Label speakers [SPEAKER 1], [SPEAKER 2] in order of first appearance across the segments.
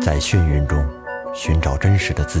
[SPEAKER 1] 在眩晕中寻找真实的自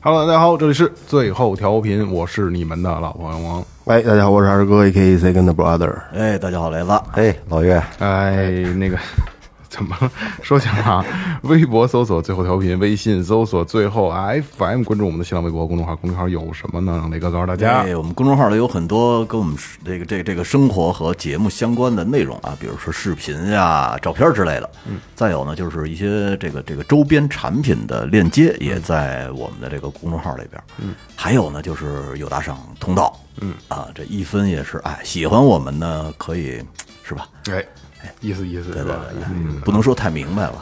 [SPEAKER 2] Hello，大家好，这里是最后调频，我是你们的老朋友王。
[SPEAKER 3] 喂，大家好，我是二哥 A K Second Brother。
[SPEAKER 4] 哎，大家好，雷子。
[SPEAKER 1] 哎，老岳，
[SPEAKER 2] 哎，那个 怎么了？说起来啊，微博搜索最后调频，微信搜索最后 FM，关注我们的新浪微博公众号，公众号有什么呢？让雷哥告诉大家。
[SPEAKER 1] 嗯
[SPEAKER 4] 哎，我们公众号里有很多跟我们这个这个这个生活和节目相关的内容啊，比如说视频呀、照片之类的。嗯，再有呢，就是一些这个这个周边产品的链接也在我们的这个公众号里边。嗯，还有呢，就是有打赏通道。嗯，啊，这一分也是哎，喜欢我们呢，可以是吧？
[SPEAKER 2] 哎，意思意思是
[SPEAKER 4] 对对
[SPEAKER 2] 吧？
[SPEAKER 4] 对，不能说太明白了。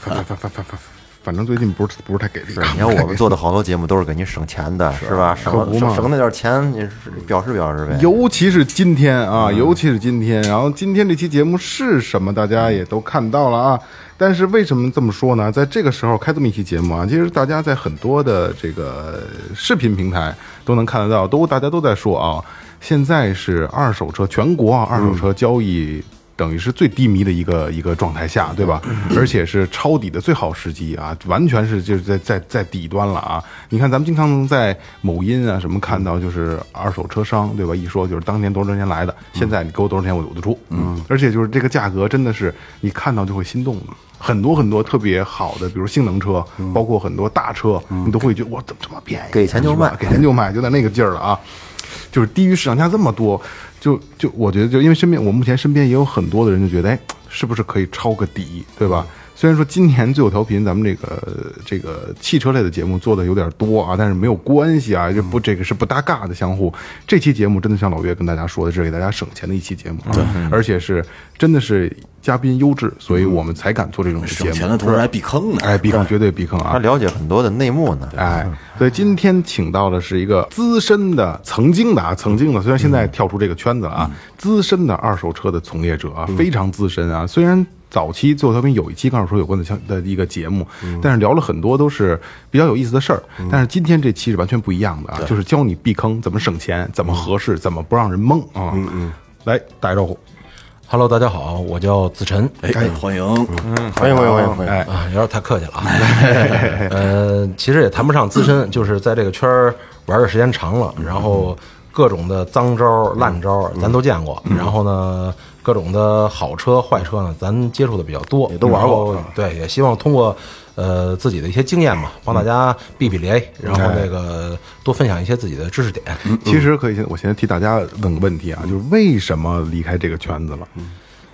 [SPEAKER 2] 反反反反反反正最近不是不是太给力。啊
[SPEAKER 1] 你看我们做的好多节目都是给您省钱的，是吧？省
[SPEAKER 2] 可不嘛
[SPEAKER 1] 省省那点钱，你是表示表示呗。
[SPEAKER 2] 尤其是今天啊，尤其是今天，然后今天这期节目是什么，大家也都看到了啊。但是为什么这么说呢？在这个时候开这么一期节目啊，其实大家在很多的这个呃视频平台都能看得到，都大家都在说啊，现在是二手车全国啊，二手车交易。等于是最低迷的一个一个状态下，对吧？而且是抄底的最好时机啊，完全是就是在在在底端了啊！你看，咱们经常能在某音啊什么看到，就是二手车商，对吧？一说就是当年多少钱来的，现在你给我多少钱，我我就出。嗯，而且就是这个价格真的是你看到就会心动的。很多很多特别好的，比如性能车，包括很多大车，你都会觉得哇，怎么这么便宜？
[SPEAKER 1] 嗯给钱就是
[SPEAKER 2] 吧
[SPEAKER 1] 卖
[SPEAKER 2] 给钱就卖，就在那个劲儿了啊！就是低于市场价这么多，就就我觉得就因为身边我目前身边也有很多的人就觉得，哎，是不是可以抄个底，对吧？虽然说今年最后调频咱们这个这个汽车类的节目做的有点多啊，但是没有关系啊，这
[SPEAKER 4] 嗯
[SPEAKER 2] 不这个是不搭嘎的相互。这期节目真的像老岳跟大家说的，是给大家省钱的一期节目、啊，
[SPEAKER 4] 嗯
[SPEAKER 2] 而且是真的是嘉宾优质，所以我们才敢做这种节目。
[SPEAKER 4] 省钱的同时还避坑呢。
[SPEAKER 2] 哎，避坑绝对避坑啊！
[SPEAKER 1] 他了解很多的内幕呢。
[SPEAKER 2] 哎，所以今天请到的是一个资深的、曾经的啊，曾经的，虽然现在跳出这个圈子了啊，资深的二手车的从业者啊，非常资深啊。虽然早期最后调频有一期跟二手车有关的相的一个节目，但是聊了很多都是比较有意思的事儿。但是今天这期是完全不一样的啊，就是教你避坑，怎么省钱，怎么合适，怎么不让人蒙啊。嗯嗯，来打个招呼，
[SPEAKER 5] Hello，大家好，我叫子晨。
[SPEAKER 4] 哎，欢迎。
[SPEAKER 5] 嗯
[SPEAKER 3] 欢迎欢迎欢迎欢迎！
[SPEAKER 2] 哎，
[SPEAKER 5] 啊，有点太客气了啊。 呃，其实也谈不上资 深，就是在这个圈儿玩的时间长了，然后各种的脏招儿、烂招
[SPEAKER 3] 嗯
[SPEAKER 5] 儿咱都见过，然后呢，各种的好车、坏车呢，咱接触的比较多，也
[SPEAKER 3] 都玩过。啊
[SPEAKER 5] 对，也希望通过呃自己的一些经验嘛，帮大家避避雷，然后
[SPEAKER 3] 哎
[SPEAKER 5] 那个多分享一些自己的知识点。
[SPEAKER 2] 其实可以先，我先替大家问个问题啊，就是为什么离开这个圈子了？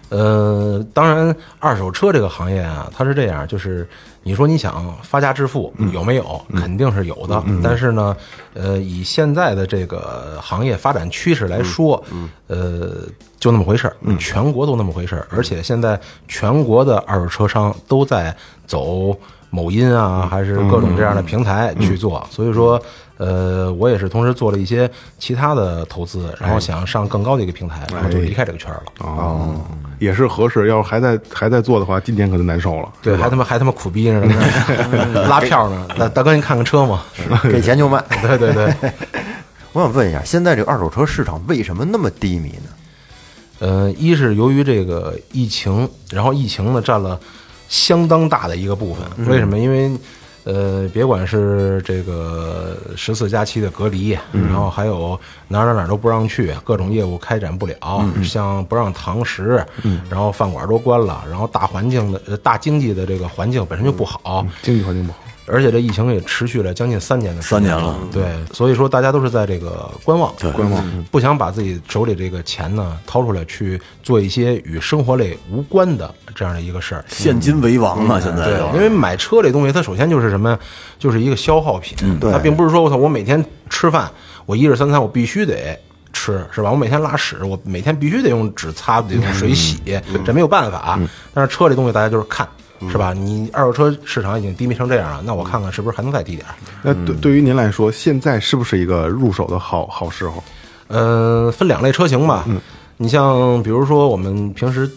[SPEAKER 5] 呃，当然，二手车这个行业啊，它是这样，就是你说你想发家致富，有没有？肯定是有的。但是呢，呃，以现在的这个行业发展趋势来说，呃，就那么回事儿，全国都那么回事儿。而且现在全国的二手车商都在走某音啊，还是各种这样的平台去做。所以说，呃，我也是同时做了一些其他的投资，然后想上更高的一个平台，然后就离开这个圈儿了。
[SPEAKER 2] 哦，也是合适。要是还在还在做的话，今年可就难受了。
[SPEAKER 5] 对，还他妈还他妈苦逼着呢， 拉票呢。大大哥，你看看车吗？
[SPEAKER 1] 给钱就卖。
[SPEAKER 5] 对对对，
[SPEAKER 1] 我想问一下，现在这个二手车市场为什么那么低迷呢？
[SPEAKER 5] 呃，一是由于这个疫情，然后疫情呢占了相当大的一个部分。为什么？因为呃，别管是这个十四加七的隔离，然后还有哪儿哪儿哪儿都不让去，各种业务开展不了，像不让堂食，然后饭馆都关了，然后大环境的呃大经济的这个环境本身就不好，
[SPEAKER 2] 经济环境不好，
[SPEAKER 5] 而且这疫情也持续了将近三年的时间啊
[SPEAKER 4] 三年了，
[SPEAKER 5] 对，所以说大家都是在这个观望，观望，
[SPEAKER 4] 嗯
[SPEAKER 5] 不想把自己手里这个钱呢掏出来去做一些与生活类无关的这样的一个事儿。
[SPEAKER 4] 现金为王啊，现在
[SPEAKER 5] 对
[SPEAKER 4] 都，
[SPEAKER 5] 因为买车这东西，它首先就是什么呀？就是一个消耗品，它并不是说我操，我每天吃饭，我一日三餐我必须得吃，是吧？我每天拉屎，我每天必须得用纸擦，得用水洗，这没有办法。但是车这东西，大家就是看。是吧？你二手车市场已经低迷成这样了，那我看看是不是还能再低点儿？
[SPEAKER 6] 那对对于您来说，现在是不是一个入手的好好时候？
[SPEAKER 5] 呃，分两类车型吧。
[SPEAKER 6] 嗯
[SPEAKER 5] 你像比如说我们平时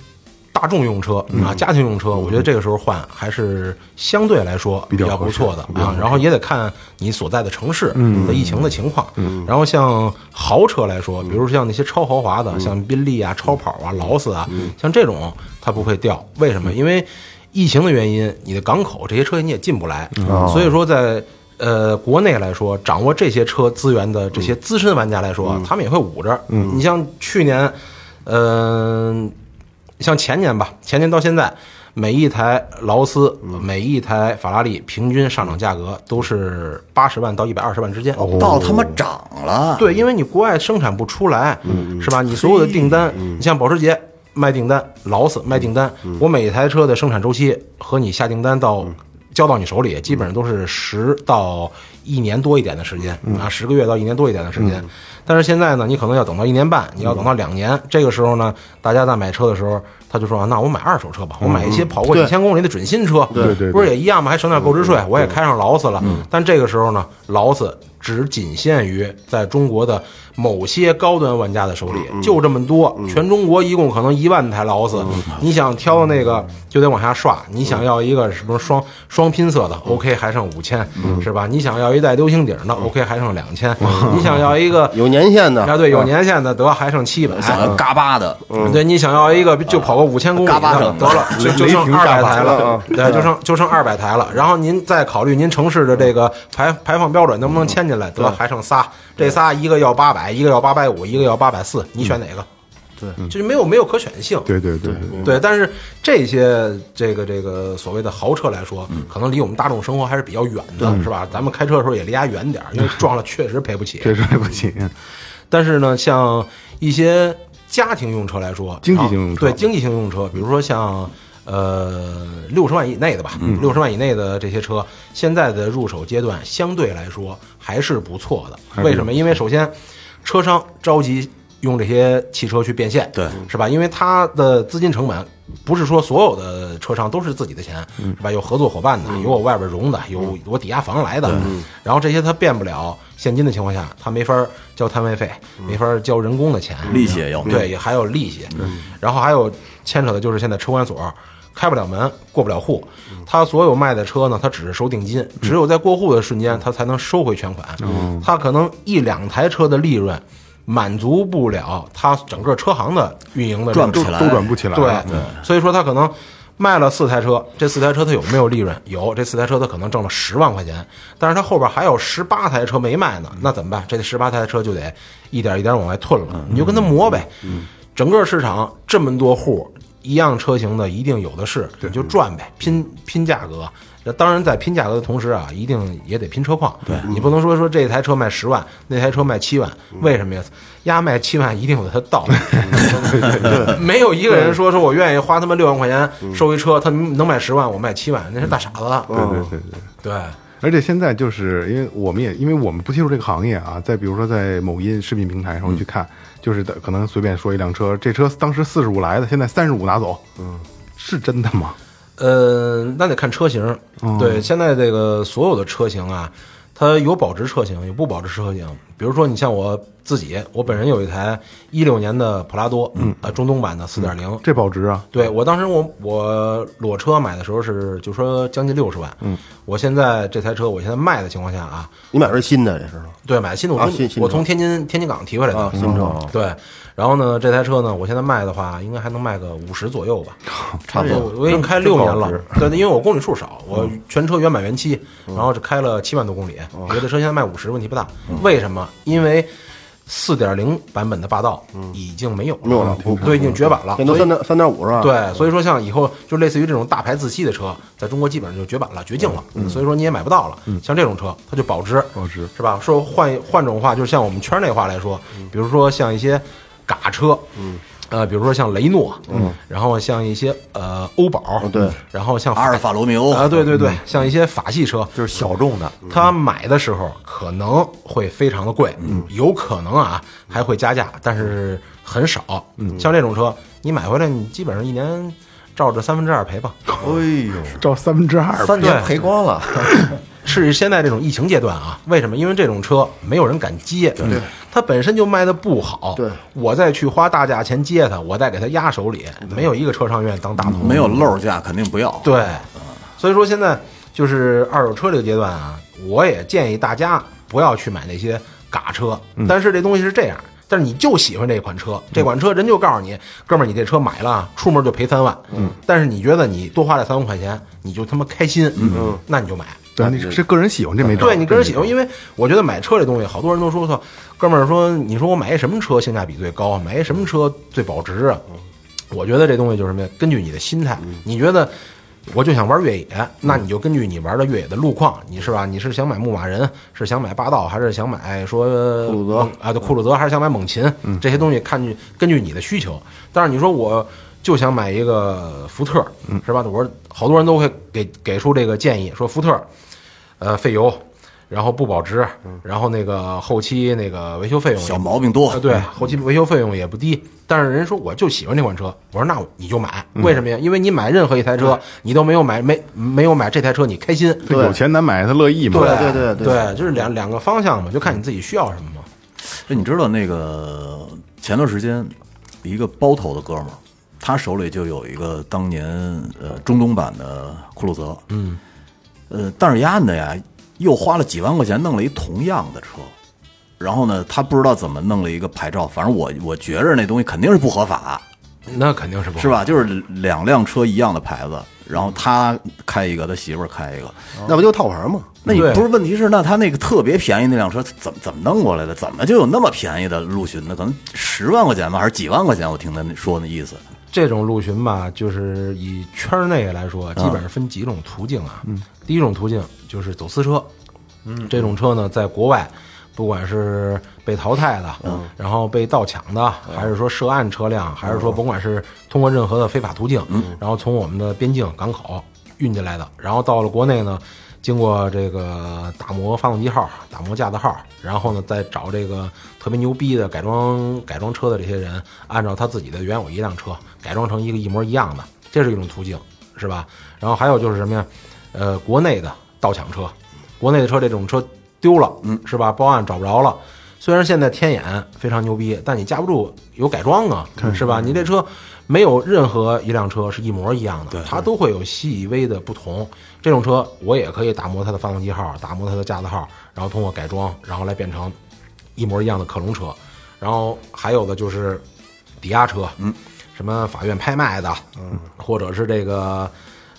[SPEAKER 5] 大众用车、
[SPEAKER 6] 嗯
[SPEAKER 5] 啊，家庭用车，我觉得这个时候换还是相对来说比
[SPEAKER 6] 较
[SPEAKER 5] 较
[SPEAKER 6] 合
[SPEAKER 5] 不
[SPEAKER 6] 适嗯
[SPEAKER 5] 错的啊。然后也得看你所在的城市的疫情的情况。然后像豪车来说，比
[SPEAKER 6] 嗯
[SPEAKER 5] 如像那些超豪华的，像宾利啊、超跑啊、劳斯啊，
[SPEAKER 6] 嗯
[SPEAKER 5] 像这种它不会掉，为什么？因为疫情的原因，你的港口这些车你也进不来，所以说在。呃，国内来说，掌握这些车资源的这些资深玩家来说，啊他们也会捂着。你像去年，嗯、像前年吧，前年到现在，每一台劳斯、每一台法拉利平均上涨价格都是八十万到一百二十万之间。
[SPEAKER 4] 到他妈涨
[SPEAKER 6] 啊
[SPEAKER 4] 了，
[SPEAKER 5] 对，因为你国外生产不出来，
[SPEAKER 6] 嗯
[SPEAKER 5] 是吧？你所有的订单，你像保时捷卖订单，劳斯卖订单，
[SPEAKER 6] 嗯
[SPEAKER 5] 我每一台车的生产周期和你下订单到交到你手里，基本上都是十到一年多一点的时间
[SPEAKER 6] 嗯
[SPEAKER 5] 啊，十个月到一年多一点的时间。但是现在呢，你可能要等到一年半，你要等
[SPEAKER 6] 嗯
[SPEAKER 5] 到两年。这个时候呢，大家在买车的时候，他就说啊，那我买二手车吧，我买一些跑过几千公里的准新车，
[SPEAKER 6] 嗯对对
[SPEAKER 5] 不是也一样吗？还省点购置税，
[SPEAKER 3] 嗯
[SPEAKER 5] 我也开上劳斯了。但这个时候呢，劳斯只仅限于在中国的某些高端玩家的手里，
[SPEAKER 3] 嗯
[SPEAKER 5] 就这么多。全中国一共可能一万台劳斯，
[SPEAKER 3] 嗯
[SPEAKER 5] 你想挑的那个就得往下刷。你想要一个什么双双拼色
[SPEAKER 3] 嗯
[SPEAKER 5] 的，OK 还剩五千，是吧？你想要一带溜星顶的，OK 还剩两千。你想要一个
[SPEAKER 3] 嗯有年限的嗯
[SPEAKER 5] 啊，对，有年限的得还剩七百。
[SPEAKER 4] 想要嘎巴的，
[SPEAKER 5] 对，你想要一个就跑个五千公里
[SPEAKER 4] 嘎巴
[SPEAKER 5] 的
[SPEAKER 4] 整，
[SPEAKER 5] 得了，就就剩
[SPEAKER 6] 嗯雷霆
[SPEAKER 5] 二
[SPEAKER 6] 嘎
[SPEAKER 5] 百
[SPEAKER 6] 巴啊
[SPEAKER 5] 台了，对，就剩就剩二百台了。然后您再考虑您城市的这个排排放标准能不能签进来，
[SPEAKER 6] 嗯
[SPEAKER 5] 得还剩仨，这仨一个要八百，一个要八百五，一个要八百四，你选哪个？对，就是没有没有可选性。
[SPEAKER 6] 嗯对对对，
[SPEAKER 5] 对，但是这些这个这个所谓的豪车来说，
[SPEAKER 6] 嗯
[SPEAKER 5] 可能离我们大众生活还是比较远的，是吧？咱们开车的时候也离它远点儿，因为撞了确实赔不起。
[SPEAKER 6] 嗯确实对不起。
[SPEAKER 5] 但是呢，像一些家庭用车来说，啊
[SPEAKER 6] 经济型用车
[SPEAKER 5] 对经济型用车，比如说像呃六十万以内的吧，六十万以内的这些车，现在的入手阶段相对来说还是不错的。为什么？因为首先，车商着急。用这些汽车去变现，对，是吧？因为它的资金成本不是说所有的车商都是自己的钱，是吧？有合作伙伴的，有我外边融的，有我抵押房来的，然后这些他变不了现金的情况下，他没法儿交摊位费，没法儿交人工的钱，
[SPEAKER 4] 利息也要
[SPEAKER 5] 对，嗯也还有利息，然后还有牵扯的就是现在车管所开不了门，过不了户，他所有卖的车呢，他只是收定金，只有在过户的瞬间，他才能收回全款，他可能一两台车的利润。满足不了他整个车行的运营的
[SPEAKER 4] 赚不
[SPEAKER 5] 这个
[SPEAKER 4] 起来，
[SPEAKER 6] 周转不起来了嗯
[SPEAKER 5] 对，所以说他可能卖了四台车，这四台车他有没有利润？有，这四台车他可能挣了十万块钱，但是他后边还有十八台车没卖呢，那怎么办？这十八台车就得一点一点往外吞
[SPEAKER 6] 嗯
[SPEAKER 5] 了，你就跟他磨呗。整个市场这么多户，一样车型的一定有的是，你就赚呗，拼拼价格。那当然，在拼价格的同时啊，一定也得拼车况。对你不能说说这台车卖十万，那台车卖七万，
[SPEAKER 6] 嗯
[SPEAKER 5] 为什么呀？压卖七万一定有它的 道理。没有一个人说说我愿意花他妈六万块钱收一车，他能卖十万，我卖七万，那是大傻子了。
[SPEAKER 6] 对对对对。
[SPEAKER 5] 嗯对，
[SPEAKER 6] 而且现在就是因为我们也因为我们不接触这个行业啊，再比如说在某音视频平台上去看，就是可能随便说一辆车，这车当时四十五来的，现在三十五拿走，嗯，是真的吗？
[SPEAKER 5] 呃，那得看车型。对，现在这个所有的车型啊，它有保值车型，有不保值车型。比如说，你像我自己，我本人有一台一六年的普拉多，嗯，呃，中东版的四点零，
[SPEAKER 6] 这保值啊，
[SPEAKER 5] 对我当时我我裸车买的时候是就说将近六十万，嗯，我现在这台车我现在卖的情况下啊，
[SPEAKER 3] 你买的是新的也是
[SPEAKER 1] 哦
[SPEAKER 3] 吗？
[SPEAKER 5] 对，买新的我
[SPEAKER 3] 啊
[SPEAKER 5] 从、
[SPEAKER 3] 新新
[SPEAKER 5] 我
[SPEAKER 3] 车
[SPEAKER 5] 从天津天津港提回来的、
[SPEAKER 3] 新车
[SPEAKER 1] 啊
[SPEAKER 3] 哦
[SPEAKER 5] 对，然后呢，这台车呢，我现在卖的话，应该还能卖个五十左右吧， 差不多。我已经开六年了，对，因为我公里数少，我全车原版原漆，然后只开了七万多公里，我觉得车现在卖五十问题不大。为什么？因为四点零版本的霸道已经嗯没有了，
[SPEAKER 3] 没有了不
[SPEAKER 5] 对，已经绝版了，
[SPEAKER 3] 现在都
[SPEAKER 5] 所以
[SPEAKER 3] 三点三点五是吧？，
[SPEAKER 5] 对，所以说像以后就类似于这种大牌自吸的车，在中国基本上就绝版了、绝境了，嗯所以说你也买不到了。像这种车，它就保值，
[SPEAKER 6] 保值
[SPEAKER 5] 是吧？说换换种话，就是像我们圈内话来说，比如说像一些嘎车，嗯。呃，比如说像雷诺，嗯，然后像一些呃欧宝，
[SPEAKER 3] 对，
[SPEAKER 5] 然后像
[SPEAKER 4] 阿尔法罗密欧
[SPEAKER 5] 啊，对对对，像一些法系车，
[SPEAKER 7] 哦嗯就是小众的，
[SPEAKER 5] 他买的时候可能会非常的贵，
[SPEAKER 7] 嗯
[SPEAKER 5] 有可能啊还
[SPEAKER 7] 嗯
[SPEAKER 5] 会加价，但是很少。像这种车，你买回来，你基本上一年照着三分之二 赔吧。
[SPEAKER 1] 哎
[SPEAKER 6] 照三分之二
[SPEAKER 3] 三年赔光了，
[SPEAKER 5] 是现在这种疫情阶段啊，为什么？因为这种车没有人敢接，对，它本身就卖的不好，
[SPEAKER 3] 对，
[SPEAKER 5] 我再去花大价钱接它，我再给它压手里，没有一个车商愿意当大头，
[SPEAKER 4] 没有漏价肯定不要。
[SPEAKER 5] 对，所以说现在就是二手车这个阶段啊，我也建议大家不要去买那些嘎车。但是这东西是这样，但是你就喜欢这款车，这款车人就告诉你，哥们儿，你这车买了啊，出门就赔三万。嗯，但是你觉得你多花这三万块钱，你就他妈开心，嗯，那你就买。
[SPEAKER 6] 对，啊你是个人喜欢这没招。
[SPEAKER 5] 对你个人喜欢，因为我觉得买车这东西，好多人都说操，哥们儿说，你说我买一什么车性价比最高啊？买一什么车最保值啊？我觉得这东西就是什么呀？根据你的心态，你觉得我就想玩越野，那你就根据你玩的越野的路况，你是吧？你是想买牧马人，是想买霸道，还是想买说库
[SPEAKER 3] 鲁泽
[SPEAKER 5] 啊？对，库鲁泽还是想买猛禽？这些东西看据根据你的需求。但是你说我就想买一个福特，是吧？我说好多人都会给给出这个建议，说福特呃费油，然后不保值，然后那个后期那个维修费用也
[SPEAKER 4] 小毛病多
[SPEAKER 5] 啊，对，后期维修费用也不低。但是人说我就喜欢这款车，我说那你就买，为什么呀？因为你买任何一台车，你都没有买没没有买这台车你开心，
[SPEAKER 6] 这有钱难买，他乐意嘛。
[SPEAKER 3] 对对
[SPEAKER 5] 对
[SPEAKER 3] 对
[SPEAKER 5] 就是两两个方向嘛，就看你自己需要什么嘛。
[SPEAKER 4] 哎，你知道那个前段时间一个包头的哥们儿，他手里就有一个当年呃中东版的酷路泽，嗯，呃，但是丫的呀，又花了几万块钱弄了一同样的车。然后呢，他不知道怎么弄了一个牌照，反正我我觉着那东西肯定是不合法，
[SPEAKER 5] 那肯定是不
[SPEAKER 4] 是？吧？就是两辆车一样的牌子，然后他开一个，他媳妇儿开一个，
[SPEAKER 3] 那不就套牌吗？
[SPEAKER 4] 那你
[SPEAKER 5] 对
[SPEAKER 4] 不是问题是，那他那个特别便宜那辆车怎么怎么弄过来的？怎么就有那么便宜的陆巡呢？可能十万块钱吧，还是几万块钱？我听他那说那意思，
[SPEAKER 5] 这种陆巡吧，就是以圈儿内来说，基本上分几种途径啊。第一种途径就是走私车，嗯，这种车呢，在国外，不管是被淘汰的，嗯，然后被盗抢的，还是说涉案车辆，还是说甭管是通过任何的非法途径，然后从我们的边境港口运进来的，然后到了国内呢。经过这个打磨发动机号、打磨架子号，然后呢，再找这个特别牛逼的改装改装车的这些人，按照他自己的原有一辆车改装成一个一模一样的，这是一种途径，是吧？然后还有就是什么呀？呃，国内的盗抢车，国内的车这种车丢了，嗯，是吧？报案找不着了。虽然现在天眼非常牛逼，但你架不住有改装啊，是吧？你这车没有任何一辆车是一模一样的，它都会有细微的不同。这种车我也可以打磨它的发动机号，打磨它的架子号，然后通过改装，然后来变成一模一样的克隆车。然后还有的就是抵押车，嗯，什么法院拍卖的，嗯，或者是这个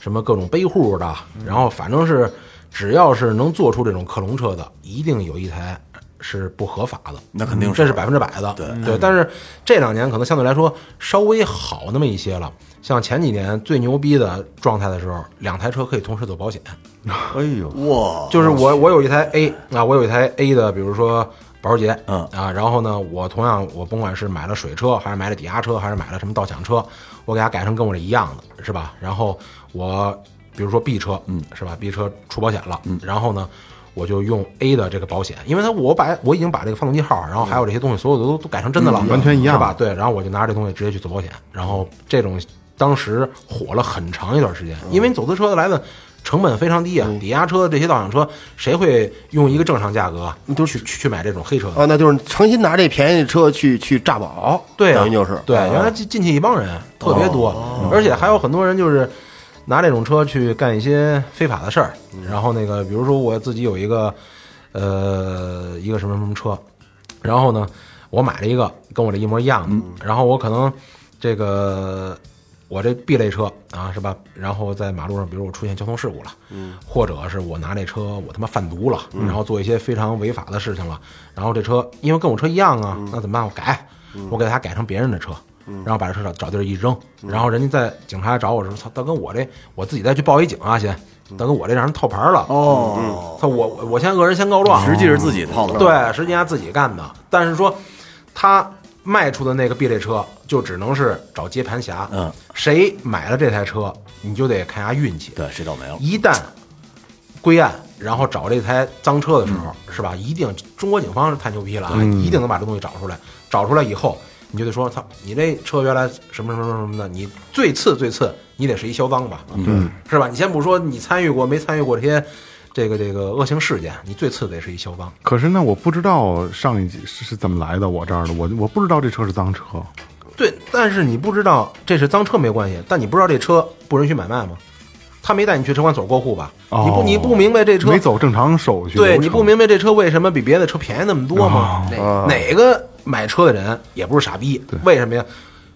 [SPEAKER 5] 什么各种背户的，然后反正是只要是能做出这种克隆车的，一定有一台是不合法的，嗯
[SPEAKER 4] 那肯定
[SPEAKER 5] 这是
[SPEAKER 4] 是
[SPEAKER 5] 百分之百的，对对。但是这两年可能相对来说稍微好那么一些了。像前几年最牛逼的状态的时候，两台车可以同时走保险，
[SPEAKER 3] 哎呦，
[SPEAKER 4] 哇，
[SPEAKER 5] 就是我我有一台 A 啊，我有一台 A 的，比如说保时捷，
[SPEAKER 4] 嗯
[SPEAKER 5] 啊，然后呢，我同样我甭管是买了水车，还是买了抵押车，还是买了什么盗抢车，我给它改成跟我这一样的，是吧？然后我比如说 B 车，嗯，是吧？B 车出保险了，嗯，然后呢，我就用 A 的这个保险，因为它我把我已经把这个发动机号，然后还有这些东西，所有的都都改成真的了，
[SPEAKER 6] 嗯完全一样
[SPEAKER 5] 是吧？对，然后我就拿着这东西直接去走保险，然后这种当时火了很长一段时间，因为你走私车来的成本非常低啊，抵押车这些盗抢车，谁会用一个正常价格就去去去买这种黑车呢？
[SPEAKER 3] 啊，那就是诚心拿这便宜的车去去炸保，
[SPEAKER 5] 对啊，
[SPEAKER 3] 等于就是
[SPEAKER 5] 对，
[SPEAKER 3] 啊哦
[SPEAKER 5] 原来进进去一帮人特别多，而且还有很多人就是拿这种车去干一些非法的事儿。
[SPEAKER 3] 嗯
[SPEAKER 5] 然后那个，比如说我自己有一个呃一个什么什么车，然后呢，我买了一个跟我这一模一样
[SPEAKER 3] 嗯
[SPEAKER 5] 的，然后我可能这个。我这 B 类车啊，是吧？然后在马路上，比如我出现交通事故了，嗯，或者是我拿这车我他妈贩毒了，
[SPEAKER 4] 嗯
[SPEAKER 5] 然后做一些非常违法的事情了，然后这车因为跟我车一样啊，
[SPEAKER 4] 嗯
[SPEAKER 5] 那怎么办？我改，我给它改成别人的车，然后把这车找找地儿一扔，
[SPEAKER 4] 嗯
[SPEAKER 5] 然后人家在警察来找我的时候，操，大哥，我这我自己再去报一警啊，先，大哥，我这让人套牌了，
[SPEAKER 4] 嗯哦，
[SPEAKER 5] 操，我我我先恶人先告状，
[SPEAKER 4] 实际是自己套的，，
[SPEAKER 5] 嗯对，实际上自己干的。但是说，他卖出的那个 B 类车，就只能是找接盘侠。
[SPEAKER 4] 嗯，
[SPEAKER 5] 谁买了这台车，你就得看下运气。
[SPEAKER 4] 对，谁倒霉了？
[SPEAKER 5] 一旦归案，然后找这台脏
[SPEAKER 4] 嗯
[SPEAKER 5] 车的时候，是吧？一定，中国警方是太牛逼了啊，一定能把这东西找出来。找出来以后，你就得说，操，你这车原来什么什么什么什么的，你最次最次，你得是一销赃吧，嗯，是吧？你先不说你参与过没参与过这些，这个这个恶性事件，你最次得是一销赃。
[SPEAKER 6] 可是呢，我不知道上一集是是怎么来的，我这儿的，我我不知道这车是脏车，
[SPEAKER 5] 对，但是你不知道这是脏车没关系，但你不知道这车不允许买卖吗？他没带你去城管所过户吧？
[SPEAKER 6] 哦
[SPEAKER 5] 你不你不明白这车
[SPEAKER 6] 没走正常手续流程，哦啊
[SPEAKER 5] 对，你不明白这车为什么比别的车便宜那么多吗？哪哪个买车的人也不是傻逼，为什么呀？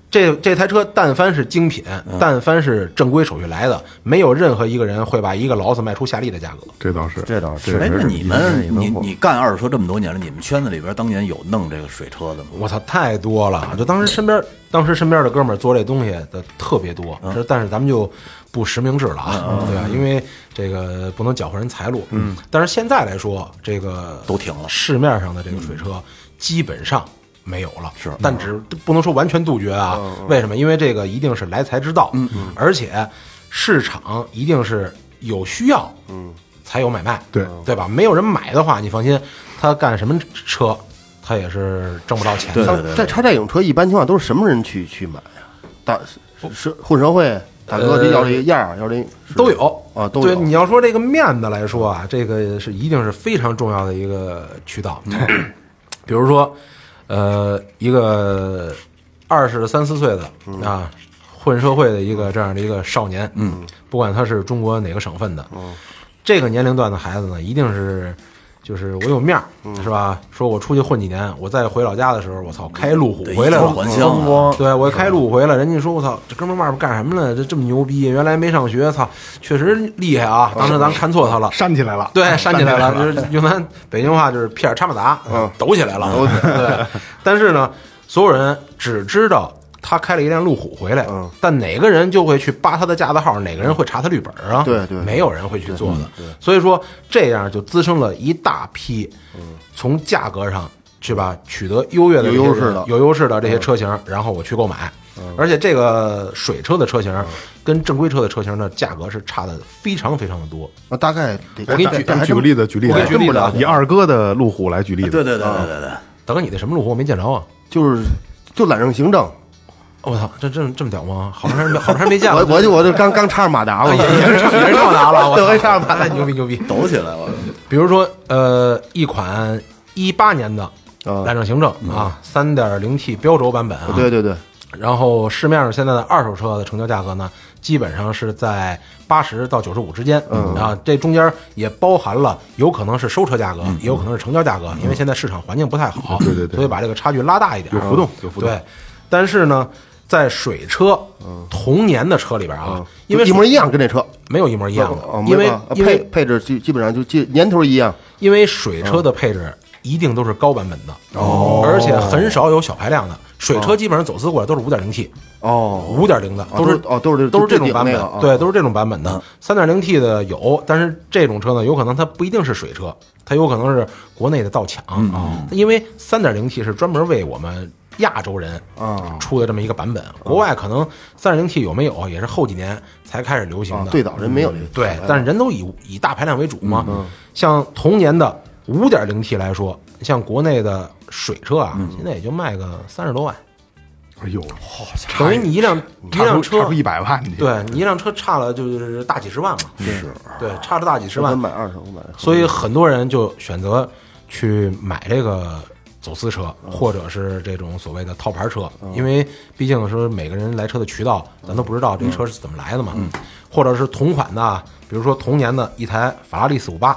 [SPEAKER 5] 这这台车但凡是精品，
[SPEAKER 6] 嗯
[SPEAKER 5] 但凡是正规手续来的，没有任何一个人会把一个劳斯卖出夏利的价格。
[SPEAKER 6] 这倒是，
[SPEAKER 3] 这倒是，
[SPEAKER 4] 哎，那你
[SPEAKER 3] 这
[SPEAKER 4] 们
[SPEAKER 3] 是
[SPEAKER 4] 你你干二手车这么多年了，你们圈子里边当年有弄这个水车的吗？
[SPEAKER 5] 我操，太多了！就当时身边，当时身边的哥们儿做这东西的特别多，
[SPEAKER 4] 嗯
[SPEAKER 5] 这但是咱们就不实名制了啊，对吧？因为这个不能搅和人财路。嗯，但是现在来说，这个
[SPEAKER 4] 都停了
[SPEAKER 5] 市面上的这个水车基本上没有了，是，但只不能说完全杜绝啊。为什么？因为这个一定是来财之道，嗯，而且市场一定是有需要，嗯，才有买卖，
[SPEAKER 6] 对
[SPEAKER 5] 对吧？没有人买的话，你放心，他干什么车，他也是挣不到钱的。
[SPEAKER 3] 像这超载影车一般情况都是什么人去去买呀？大是混社会大哥，这要这样儿，要这
[SPEAKER 5] 呃都有
[SPEAKER 3] 啊，都
[SPEAKER 5] 对。
[SPEAKER 3] 有。
[SPEAKER 5] 你要说这个面子来说啊，这个是一定是非常重要的一个渠道。比如说，呃，一个二十三四岁的啊，混社会的一个这样的一个少年，嗯，不管他是中国哪个省份的，这个年龄段的孩子呢，一定是。就是我有面儿，是吧？说我出去混几年，我再回老家的时候，我操，开路虎
[SPEAKER 4] 对
[SPEAKER 5] 回来了，
[SPEAKER 4] 一条还乡啊，
[SPEAKER 5] 对我开路回来，人家说我操，这哥们儿外边干什么呢？这这么牛逼，原来没上学，操，确实厉害啊！当时咱看错他了，
[SPEAKER 6] 扇起来了，
[SPEAKER 5] 对，扇起来了，就是用咱北京话就是屁眼儿插马达，嗯抖起来了，抖起来。对，但是呢，所有人只知道他开了一辆路虎回来，但哪个人就会去扒他的架子号，哪个人会查他绿本儿啊？
[SPEAKER 3] 对对
[SPEAKER 5] 没有人会去做的。所以说，这样就滋生了一大批从价格上。去吧，取得优越的这些
[SPEAKER 3] 有优
[SPEAKER 5] 人
[SPEAKER 3] 势的
[SPEAKER 5] 有优势的这些车型，然后我去购买。而且这个水车的车型跟正规车的车型的价格是差的非常非常的多。
[SPEAKER 3] 那啊大概得
[SPEAKER 5] 我给你举
[SPEAKER 3] 这还真
[SPEAKER 6] 举个例子，举例子，
[SPEAKER 5] 我给举例子啊
[SPEAKER 6] 以二哥的路虎来举例子，
[SPEAKER 4] 对对对对对对，
[SPEAKER 5] 大哥，你那什么路虎我没见着啊？
[SPEAKER 3] 就是就懒政行政，我
[SPEAKER 5] 哦我操，这这这么屌吗？好长时间没好长时间没见了，
[SPEAKER 3] 我我就我就刚刚插上马达
[SPEAKER 5] 啊
[SPEAKER 3] 了
[SPEAKER 4] 哎
[SPEAKER 5] 也，也是也是上达 了，我
[SPEAKER 3] 对
[SPEAKER 5] 操
[SPEAKER 3] 我上达了
[SPEAKER 5] 哎 牛逼牛逼！
[SPEAKER 4] 抖起来了，
[SPEAKER 5] 比如说呃，一款一八年的揽胜行政啊，三点零 T 标轴版本啊，
[SPEAKER 3] 嗯对对对，
[SPEAKER 5] 然后市面上现在的二手车的成交价格呢，基本上是在八十到九十五之间，嗯啊，这中间也包含了有可能是收车价格，也有可能是成交价格，因为现在市场环境不太好，对对对，所以把这个差距拉大一点，有
[SPEAKER 6] 浮动有浮动
[SPEAKER 5] 对，但是呢，在水车同年的车里边啊，因为
[SPEAKER 3] 嗯就一模一样跟这车，
[SPEAKER 5] 没有一模一样的
[SPEAKER 3] 哦，，
[SPEAKER 5] 因为
[SPEAKER 3] 啊
[SPEAKER 5] 因
[SPEAKER 3] 配
[SPEAKER 5] 为
[SPEAKER 3] 配置基基本上就基年头一样，
[SPEAKER 5] 因为水车的配置一定都是高版本的，哦，而且很少有小排量的。水车基本上走私过来都是五点零 T，
[SPEAKER 3] 哦
[SPEAKER 5] 五点零的
[SPEAKER 3] 啊
[SPEAKER 5] 都
[SPEAKER 3] 都
[SPEAKER 5] 是
[SPEAKER 3] 是哦都是
[SPEAKER 5] 都是这
[SPEAKER 3] 最
[SPEAKER 5] 种
[SPEAKER 3] 顶
[SPEAKER 5] 版
[SPEAKER 3] 那
[SPEAKER 5] 本
[SPEAKER 3] 个啊，
[SPEAKER 5] 对，都是这种版本的。三点零 T 的有，但是这种车呢，有可能它不一定是水车，它有可能是国内的盗抢，
[SPEAKER 3] 嗯
[SPEAKER 5] 啊因为三点零 T 是专门为我们。亚洲人
[SPEAKER 3] 啊
[SPEAKER 5] 出的这么一个版本，国外可能三点零 T 有没有也是后几年才开始流行的。
[SPEAKER 3] 啊
[SPEAKER 5] 嗯
[SPEAKER 3] 最早人没有这个，哎嗯
[SPEAKER 5] 对，但是人都以以大排量为主嘛。像同年的五点零 T 来说，像国内的水车啊，
[SPEAKER 3] 嗯
[SPEAKER 5] 现在也就卖个三十多万，
[SPEAKER 6] 哎呦，
[SPEAKER 5] 等于你一辆一
[SPEAKER 6] 差
[SPEAKER 5] 辆
[SPEAKER 6] 出
[SPEAKER 5] 车
[SPEAKER 6] 差出一百万去，
[SPEAKER 5] 对你一辆车差了就是大几十万嘛，是，对，差了大几十
[SPEAKER 3] 我
[SPEAKER 5] 万，
[SPEAKER 3] 买二手，我买
[SPEAKER 5] 所以很多人就选择去买这个走私车，或者是这种所谓的套牌车，因为毕竟说每个人来车的渠道，咱都不知道这车是怎么来的嘛，或者是同款的啊，比如说同年的一台法拉利四五八，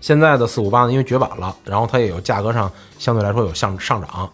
[SPEAKER 5] 现在的四五八呢，因为绝版了，然后它也有价格上相对来说有上上涨。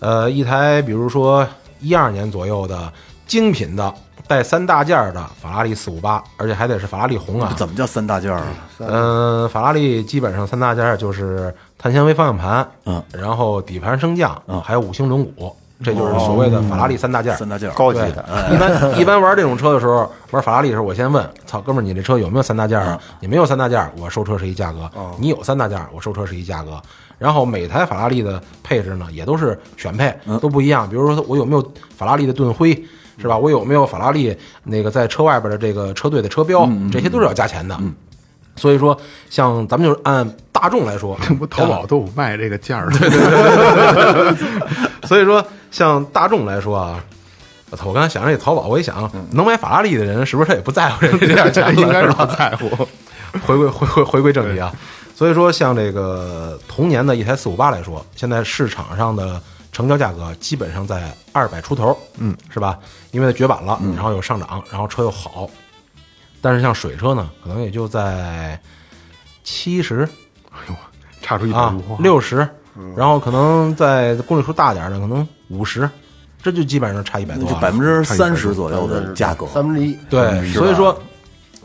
[SPEAKER 5] 呃，一台比如说一二年左右的精品的带三大件儿的法拉利四五八，而且还得是法拉利红啊，
[SPEAKER 4] 怎么叫三大件儿啊？
[SPEAKER 5] 嗯、法拉利基本上三大件儿就是碳纤维方向盘，嗯，然后底盘升降，嗯，还有五星轮毂，这就是所谓的法拉利三大件儿。
[SPEAKER 4] 三大件儿，
[SPEAKER 3] 高级
[SPEAKER 5] 对
[SPEAKER 3] 的，
[SPEAKER 5] 一般一般玩这种车的时候，玩法拉利的时候，我先问，操，哥们儿，你这车有没有三大件儿啊？你没有三大件儿，我收车是一价格；你有三大件儿，我收车是一价格。然后每台法拉利的配置呢，也都是选配，都不一样。比如说，我有没有法拉利的盾徽，是吧？我有没有法拉利那个在车外边的这个车队的车标，这些都是要加钱的。所以说，像咱们就是按大众来说，啊
[SPEAKER 6] 不淘宝都有卖这个价儿的，
[SPEAKER 5] 啊所以说，像大众来说啊，我操！我刚才想着这淘宝，我一想，能买法拉利的人是不是他也不在乎 这这点钱了？
[SPEAKER 6] 嗯应该是
[SPEAKER 5] 是
[SPEAKER 6] 不
[SPEAKER 5] 吧？
[SPEAKER 6] 在乎。
[SPEAKER 5] 回归回回回归正题啊！所以说，像这个同年的一台四五八来说，现在市场上的成交价格基本上在二百出头，嗯，是吧？因为它绝版了，
[SPEAKER 6] 嗯
[SPEAKER 5] 然后有上涨，然后车又好，但是像水车呢，可能也就在七十
[SPEAKER 6] 哎差出一百
[SPEAKER 5] 啊
[SPEAKER 6] 多，，
[SPEAKER 5] 六十，然后可能在公里数大点儿的，可能五十，这就基本上差一百多
[SPEAKER 4] 就
[SPEAKER 5] 啊
[SPEAKER 4] 百分之三十左右的价格，
[SPEAKER 3] 三分之一。
[SPEAKER 5] 对，
[SPEAKER 4] 是吧
[SPEAKER 5] 所以说，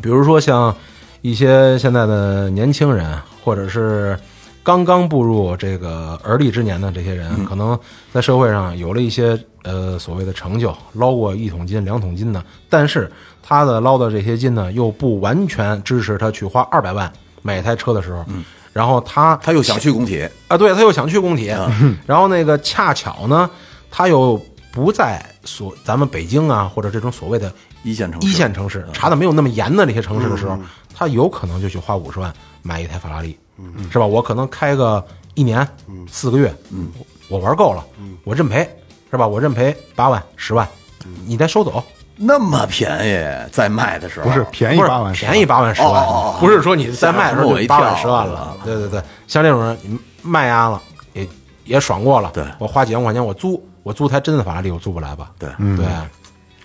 [SPEAKER 5] 比如说像一些现在的年轻人，或者是刚刚步入这个而立之年的这些人，
[SPEAKER 4] 嗯
[SPEAKER 5] 可能在社会上有了一些呃所谓的成就，捞过一桶金、两桶金的，但是他的捞的这些金呢，又不完全支持他去花二百万买一台车的时候，
[SPEAKER 4] 嗯
[SPEAKER 5] 然后他
[SPEAKER 4] 他又想去工体，
[SPEAKER 5] 啊，对，他又想去工体，
[SPEAKER 4] 啊
[SPEAKER 5] 然后那个恰巧呢，他又不在所咱们北京啊，或者这种所谓的
[SPEAKER 4] 一线城市，啊嗯
[SPEAKER 5] 一线城市查的没有那么严的那些城市的时候，他有可能就去花五十万买一台法拉利，
[SPEAKER 4] 嗯
[SPEAKER 5] 是吧？我可能开个一年、四个月，
[SPEAKER 4] 嗯
[SPEAKER 5] 我玩够了，我认赔，是吧？我认赔八万、十万，
[SPEAKER 4] 嗯
[SPEAKER 5] 你再收走，
[SPEAKER 4] 那么便宜，在卖的时候
[SPEAKER 6] 不是便宜
[SPEAKER 5] 不是
[SPEAKER 6] 八万，
[SPEAKER 5] 便宜八万、十万
[SPEAKER 4] 哦哦哦，
[SPEAKER 5] 不是说你再卖的时候
[SPEAKER 4] 我一
[SPEAKER 5] 就
[SPEAKER 4] 跳啊
[SPEAKER 5] 八万、十万了。对对对，像这种人你卖压了也也爽过了，
[SPEAKER 4] 对
[SPEAKER 5] 我花几万块钱我租，我租台真的法拉利，我租不来吧？
[SPEAKER 4] 对，嗯
[SPEAKER 5] 对，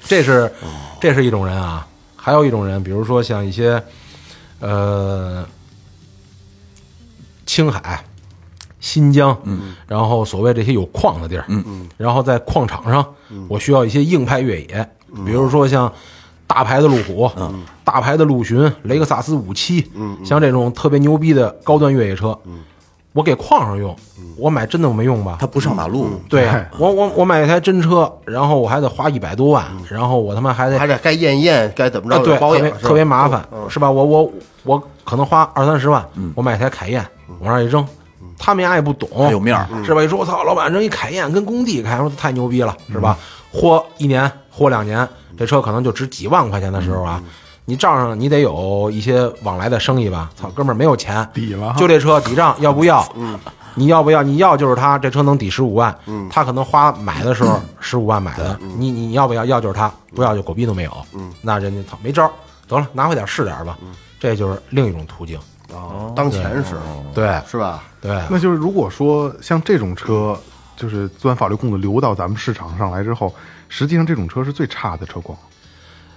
[SPEAKER 5] 这是这是一种人啊，还有一种人，比如说像一些呃青海、新疆，嗯，然后所谓这些有矿的地儿，嗯，然后在矿场上，我需要一些硬派越野，比如说像。大牌的路虎，嗯，大牌的陆巡，雷克萨斯五七，嗯，像这种特别牛逼的高端越野车，嗯，我给矿上用，我买真的我没用吧？
[SPEAKER 4] 他不上马路，
[SPEAKER 5] 对呀、我我我买一台真车，然后我还得花一百多万，然后我他妈嗯还得
[SPEAKER 3] 还得该验验，该怎么
[SPEAKER 5] 啊，
[SPEAKER 3] 着？
[SPEAKER 5] 对，
[SPEAKER 3] 有保
[SPEAKER 5] 特
[SPEAKER 3] 养
[SPEAKER 5] 别
[SPEAKER 3] 是吧嗯
[SPEAKER 5] 特别麻烦，是吧？我我我可能花二三十万，我买一台凯宴，往那儿一扔，他们家也不懂，
[SPEAKER 6] 哦
[SPEAKER 3] 哎
[SPEAKER 4] 还有面儿
[SPEAKER 6] 嗯
[SPEAKER 5] 是吧？一说我操，老板扔一凯宴跟工地开，我说太牛逼了，是吧？豁一年，豁两年，这车可能就值几万块钱的时候
[SPEAKER 6] 嗯
[SPEAKER 5] 啊。你账上你得有一些往来的生意吧？操，哥们儿没有钱，
[SPEAKER 6] 抵了嗯
[SPEAKER 5] 就这车抵账，要不要？你要不要？你要就是他，这车能抵十五万，他可能花买的时
[SPEAKER 6] 嗯
[SPEAKER 5] 候十五万买的，你你要不要？要就是他，不要就狗逼都没有，
[SPEAKER 6] 嗯
[SPEAKER 5] 那人家操没招儿，得了，拿回点是点儿吧，这就是另一种途径，
[SPEAKER 3] 哦当前使
[SPEAKER 4] 哦
[SPEAKER 5] 对
[SPEAKER 3] 是吧？
[SPEAKER 5] 对，
[SPEAKER 6] 那就是如果说像这种车，就是钻法律空子流到咱们市场上来之后，实际上这种车是最差的车况。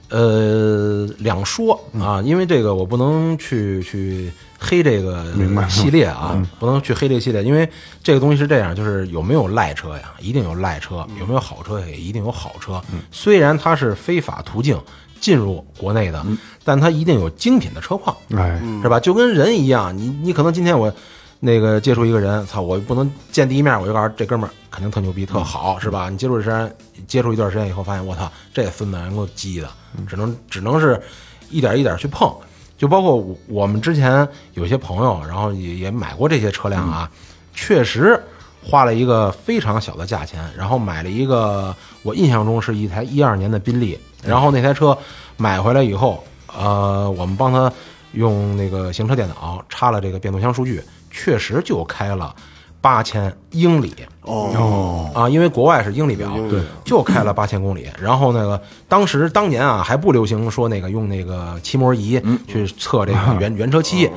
[SPEAKER 5] 呃，两说啊，因为这个我不能去去黑这个系列啊，不能去黑这个系列，因为这个东西是这样，就是有没有赖车呀，一定有赖车，有没有好车也一定有好车。虽然它是非法途径进入国内的，但它一定有精品的车况。
[SPEAKER 6] 哎，
[SPEAKER 5] 是吧？就跟人一样，你你可能今天我那个接触一个人，操，我不能见第一面我就告诉这哥们儿肯定特牛逼、特好，是吧？你接触一时接触一段时间以后，发现我操，这孙子能够激的，只能只能是一点一点去碰。就包括我我们之前有些朋友，然后也也买过这些车辆啊，确实花了一个非常小的价钱，然后买了一个我印象中是一台一二年的宾利，然后那台车买回来以后，呃，我们帮他用那个行车电脑插了这个变速箱数据，确实就开了八千英里哦啊，因为国外是英里表，对，就开了八千公里。 然后那个当时当年啊还不流行说那个用那个漆膜仪去测这个 原原车漆，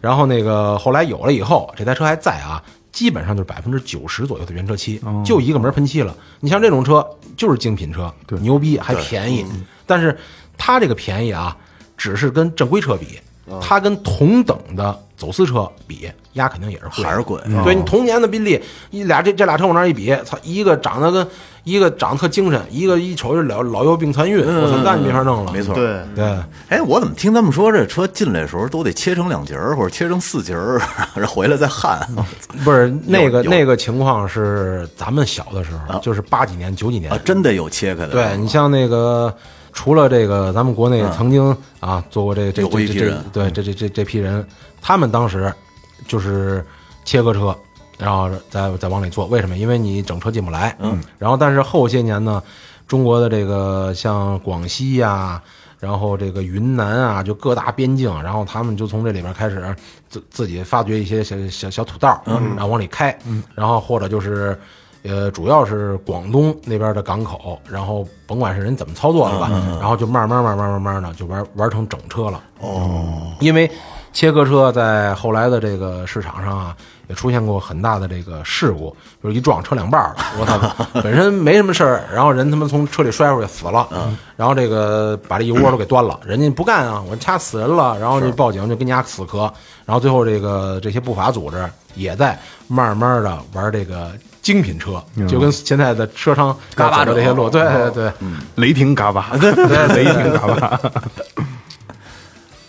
[SPEAKER 5] 然后那个后来有了以后，这台车还在啊。基本上就是百分之九十左右的原车漆，就一个门喷漆了。你像这种车就是精品车，牛逼还便宜。但是它这个便宜啊，只是跟正规车比，它跟同等的走私车比，压肯定也是贵的，
[SPEAKER 4] 还是贵
[SPEAKER 6] 嗯
[SPEAKER 5] 对你同年的宾利，一俩这这俩车往那儿一比，操，一个长得跟一个长得特精神，一个一瞅就老老幼病残孕，我操，那你没法弄
[SPEAKER 4] 嗯
[SPEAKER 5] 了。
[SPEAKER 4] 没错，
[SPEAKER 3] 对，
[SPEAKER 5] 对，
[SPEAKER 4] 哎，我怎么听他们说这车进来的时候都得切成两截儿或者切成四截儿，然后回来再焊？
[SPEAKER 6] 嗯
[SPEAKER 5] 不是那个
[SPEAKER 4] 有
[SPEAKER 5] 那个情况是咱们小的时候，就是八几年九几年
[SPEAKER 4] 啊，，真得有切开的。
[SPEAKER 5] 对你像那个，除了这个，咱们
[SPEAKER 4] 嗯
[SPEAKER 5] 国内曾经啊做过这这
[SPEAKER 4] 有过一
[SPEAKER 5] 这这
[SPEAKER 4] 批
[SPEAKER 5] 这
[SPEAKER 4] 人嗯
[SPEAKER 5] 对这这这这批人，他们当时就是切割车，然后再再往里做，为什么？因为你整车进不来。嗯。然后，但是后些年呢，中国的这个像广西呀、然后这个云南啊，就各大边境，然后他们就从这里边开始自自己发掘一些小小小土道，
[SPEAKER 4] 嗯
[SPEAKER 5] 然后往里开，然后或者就是。呃，主要是广东那边的港口，然后甭管是人怎么操作了
[SPEAKER 4] 嗯
[SPEAKER 5] 吧，然后就慢慢慢慢慢慢的就玩玩成整车了。哦，因为切割车在后来的这个市场上啊，也出现过很大的这个事故，就是一撞车两半了，我操，本身没什么事儿，然后人他妈从车里摔出去死了，然后这个把这一窝都给端了，人家不干啊，我掐死人了，然后就报警就跟人家死磕，然后最后这个这些不法组织也在慢慢的玩这个。精品车就跟现在的车商嘎巴的这些路，对对对，
[SPEAKER 2] 嗯
[SPEAKER 6] 雷霆嘎巴， 对对雷霆嘎巴。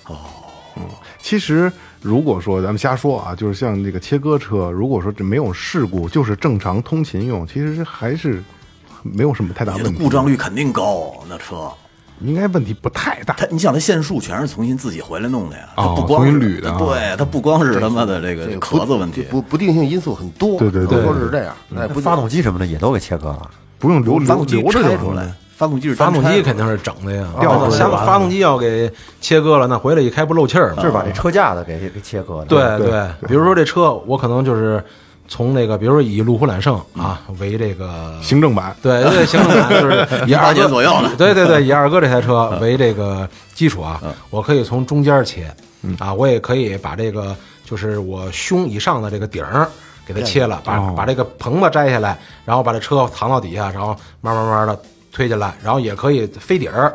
[SPEAKER 6] 哦，其实如果说咱们瞎说啊，就是像这个切割车，如果说这没有事故，就是正常通勤用，其实还是没有什么太大
[SPEAKER 4] 我觉
[SPEAKER 6] 问
[SPEAKER 4] 得
[SPEAKER 6] 题。
[SPEAKER 4] 啊故障率肯定高，那车。
[SPEAKER 6] 应该问题不太大。
[SPEAKER 4] 他，你想他限速全是重新自己回来弄的呀，他
[SPEAKER 6] 哦
[SPEAKER 4] 不光是
[SPEAKER 6] 重新捋的啊
[SPEAKER 4] 对他不光是他妈的这个壳子问题，嗯
[SPEAKER 3] 不不定性因素很多，
[SPEAKER 6] 对对对
[SPEAKER 3] 都是这样。哎，不
[SPEAKER 7] 发动机什么的也都给切割
[SPEAKER 1] 啊
[SPEAKER 7] 了。
[SPEAKER 6] 不用留
[SPEAKER 4] 发
[SPEAKER 6] 留
[SPEAKER 4] 动机
[SPEAKER 6] 留着
[SPEAKER 4] 拆
[SPEAKER 6] 就
[SPEAKER 4] 出
[SPEAKER 6] 好
[SPEAKER 4] 来，发动机是
[SPEAKER 5] 发动机肯
[SPEAKER 4] 定
[SPEAKER 5] 定是整的呀，
[SPEAKER 6] 掉
[SPEAKER 5] 那
[SPEAKER 6] 出来
[SPEAKER 5] 像
[SPEAKER 6] 了
[SPEAKER 5] 发动机要给切割了，那回来一开不漏气儿
[SPEAKER 7] 就是
[SPEAKER 5] 吗？
[SPEAKER 7] 把这车架子给给切割了。
[SPEAKER 5] 对对，比如说这车，我可能就是从那个，比如说以路虎揽胜啊为这个
[SPEAKER 6] 行政版。
[SPEAKER 5] 对对，行政版 就是以
[SPEAKER 4] 18
[SPEAKER 5] 二哥
[SPEAKER 4] 年左右了
[SPEAKER 5] 对对对，以二哥这台车为这个基础啊，我可以从中间切，啊，我也可以把这个就是我胸以上的这个顶儿给它切了，把哦把这个棚子摘下来，然后把这车藏到底下，然后慢慢慢的推进来，然后也可以飞底儿。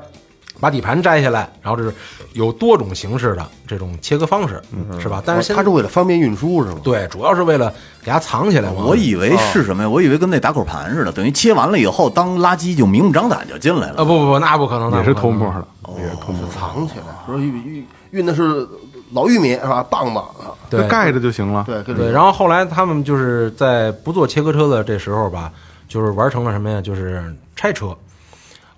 [SPEAKER 5] 把底盘摘下来，然后这是有多种形式的这种切割方式，嗯是吧？但是现
[SPEAKER 3] 他
[SPEAKER 5] 在
[SPEAKER 3] 是为了方便运输是吗？
[SPEAKER 5] 对，主要是为了给它藏起来嘛。
[SPEAKER 4] 我以
[SPEAKER 6] 啊
[SPEAKER 4] 为是什么呀？我以为跟那打口盘似的，等于切完了以后，当垃圾就明目张胆就进来
[SPEAKER 5] 啊不
[SPEAKER 4] 了。
[SPEAKER 5] 不不，那不可能，那
[SPEAKER 6] 也是
[SPEAKER 5] 不可
[SPEAKER 6] 偷
[SPEAKER 5] 能
[SPEAKER 6] 摸的，也是偷摸的，
[SPEAKER 3] 哦藏起来，说运运运的是老玉米是吧？棒棒啊，
[SPEAKER 5] 对
[SPEAKER 6] 那盖着就行了。
[SPEAKER 3] 对，各种
[SPEAKER 5] 对，然后后来他们就是在不做切割车的这时候吧，就是玩成了什么呀？就是拆车。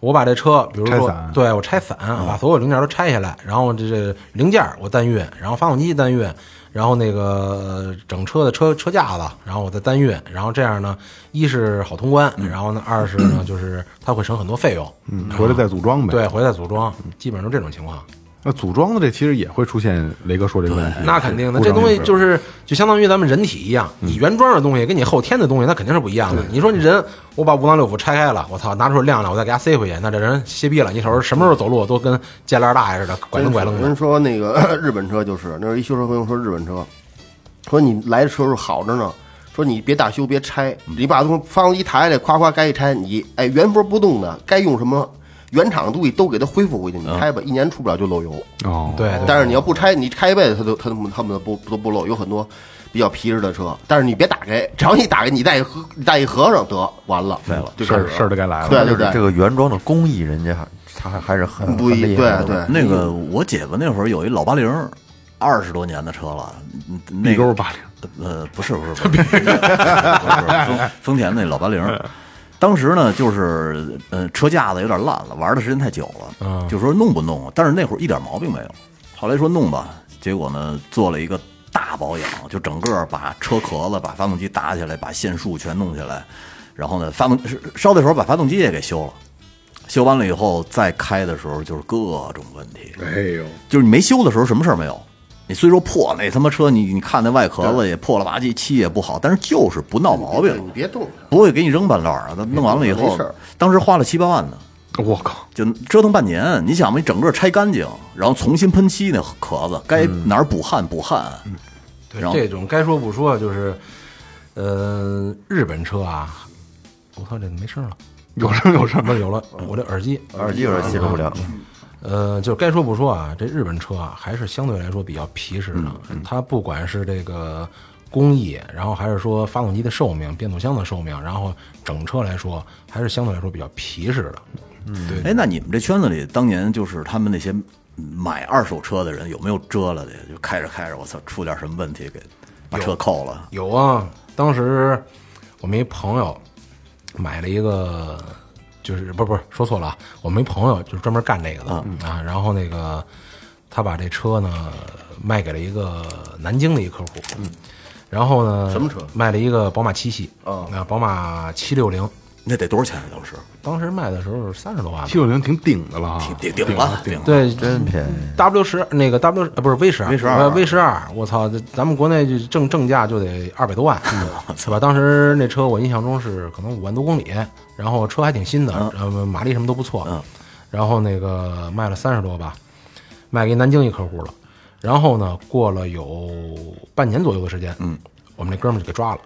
[SPEAKER 5] 我把这车，比如
[SPEAKER 6] 拆
[SPEAKER 5] 说
[SPEAKER 6] 散，嗯
[SPEAKER 5] 对我拆散，把所有零件都拆下来，然后这这零件我单运，然后发动机单运，然后那个呃整车的车车架子，然后我再单运，然后这样呢，一是好通关，然后呢，二是呢就是它会省很多费用，
[SPEAKER 6] 嗯，回来再组装呗。
[SPEAKER 5] 对，，回来组装，基本上都这种情况。
[SPEAKER 6] 那组装的这其实也会出现雷哥说这个问题。
[SPEAKER 5] 那肯定的，
[SPEAKER 6] 故
[SPEAKER 5] 这嗯
[SPEAKER 6] 障
[SPEAKER 5] 东西
[SPEAKER 6] 率
[SPEAKER 5] 就是就相当于咱们人体一样，你原装的东西跟你后天的东西，那肯定是不一样的。你说你人，我把五脏六腑拆开了，我操，拿出来晾晾，我再给它塞回去，那这人歇逼了。你瞅瞅什么时候走路都跟见烂大爷似的，拐
[SPEAKER 3] 真是
[SPEAKER 5] 蹬拐楞
[SPEAKER 3] 有人
[SPEAKER 5] 的。
[SPEAKER 3] 说那个 日本车就是，那是一修车朋友说日本车，说你来的时候好着呢，说你别大修别拆，你把东西发动机抬下来，夸夸该一拆，你哎原封不动的，该用什么原厂的东西都给它恢复回去，你拆吧，一年出不了就漏油。
[SPEAKER 6] 哦，
[SPEAKER 5] 对，对
[SPEAKER 3] 但是你要不拆，你拆一辈子它都它都它们都不都不漏，有很多比较皮实的车，但是你别打开，只要你打开，你再一合你再一合上得完了，废了，就
[SPEAKER 6] 事
[SPEAKER 3] 开始
[SPEAKER 6] 儿事儿都该来了。
[SPEAKER 3] 对
[SPEAKER 7] 就
[SPEAKER 3] 对
[SPEAKER 7] 是这
[SPEAKER 3] 对，
[SPEAKER 7] 个原装的工艺，人家还他还还是很
[SPEAKER 3] 不一
[SPEAKER 7] 很厉害的
[SPEAKER 3] 对对
[SPEAKER 4] 那个我姐夫那会儿有一老八零，二十多年的车了，嗯那
[SPEAKER 6] 地沟
[SPEAKER 4] 个
[SPEAKER 6] 八零，
[SPEAKER 4] 呃，不是不是不是，不是不是丰丰田那老八零，当时呢就是呃车架子有点烂了，玩的时间太久了，就说弄不弄，但是那会儿一点毛病没有，后来说弄吧，结果呢做了一个大保养，就整个把车壳子、把发动机打起来，把线束全弄起来，然后呢发动是烧的时候把发动机也给修了。修完了以后再开的时候就是各种问题，
[SPEAKER 6] 哎呦，
[SPEAKER 4] 就是你没修的时候什么事儿没有。你虽说破那他妈车，你你看那外壳子也破了吧唧，漆也不好，但是就是不闹毛病，
[SPEAKER 3] 你别动它。
[SPEAKER 4] 不会给你扔半道儿啊。那弄完了以
[SPEAKER 3] 没
[SPEAKER 4] 后
[SPEAKER 3] 事儿，
[SPEAKER 4] 当时花了七八万呢，
[SPEAKER 6] 我靠，
[SPEAKER 4] 就折腾半年。你想吧，你整个拆干净，然后重新喷漆那壳子，该哪儿补焊补焊。
[SPEAKER 5] 对
[SPEAKER 4] 然后
[SPEAKER 5] 这种该说不说，就是，呃，日本车啊，我操，这没声了，
[SPEAKER 6] 有声有声，
[SPEAKER 5] 不是有了，我这耳机，
[SPEAKER 7] 耳机有点接受不了。
[SPEAKER 5] 呃，就该说不说啊，这日本车啊，还是相对来说比较皮实的。它不管是这个工艺，然后还是说发动机的寿命、变速箱的寿命，然后整车来说，还是相对来说比较皮实的。嗯，对。
[SPEAKER 4] 哎，那你们这圈子里当年就是他们那些买二手车的人，有没有折了的呀？就开着开着，我操，出点什么问题给把车扣了？
[SPEAKER 5] 有啊，当时我们一朋友买了一个，就是不是不是说错了啊，我们一朋友就是专门干这个的、啊，然后那个他把这车呢卖给了一个南京的一客户，然后呢什么车卖了一个宝马七系啊，宝马七六零。
[SPEAKER 4] 那得多少钱啊？当时
[SPEAKER 5] 当时卖的时候三十多万吧
[SPEAKER 6] 七。九零挺顶的了啊，
[SPEAKER 4] 顶顶了，顶了。
[SPEAKER 5] 对，
[SPEAKER 1] 真便宜，
[SPEAKER 5] W 十那个 W 呃不是 V 十 V
[SPEAKER 4] 12啊
[SPEAKER 5] V 十二，我操，这咱们国内就正正价就得二百多万，是吧？当时那车我印象中是可能五万多公里，然后车还挺新的，呃，马力什么都不错，然后那个卖了三十多吧，卖给南京一客户了。然后呢，过了有半年左右的时间，嗯，哦我们那哥们儿就给抓了。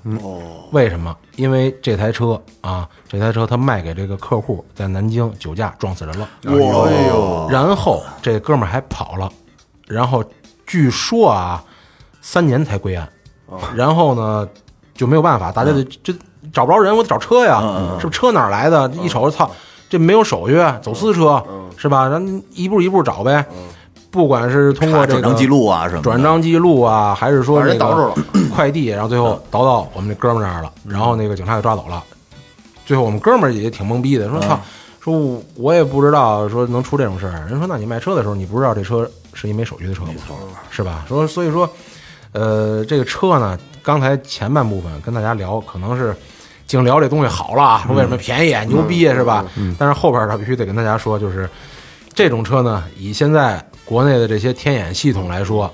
[SPEAKER 5] 嗯为什么？因为这台车啊，这台车他卖给这个客户，在南京酒驾撞死人了。哇！然后这哥们儿还跑了，然后据说啊，三年才归案。然后呢，就没有办法，大家就就找不着人，我得找车呀，是不是车哪儿来的？一瞅，操，这没有手续，啊走私车是吧？咱一步一步找呗。不管是通过
[SPEAKER 4] 查
[SPEAKER 5] 这个
[SPEAKER 4] 转账记录啊什么的
[SPEAKER 5] 转账记录啊，还是说
[SPEAKER 3] 把人
[SPEAKER 5] 那个
[SPEAKER 3] 倒着了
[SPEAKER 5] 快递，然后最后倒到我们那哥们儿那儿了，然后那个警察给抓走了。最后我们哥们儿也挺懵逼的，说
[SPEAKER 4] 嗯
[SPEAKER 5] 操，说我也不知道说能出这种事儿。人说那你卖车的时候，你不知道这车是一没手续的车吗？
[SPEAKER 3] 哦
[SPEAKER 5] 是吧？说所以说，呃，这个车呢，刚才前半部分跟大家聊，可能是净聊这东西好了啊，
[SPEAKER 3] 嗯
[SPEAKER 5] 说为什么便宜、牛逼啊是吧？但是后边儿他必须得跟大家说，就是这种车呢，以现在国内的这些天眼系统来说，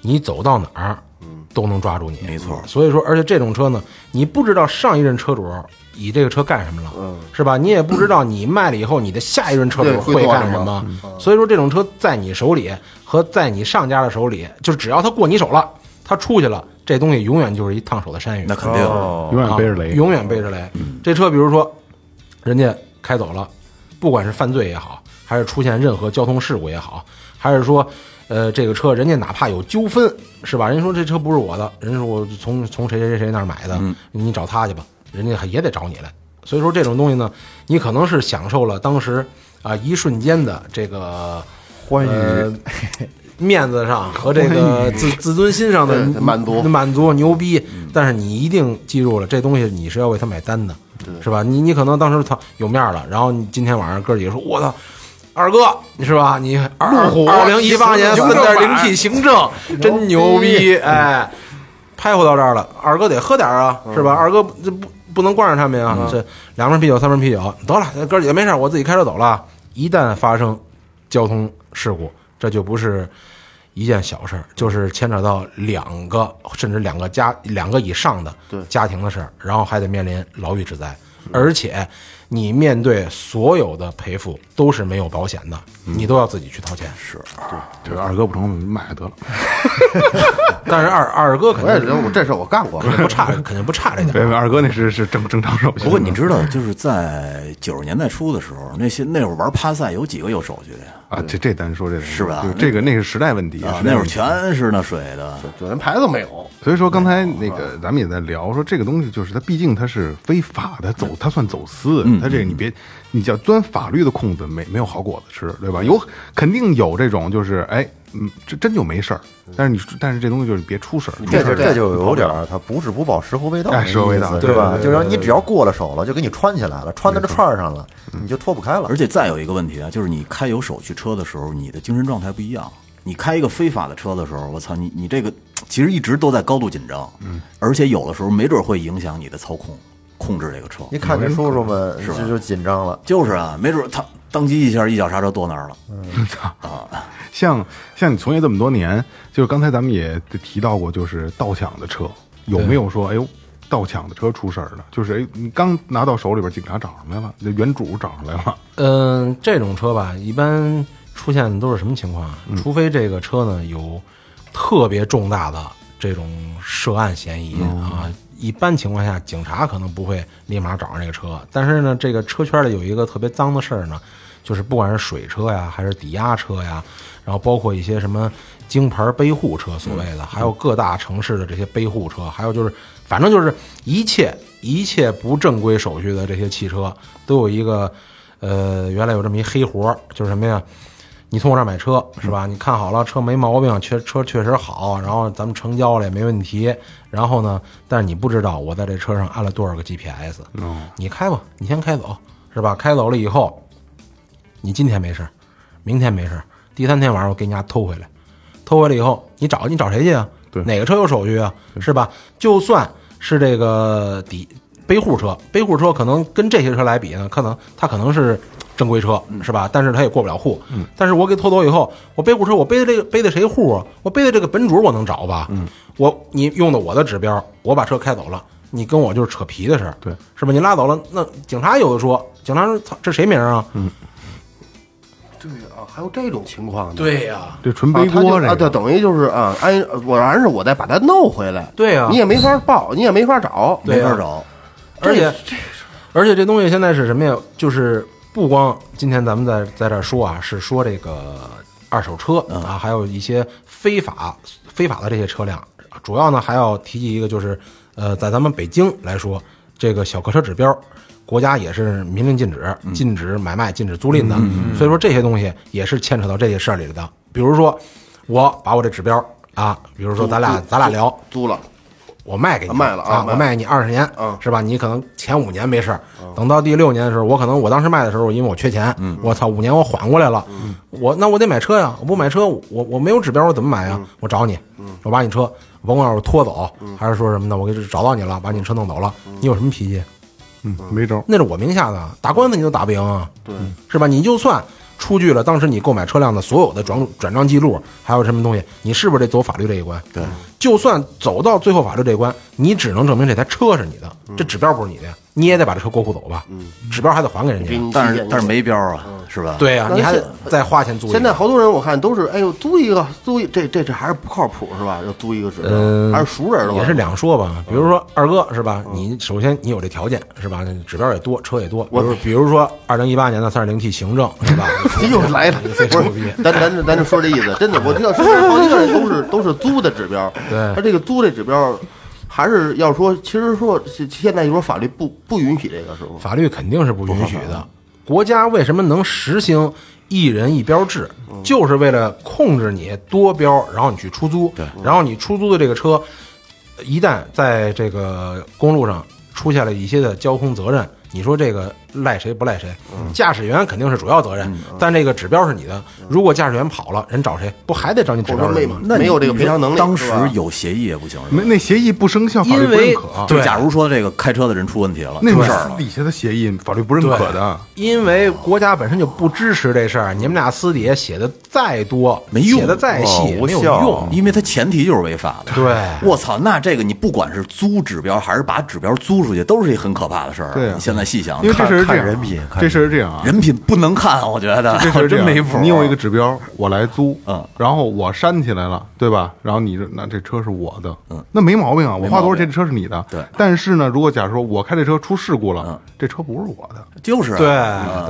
[SPEAKER 5] 你走到哪儿。
[SPEAKER 3] 嗯
[SPEAKER 5] 都能抓住你，没错。所以说，而且这种车呢，你不知道上一任车主以这个车干什么了，是吧？你也不知道你卖了以后，你的下一任车主
[SPEAKER 3] 嗯对会做
[SPEAKER 5] 干
[SPEAKER 3] 什
[SPEAKER 5] 什
[SPEAKER 3] 么
[SPEAKER 5] 么。嗯所以说，这种车在你手里和在你上家的手里，就是只要他过你手了，他出去了，这东西永远就是一烫手的山芋。
[SPEAKER 4] 那肯定，
[SPEAKER 7] 哦
[SPEAKER 3] 哦
[SPEAKER 6] 永远背着
[SPEAKER 5] 啊
[SPEAKER 6] 雷，嗯
[SPEAKER 5] 永远背着雷。这车比如说，人家开走了，不管是犯罪也好，还是出现任何交通事故也好，还是说，呃，这个车人家哪怕有纠纷，是吧？人家说这车不是我的，人家说我从从谁谁谁谁那儿买的，
[SPEAKER 6] 嗯
[SPEAKER 5] 你找他去吧，人家还也得找你来。所以说这种东西呢，你可能是享受了当时啊、一瞬间的这个
[SPEAKER 1] 欢
[SPEAKER 5] 呃
[SPEAKER 1] 愉，
[SPEAKER 5] 面子上和这个自自尊心上的
[SPEAKER 3] 对满足
[SPEAKER 5] 满足牛逼。但是你一定记住了，这东西你是要为他买单的，是吧？你你可能当时他有面儿了，然后你今天晚上哥几个说，我操。二哥，你是吧？你二二零一八年四点零 T 行政真牛逼，哎，拍活到这儿了，二哥得喝点儿啊，
[SPEAKER 3] 嗯
[SPEAKER 5] 是吧？二哥不这不不能惯着他们呀，这两瓶啤酒、三瓶啤酒，得了，哥儿几个没事儿，我自己开车走了。一旦发生交通事故，这就不是一件小事儿，就是牵扯到两个甚至两个家两个以上的家庭的事儿，然后还得面临牢狱之灾，而且你面对所有的赔付都是没有保险的，
[SPEAKER 3] 嗯
[SPEAKER 5] 你都要自己去掏钱。是，
[SPEAKER 6] 这个二哥不成，我们买得了。
[SPEAKER 5] 但是二二哥肯
[SPEAKER 3] 我也
[SPEAKER 5] 定
[SPEAKER 3] 觉得我这事儿我干 过，
[SPEAKER 5] 不差，肯定不差这点儿。
[SPEAKER 6] 对，二哥那是是正正常手续。
[SPEAKER 4] 不过你知道，就是在九十年代初的时候，那些那会儿玩趴赛有几个有手续的呀？
[SPEAKER 6] 啊，这这单说这是
[SPEAKER 4] 是吧
[SPEAKER 6] 这个那是时代问题
[SPEAKER 4] 啊
[SPEAKER 6] 时代
[SPEAKER 4] 那会儿
[SPEAKER 6] 问题
[SPEAKER 4] 全是那水的，
[SPEAKER 3] 就连牌子都没有。
[SPEAKER 6] 所以说刚才那个咱们也在聊，说这个东西就是它毕竟它是非法的
[SPEAKER 3] 嗯
[SPEAKER 6] 走，它算走私，它这个你别，你叫钻法律的空子没没有好果子吃，对吧？
[SPEAKER 3] 嗯
[SPEAKER 6] 有肯定有这种就是哎，嗯，这真就没事儿，
[SPEAKER 3] 嗯
[SPEAKER 6] 但是你但是这东西就是别出事儿，出
[SPEAKER 1] 这
[SPEAKER 6] 事
[SPEAKER 1] 就
[SPEAKER 6] 儿
[SPEAKER 1] 这就有点儿，它不是不保，食后未到
[SPEAKER 6] 哎
[SPEAKER 1] 那意思，
[SPEAKER 6] 食后未到
[SPEAKER 1] 对吧？
[SPEAKER 6] 对对对
[SPEAKER 1] 就让你只要过了手了，就给你穿起来了，穿在这串儿上了，你就脱不开了。
[SPEAKER 4] 而且再有一个问题啊，就是你开有手续车的时候，你的精神状态不一样。你开一个非法的车的时候，我操，你你这个其实一直都在高度紧张，嗯，而且有的时候没准会影响你的操控，控制这个车。
[SPEAKER 1] 一看这叔叔们，
[SPEAKER 4] 是吧
[SPEAKER 1] 这就紧张了。
[SPEAKER 4] 就是啊，没准他当机一下，一脚刹车跺那儿了。
[SPEAKER 3] 啊
[SPEAKER 6] 像像你从业这么多年，就是刚才咱们也提到过，就是盗抢的车有没有说，哎呦，盗抢的车出事儿了？就是哎，你刚拿到手里边，警察找上来了，那原主找上来了，
[SPEAKER 5] 嗯，这种车吧，一般出现的都是什么情况啊？除非这个车呢有特别重大的这种涉案嫌疑、啊，一般情况下警察可能不会立马找上这个车。但是呢，这个车圈里有一个特别脏的事儿呢，就是不管是水车呀，还是抵押车呀，然后包括一些什么京牌背护车，所谓的，还有各大城市的这些背护车，还有就是，反正就是一切一切不正规手续的这些汽车，都有一个，呃，原来有这么一黑活儿，就是什么呀？你从我这儿买车是吧？你看好了，车没毛病，确车确实好，然后咱们成交了也没问题。然后呢，但是你不知道我在这车上安了多少个 GPS，、你开吧，你先开走是吧？开走了以后，你今天没事儿，明天没事儿，第三天晚上我给你家偷回来，偷回来以后你找你找谁去啊？
[SPEAKER 6] 对
[SPEAKER 5] 哪个车有手续啊？是吧？就算是这个抵背户车，背户车可能跟这些车来比呢，可能它可能是正规车，是吧？但是它也过不了户。但是我给偷走以后，我背户车，我背的这个背的谁户啊？我背的这个本主我能找吧？我你用的我的指标，我把车开走了。你跟我就是扯皮的事儿，对，是吧？你拉走了，那警察有的说，警察说操这谁名儿啊？
[SPEAKER 3] 对啊，还有这种情况呢。
[SPEAKER 5] 对呀、
[SPEAKER 6] 这纯
[SPEAKER 3] 啊
[SPEAKER 6] 背
[SPEAKER 3] 他就
[SPEAKER 6] 锅这
[SPEAKER 3] 啊，对，
[SPEAKER 6] 个，
[SPEAKER 3] 等于就是啊，按我还是我再把它弄回来。
[SPEAKER 5] 对呀
[SPEAKER 3] 你也没法报，你也没法找。
[SPEAKER 5] 对
[SPEAKER 4] 没
[SPEAKER 5] 呀
[SPEAKER 4] 法找。
[SPEAKER 5] 而且而且这东西现在是什么呀？就是不光今天咱们在在这儿说啊，是说这个二手车啊，还有一些非法非法的这些车辆。主要呢还要提及一个，就是呃，在咱们北京来说，这个小客车指标。国家也是明令禁止、禁止买卖、禁止租赁的，所以说这些东西也是牵扯到这些事儿里的。比如说，我把我这指标啊，比如说咱俩咱俩聊，
[SPEAKER 3] 租了，
[SPEAKER 5] 我卖给你，
[SPEAKER 3] 啊卖了啊
[SPEAKER 5] 啊，
[SPEAKER 3] 卖了
[SPEAKER 5] 我卖给你二十年，
[SPEAKER 3] 嗯
[SPEAKER 5] 是吧？你可能前五年没事儿，等到第六年的时候，我可能我当时卖的时候，因为我缺钱，
[SPEAKER 3] 嗯
[SPEAKER 5] 我操，五年我缓过来了，我那我得买车呀，我不买车，
[SPEAKER 3] 嗯
[SPEAKER 5] 我我没有指标，我怎么买呀？我找你，我把你车，甭管我拖走
[SPEAKER 3] 嗯
[SPEAKER 5] 还是说什么的，我给找到你了，把你车弄走了，你有什么脾气？
[SPEAKER 6] 嗯，没招儿。
[SPEAKER 5] 那是我名下的，打官司你都打不赢啊，
[SPEAKER 3] 对，
[SPEAKER 5] 是吧？你就算出具了当时你购买车辆的所有的转转账记录，还有什么东西，你是不是得走法律这一关？对，就算走到最后法律这一关，你只能证明这台车是你的，
[SPEAKER 3] 嗯
[SPEAKER 5] 这指标不是你的，你也得把这车过户走吧？指标还得还给人
[SPEAKER 3] 给
[SPEAKER 5] 家。
[SPEAKER 3] 你嗯
[SPEAKER 4] 但
[SPEAKER 3] 体
[SPEAKER 4] 是
[SPEAKER 3] 检
[SPEAKER 4] 但是
[SPEAKER 3] 一下。
[SPEAKER 4] 没标啊，是吧？
[SPEAKER 5] 对呀、
[SPEAKER 3] 那
[SPEAKER 5] 你还得
[SPEAKER 3] 现
[SPEAKER 5] 再花钱租一个。
[SPEAKER 3] 现在好多人我看都是，哎呦，租一个，租一这这这还是不靠谱是吧？要租一个指标，
[SPEAKER 5] 嗯
[SPEAKER 3] 还是熟人的话
[SPEAKER 5] 也是两说
[SPEAKER 3] 嗯
[SPEAKER 5] 吧。比如说二哥是吧？你首先你有这条件是吧？指标也多，车也多。比如比如说二零一八年的三点零 T 行政是吧？
[SPEAKER 3] 又来了，
[SPEAKER 5] 非常
[SPEAKER 3] 不
[SPEAKER 5] 牛逼
[SPEAKER 3] 是，咱咱咱咱就说这意思，真的，我知道身边好几个人都是都是租的指标，
[SPEAKER 5] 对
[SPEAKER 3] 他这个租的指标还是要说，其实说现现在就说法律不不允许这个是吗？
[SPEAKER 5] 法律肯定是不允许的。国家为什么能实行一人一标制，就是为了控制你多标，然后你去出租，然后你出租的这个车，一旦在这个公路上出现了一些的交通责任，你说这个赖谁不赖谁？驾驶员肯定是主要责任，但这个指标是你的，如果驾驶员跑了，人找谁？不还得找你指
[SPEAKER 3] 我
[SPEAKER 5] 标
[SPEAKER 3] 说
[SPEAKER 5] 人
[SPEAKER 3] 没
[SPEAKER 5] 吗？
[SPEAKER 4] 那你
[SPEAKER 3] 没有这个赔偿能力，
[SPEAKER 4] 当
[SPEAKER 3] 是
[SPEAKER 4] 时
[SPEAKER 3] 吧
[SPEAKER 4] 有协议也不行，是吧
[SPEAKER 6] 没那协议不生效，法律
[SPEAKER 5] 因
[SPEAKER 6] 不认
[SPEAKER 5] 为
[SPEAKER 6] 可啊。
[SPEAKER 4] 就假如说这个开车的人出问题了，
[SPEAKER 6] 那
[SPEAKER 4] 出
[SPEAKER 6] 种
[SPEAKER 4] 事儿
[SPEAKER 6] 私
[SPEAKER 4] 了，
[SPEAKER 6] 底下的协议，法律不认可的。啊
[SPEAKER 5] 因为国家本身就不支持这事儿，你们俩私底下写的再多，
[SPEAKER 4] 没用
[SPEAKER 5] 写的再细、
[SPEAKER 1] 哦无
[SPEAKER 5] 没有
[SPEAKER 1] 效
[SPEAKER 5] 用。
[SPEAKER 4] 因为它前提就是违法的。
[SPEAKER 5] 对
[SPEAKER 4] 我操，那这个你不管是租指标还是把指标租出去，都是一很可怕的事儿。
[SPEAKER 6] 对啊
[SPEAKER 4] 你现在细想，
[SPEAKER 6] 因为这事儿是这
[SPEAKER 1] 看
[SPEAKER 6] 样，
[SPEAKER 1] 人品看
[SPEAKER 6] 这事儿是这样啊，
[SPEAKER 4] 人品不能看，我觉得
[SPEAKER 6] 这事儿是这
[SPEAKER 4] 真
[SPEAKER 6] 样啊
[SPEAKER 4] 没谱。啊
[SPEAKER 6] 你有一个指标，我来租，
[SPEAKER 4] 嗯，
[SPEAKER 6] 然后我删起来了，对吧？然后你这那这车是我的，嗯，那没毛病啊，我花多少钱这车是你的，
[SPEAKER 4] 对
[SPEAKER 6] 但是呢，如果假如说我开这车出事故了，这车不是我的，啊
[SPEAKER 4] 就是啊
[SPEAKER 5] 对
[SPEAKER 4] 嗯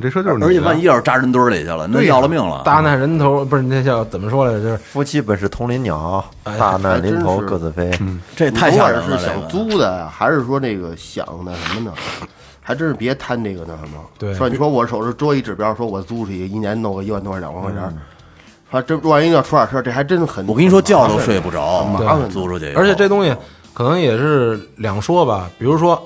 [SPEAKER 5] 对，
[SPEAKER 6] 这车就是你的。
[SPEAKER 4] 而且万一要是扎人堆儿里去了，那
[SPEAKER 6] 对呀
[SPEAKER 4] 要了命了。
[SPEAKER 5] 大难人头不是那叫怎么说来着？就是
[SPEAKER 1] 夫妻本是同林鸟，大难临头各自飞。
[SPEAKER 4] 这太
[SPEAKER 3] 甭
[SPEAKER 4] 吓
[SPEAKER 3] 管
[SPEAKER 4] 人了。
[SPEAKER 3] 是
[SPEAKER 4] 这
[SPEAKER 3] 想
[SPEAKER 4] 个
[SPEAKER 3] 租的呀，还是说那个想那什么呢？还真是别贪这个那什么。
[SPEAKER 5] 对
[SPEAKER 3] 说你说我手是捉一指标，说我租出去一年弄个一万多块两万块钱，还真万一要出点事儿，这还真很。
[SPEAKER 4] 我跟你说，觉
[SPEAKER 3] 很
[SPEAKER 4] 都
[SPEAKER 3] 麻烦
[SPEAKER 4] 睡不着，
[SPEAKER 3] 很麻
[SPEAKER 4] 麻
[SPEAKER 3] 烦
[SPEAKER 4] 烦
[SPEAKER 3] 的
[SPEAKER 4] 租出去以后。
[SPEAKER 5] 而且这东西可能也是两说吧。比如说，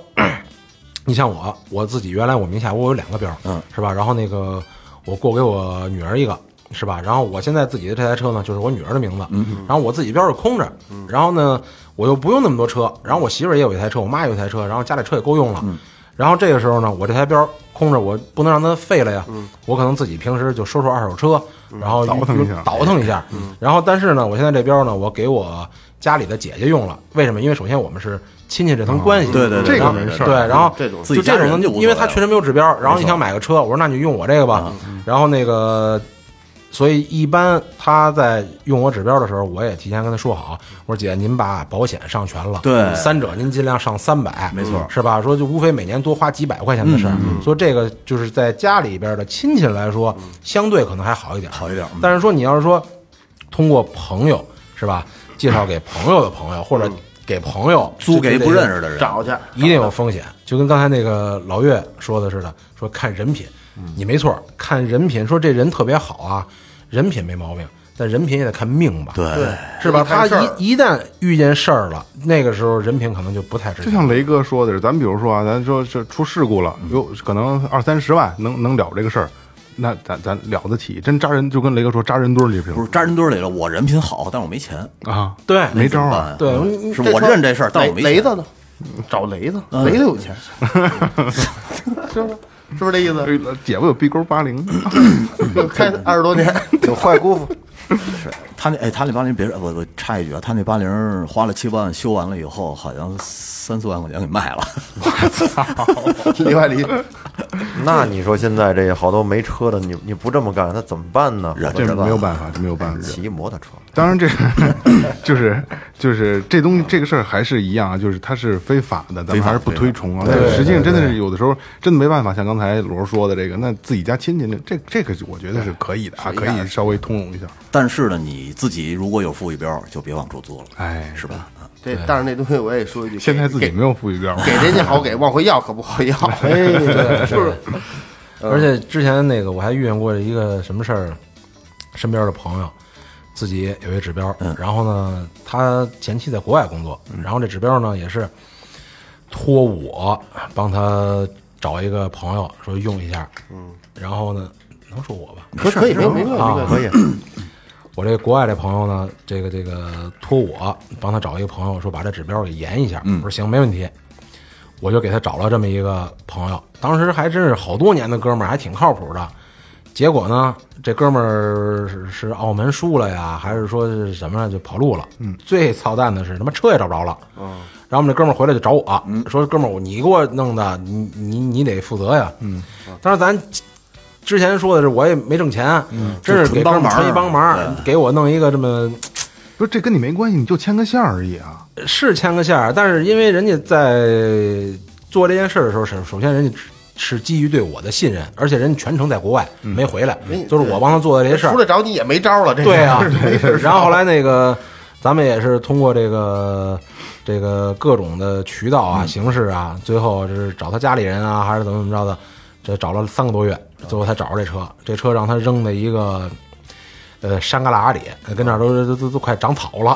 [SPEAKER 5] 你像我，我自己原来我名下我有两个标，嗯，是吧？然后那个我过给我女儿一个，是吧？然后我现在自己的这台车呢，就是我女儿的名字，嗯，然后我自己标是空着，
[SPEAKER 4] 嗯
[SPEAKER 5] 然后呢，我又不用那么多车，然后我媳妇儿也有一台车，我妈有一台车，然后家里车也够用了。
[SPEAKER 4] 嗯
[SPEAKER 5] 然后这个时候呢，我这台标空着，我不能让它废了呀。
[SPEAKER 4] 嗯
[SPEAKER 5] 我可能自己平时就收收二手车，然后
[SPEAKER 6] 倒腾一下
[SPEAKER 5] 倒腾一下。
[SPEAKER 4] 嗯
[SPEAKER 5] 然后，但是呢，我现在这标呢，我给我家里的姐姐用了。为什么？因为首先我们是亲戚这层关系，
[SPEAKER 4] 对对对
[SPEAKER 6] 哦这
[SPEAKER 5] 然
[SPEAKER 6] 个
[SPEAKER 5] 后
[SPEAKER 6] 没事儿
[SPEAKER 5] 对，然后
[SPEAKER 3] 这种
[SPEAKER 4] 自
[SPEAKER 5] 就
[SPEAKER 4] 己家
[SPEAKER 5] 这种
[SPEAKER 4] 人就无
[SPEAKER 5] 呢，
[SPEAKER 4] 所
[SPEAKER 5] 因为
[SPEAKER 4] 谓
[SPEAKER 5] 他
[SPEAKER 4] 了
[SPEAKER 5] 确实没有指标，然后你想买个车，我说那你就用我这个吧。
[SPEAKER 4] 嗯
[SPEAKER 5] 然后那个。所以一般他在用我指标的时候，我也提前跟他说好，我说姐，您把保险上全了，
[SPEAKER 4] 对
[SPEAKER 5] 三者您尽量上三百，
[SPEAKER 4] 没错
[SPEAKER 5] 是吧？说就无非每年多花几百块钱的事儿，说这个就是在家里边的亲戚来说，相对可能还好一点，
[SPEAKER 4] 嗯好一点嗯
[SPEAKER 5] 但是说你要是说通过朋友是吧，介绍给朋友的朋友，或者给朋友
[SPEAKER 4] 嗯租给不认识的人，嗯
[SPEAKER 3] 找去，
[SPEAKER 5] 一定有风险，就跟刚才那个老岳说的似的，说看人品，
[SPEAKER 6] 嗯
[SPEAKER 5] 你没错，看人品，说这人特别好啊，人品没毛病，但人品也得看命吧，对，是吧？
[SPEAKER 3] 看
[SPEAKER 5] 他
[SPEAKER 3] 事儿
[SPEAKER 5] 一一旦遇见事儿了，那个时候人品可能就不太值
[SPEAKER 6] 就
[SPEAKER 5] 钱。
[SPEAKER 6] 像雷哥说的是，咱们比如说啊，咱说这出事故了，有可能二三十万能能了这个事儿，那咱咱了得起。真扎人，就跟雷哥说扎人堆儿里不
[SPEAKER 4] 不是扎人堆儿里了。我人品好，但是我没钱，
[SPEAKER 6] 啊，
[SPEAKER 5] 对，
[SPEAKER 6] 没招儿
[SPEAKER 4] 怎么
[SPEAKER 6] 啊
[SPEAKER 4] 办。呀
[SPEAKER 3] 嗯
[SPEAKER 5] 对，你
[SPEAKER 4] 嗯是我认这事儿，但
[SPEAKER 3] 雷
[SPEAKER 4] 我没
[SPEAKER 3] 雷
[SPEAKER 4] 钱嗯
[SPEAKER 3] 子呢？找雷子，
[SPEAKER 6] 哎
[SPEAKER 3] 雷子有钱，是吧？是不是这意思？
[SPEAKER 6] 姐夫有 B 勾八零，
[SPEAKER 3] 就开二十多年，
[SPEAKER 1] 有坏姑父，
[SPEAKER 4] 他那哎，他那八零别说，我我插一句啊，他那八零花了七万修完了以后，好像三四万块钱给卖了。
[SPEAKER 3] 里外里
[SPEAKER 1] 那你说现在这好多没车的，你你不这么干，他怎么办呢？
[SPEAKER 6] 这没有办法，这没有办法。
[SPEAKER 1] 骑摩托车，
[SPEAKER 6] 当然这， 就是就是这东西，这个事儿还是一样啊，就是它是非法的，咱们还是不推崇啊。但是实际上真的是有的时候真的没办法，像刚才罗说的这个，那自己家亲戚这这这个我觉得是可以的啊，可以稍微通融一下。
[SPEAKER 4] 但是呢，你自己如果有富裕标，就别往出租了，
[SPEAKER 6] 哎
[SPEAKER 4] 是吧？啊
[SPEAKER 3] 这，但是那东西我也说一句，
[SPEAKER 6] 现在自己
[SPEAKER 3] 给
[SPEAKER 6] 没有富裕标，
[SPEAKER 3] 给人家好给，往回要可不好要。
[SPEAKER 5] 对，是。而且之前那个我还遇见过一个什么事儿，身边的朋友自己有一指标，然后呢，他前期在国外工作，然后这指标呢也是托我帮他找一个朋友说用一下，嗯，然后呢，能说我吧？
[SPEAKER 3] 可可以，没没问
[SPEAKER 5] 啊
[SPEAKER 3] 题，
[SPEAKER 1] 可以，
[SPEAKER 5] 我这国外这朋友呢，这个这个托我帮他找一个朋友，说把这指标给延一下。我说行，没问题。我就给他找了这么一个朋友，当时还真是好多年的哥们儿，还挺靠谱的。结果呢，这哥们儿是是澳门输了呀，还是说是什么呀？就跑路了。嗯，最操蛋的是他妈车也找不着了。嗯，然后我们这哥们儿回来就找我，说哥们儿，我你给我弄的，你你你得负责呀。嗯，但是咱之前说的是我也没挣钱，嗯，真是给哥们儿纯一帮忙，给我弄一个这么
[SPEAKER 6] 不是这跟你没关系，你就牵个线而已啊。
[SPEAKER 5] 是牵个线儿，但是因为人家在做这件事儿的时候，首首先人家是基于对我的信任，而且人家全程在国外没回来，就是我帮他做的这些事
[SPEAKER 3] 嗯除
[SPEAKER 5] 儿。
[SPEAKER 3] 了找你也没招了，这
[SPEAKER 5] 对 啊，然后后来那个咱们也是通过这个这个各种的渠道啊、形式啊，最后就是找他家里人啊，还是怎么怎么着的，这找了三个多月，最后才找着这车。这车让他扔在一个呃山旮旯里，跟那儿都都都都快长草了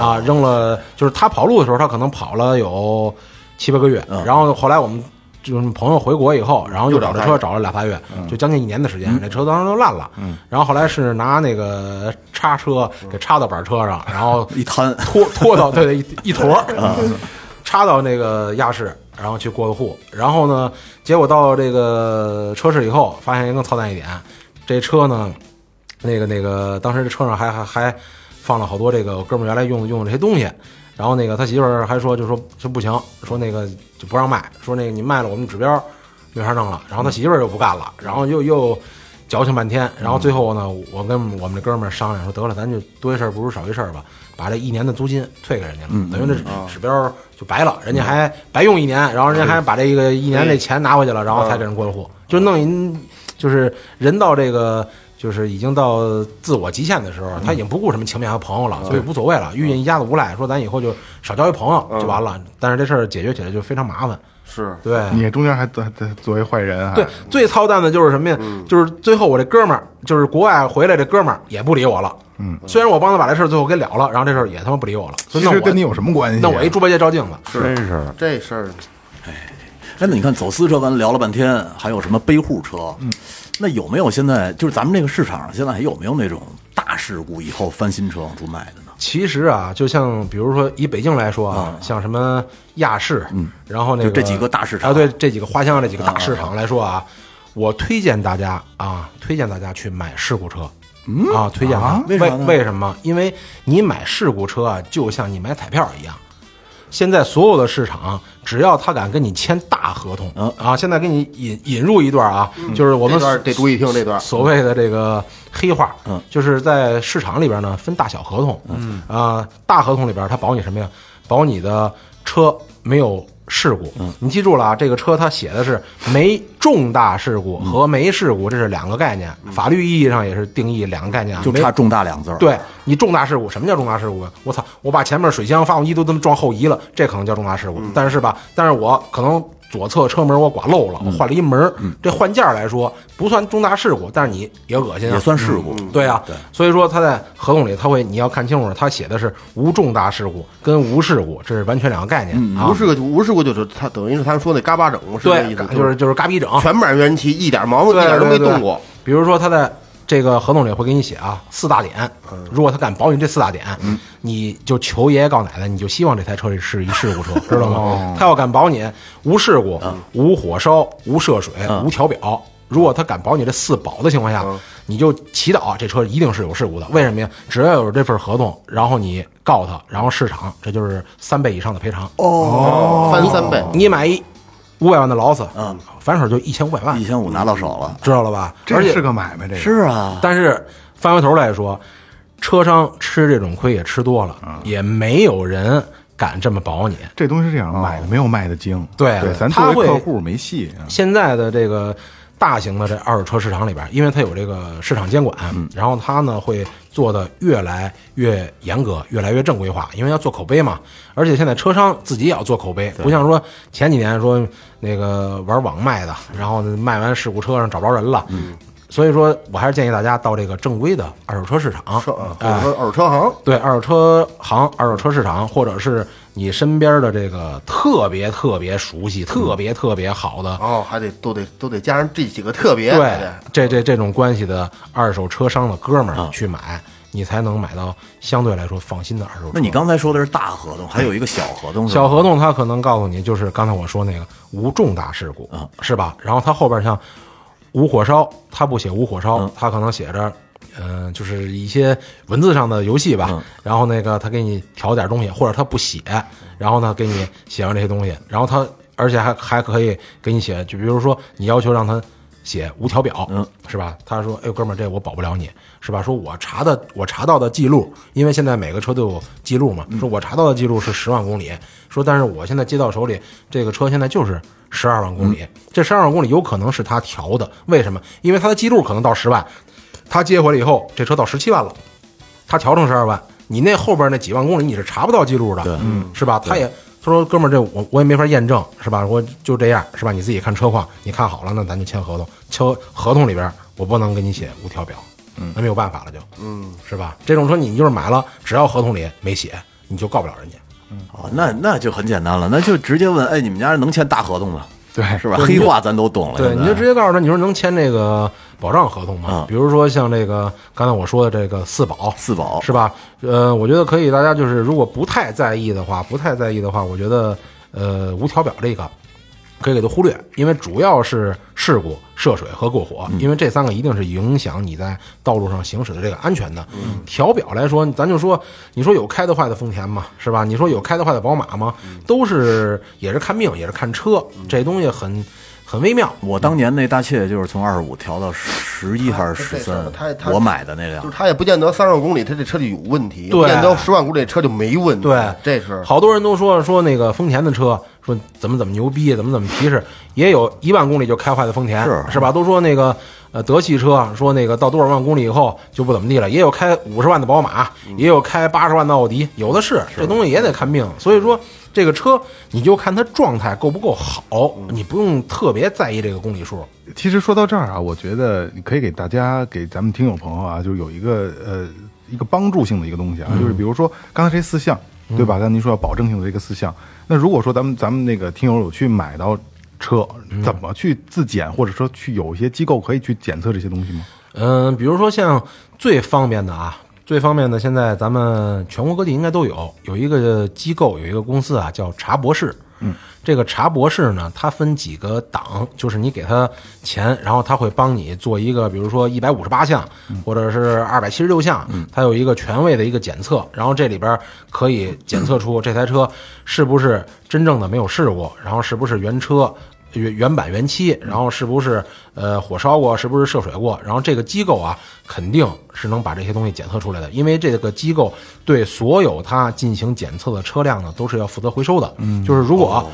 [SPEAKER 5] 啊！扔了，就是他跑路的时候，他可能跑了有七八个月，然后后来我们。就是朋友回国以后，然后嗯又找这车，找了俩仨月，就将近一年的时间，这车当时都烂了。然后后来是拿那个叉车给插到板车上，然后
[SPEAKER 4] 一摊 哎
[SPEAKER 5] 拖拖到对对一一坨儿， 插到那个亚市，然后去过的户。然后呢，结果到这个车市以后，发现一个更操蛋一点，这车呢，那个那个，当时这车上还还还放了好多这个我哥们儿原来用的用的这些东西。然后那个他媳妇儿还说，就说说不行，说那个就不让卖，说那个你卖了我们指标没法弄了。然后他媳妇儿又不干了，然后又又矫情半天。然后最后呢，我跟我们这哥们儿商量说，得了，咱就多一事儿不如少一事儿吧，把这一年的租金退给人家了，等于这指标就白了，人家还白用一年，然后人家还把这个一年这钱拿回去了，然后才给人过了户，就弄一就是人到这个。就是已经到自我极限的时候，他已经不顾什么情面和朋友了，所以无所谓了。遇见一家子无赖，说咱以后就少交一朋友就完了。但是这事儿解决起来就非常麻烦。
[SPEAKER 3] 是
[SPEAKER 5] 对，
[SPEAKER 6] 你中间还作作为坏人啊？
[SPEAKER 5] 对，最操蛋的就是什么呀？
[SPEAKER 6] 嗯
[SPEAKER 5] 就是最后我这哥们儿，就是国外回来这哥们儿也不理我了。嗯，虽然我帮他把这事儿最后给了了，然后这事儿也他妈不理我了。
[SPEAKER 6] 其
[SPEAKER 5] 所以那
[SPEAKER 6] 实跟你
[SPEAKER 5] 我
[SPEAKER 6] 有什么关系啊？
[SPEAKER 5] 那我一猪八戒照镜子，
[SPEAKER 1] 真是
[SPEAKER 3] 这事儿，
[SPEAKER 4] 哎，那你看走私车，咱聊了半天，还有什么背户车？嗯，那有没有现在就是咱们这个市场上现在还有没有那种大事故以后翻新车往出卖的呢？
[SPEAKER 5] 其实啊，就像比如说以北京来说啊，像什么亚市，嗯，然后那个
[SPEAKER 4] 就这几个大市场
[SPEAKER 5] 啊，对这几个花乡这几个大市场来说啊，我推荐大家啊，推荐大家去买事故车。啊，推荐它。为为什么？因为你买事故车啊，就像你买彩票一样，现在所有的市场，只要他敢跟你签大合同啊，现在给你引引入一段啊，就是我们
[SPEAKER 3] 这段得注意听这段
[SPEAKER 5] 所谓的这个黑话，嗯，就是在市场里边呢分大小合同，嗯啊，大合同里边它保你什么呀？保你的车没有事故，嗯，你记住了啊，这个车它写的是没重大事故和没事故，这是两个概念，法律意义上也是定义两个概念啊，
[SPEAKER 4] 就
[SPEAKER 5] 没
[SPEAKER 4] 差重大两字儿。，
[SPEAKER 5] 对你重大事故，什么叫重大事故啊？我操，我把前面水箱、发动机都他妈撞后移了，这可能叫重大事
[SPEAKER 3] 嗯
[SPEAKER 5] 故。但是吧，但是我可能左侧车门我刮漏
[SPEAKER 3] 嗯
[SPEAKER 5] 了，我换了一门儿，这换件儿来说不算重大事故，但是你也恶心啊，
[SPEAKER 4] 也算事故。
[SPEAKER 5] 对啊，所以说他在合同里他会你要看清楚，他写的是无重大事故跟无事故，这是完全两个概念啊
[SPEAKER 3] 嗯无。事故无事故就是他等于是他们说那嘎巴整是这
[SPEAKER 5] 对
[SPEAKER 3] 意思，，
[SPEAKER 5] 就是就是嘎逼整，
[SPEAKER 3] 全板原漆，一点毛病一
[SPEAKER 5] 对
[SPEAKER 3] 点都没
[SPEAKER 5] 对对
[SPEAKER 3] 动过，
[SPEAKER 5] 比如说他在这个合同里会给你写啊四大点，
[SPEAKER 3] 嗯
[SPEAKER 5] 如果他敢保你这四大点，你就求爷爷告奶奶，你就希望这台车是一事故 车，知道吗？
[SPEAKER 3] 哦
[SPEAKER 5] 他要敢保你无事故、
[SPEAKER 3] 嗯
[SPEAKER 5] 无火烧、无涉水、无调表。如果他敢保你这四保的情况下，
[SPEAKER 3] 嗯
[SPEAKER 5] 你就祈祷这车一定是有事故的。为什么呀？只要有这份合同，然后你告他，然后市场这就是三倍以上的赔
[SPEAKER 3] 哦
[SPEAKER 5] 偿。哦
[SPEAKER 3] 翻三倍，
[SPEAKER 5] 你买一五百万的劳斯，嗯，反手就一千五百万
[SPEAKER 4] 一，千五拿到手了，
[SPEAKER 5] 知道了吧？
[SPEAKER 2] 这是个买卖，这个
[SPEAKER 4] 是啊，
[SPEAKER 5] 但是翻回头来说，车商吃这种亏也吃多了，也没有人敢这么保你。
[SPEAKER 2] 这东西是这样，买的没有卖的精。
[SPEAKER 5] 哦对
[SPEAKER 2] 对，咱
[SPEAKER 5] 他
[SPEAKER 2] 作为
[SPEAKER 5] 会
[SPEAKER 2] 客户没戏啊。
[SPEAKER 5] 现在的这个大型的这二手车市场里边，因为它有这个市场监管，然后它呢会做的越来越严格，越来越正规化，因为要做口碑嘛。而且现在车商自己也要做口碑，不像说前几年说那个玩网卖的，然后卖完事故车上找不着人了。所以说我还是建议大家到这个正规的二手车市场，
[SPEAKER 3] 车或者
[SPEAKER 5] 哎
[SPEAKER 3] 说二手车行，
[SPEAKER 5] 对二手车行、二手车市场，或者是你身边的这个特别特别熟悉、特别特别好的，
[SPEAKER 4] 嗯
[SPEAKER 3] 哦，还得都得都得加上这几个特别，哎还
[SPEAKER 5] 对
[SPEAKER 3] 得
[SPEAKER 5] 这这这种关系的二手车商的哥们
[SPEAKER 4] 嗯
[SPEAKER 5] 儿去买，你才能买到相对来说放心的二手车。
[SPEAKER 4] 那你刚才说的是大合同，还有一个小合同是吧，
[SPEAKER 5] 小合同他可能告诉你，就是刚才我说那个无重大事故，是吧？然后他后边像无火烧，他不写无火烧，他可能写着。嗯，就是一些文字上的游戏吧，然后那个他给你调点东西，或者他不写，然后呢给你写完这些东西，然后他而且还还可以给你写，就比如说你要求让他写无调表，嗯，是吧？他说：“哎，哥们儿，这我保不了你，是吧？说我查的，我查到的记录，因为现在每个车都有记录嘛，说我查到的记录是十万公里，说但是我现在接到手里这个车现在就是十二万公里，这十二万公里有可能是他调的，为什么？因为他的记录可能到十万，他接回来以后，这车到十七万了，他调成十二万，你那后边那几万公里你是查不到记录的，是吧？他也他说哥们儿，这我我也没法验证，是吧？我就这样，是吧？你自己看车况，你看好了，那咱就签合同。签合同里边我不能给你写无调表，嗯，那没有办法了就，嗯，是吧？这种车你就是买了，只要合同里没写，你就告不了人家。
[SPEAKER 4] 哦，那那就很简单了，那就直接问，哎，你们家能签大合同吗？
[SPEAKER 2] 对
[SPEAKER 4] 是吧？黑话咱都懂了，
[SPEAKER 5] 对，
[SPEAKER 4] 现在
[SPEAKER 5] 你就直接告诉他，你说能签这个保障合同吗？比如说像这个刚才我说的这个四保，
[SPEAKER 4] 四保
[SPEAKER 5] 是吧？呃，我觉得可以，大家就是如果不太在意的话，不太在意的话，我觉得呃无调表这个可以给它忽略，因为主要是事故、涉水和过火，因为这三个一定是影响你在道路上行驶的这个安全的。调表来说，咱就说，你说有开得坏的丰田嘛，是吧？你说有开得坏的宝马吗？都是也是看命，也是看车，这东西很很微妙。
[SPEAKER 4] 我当年那大切就是从二十五调到十一还是十
[SPEAKER 3] 这事
[SPEAKER 4] 三
[SPEAKER 3] 儿他他，
[SPEAKER 4] 我买的那
[SPEAKER 3] 就是
[SPEAKER 4] 辆。
[SPEAKER 3] 他也不见得三十万公里，他这车就有问题；
[SPEAKER 5] 对
[SPEAKER 3] 不见得十万公里这车就没问题。
[SPEAKER 5] 对，
[SPEAKER 3] 这是
[SPEAKER 5] 好多人都说说那个丰田的车，说怎么怎么牛逼，怎么怎么皮实，也有一万公里就开坏的丰田，是吧？都说那个呃德系车，说那个到多少万公里以后就不怎么地了，也有开五十万的宝马，
[SPEAKER 3] 嗯
[SPEAKER 5] 也有开八十万的奥迪，有的是，这东西也得看命。所以说这个车你就看它状态够不够好，
[SPEAKER 3] 嗯
[SPEAKER 5] 你不用特别在意这个公里数。
[SPEAKER 2] 其实说到这儿啊，我觉得你可以给大家、给咱们听友朋友啊，就是有一个呃一个帮助性的一个东西啊，
[SPEAKER 5] 嗯
[SPEAKER 2] 就是比如说刚才这四项，对吧？刚才您说要保证性的这个四项，那如果说咱们咱们那个听友有去买到车，
[SPEAKER 5] 嗯
[SPEAKER 2] 怎么去自检，或者说去有一些机构可以去检测这些东西吗？
[SPEAKER 5] 嗯，比如说像最方便的啊，最方便的现在咱们全国各地应该都有，有一个机构，有一个公司啊，叫查博士。嗯，这个查博士呢，它分几个档，就是你给他钱，然后他会帮你做一个，比如说一百五十八项，或者是二百七十六项，它有一个权威的一个检测，然后这里边可以检测出这台车是不是真正的没有事故，然后是不是原车原原版原漆，然后是不是呃火烧过，是不是涉水过，然后这个机构啊肯定是能把这些东西检测出来的，因为这个机构对所有它进行检测的车辆呢都是要负责回收的，就是如果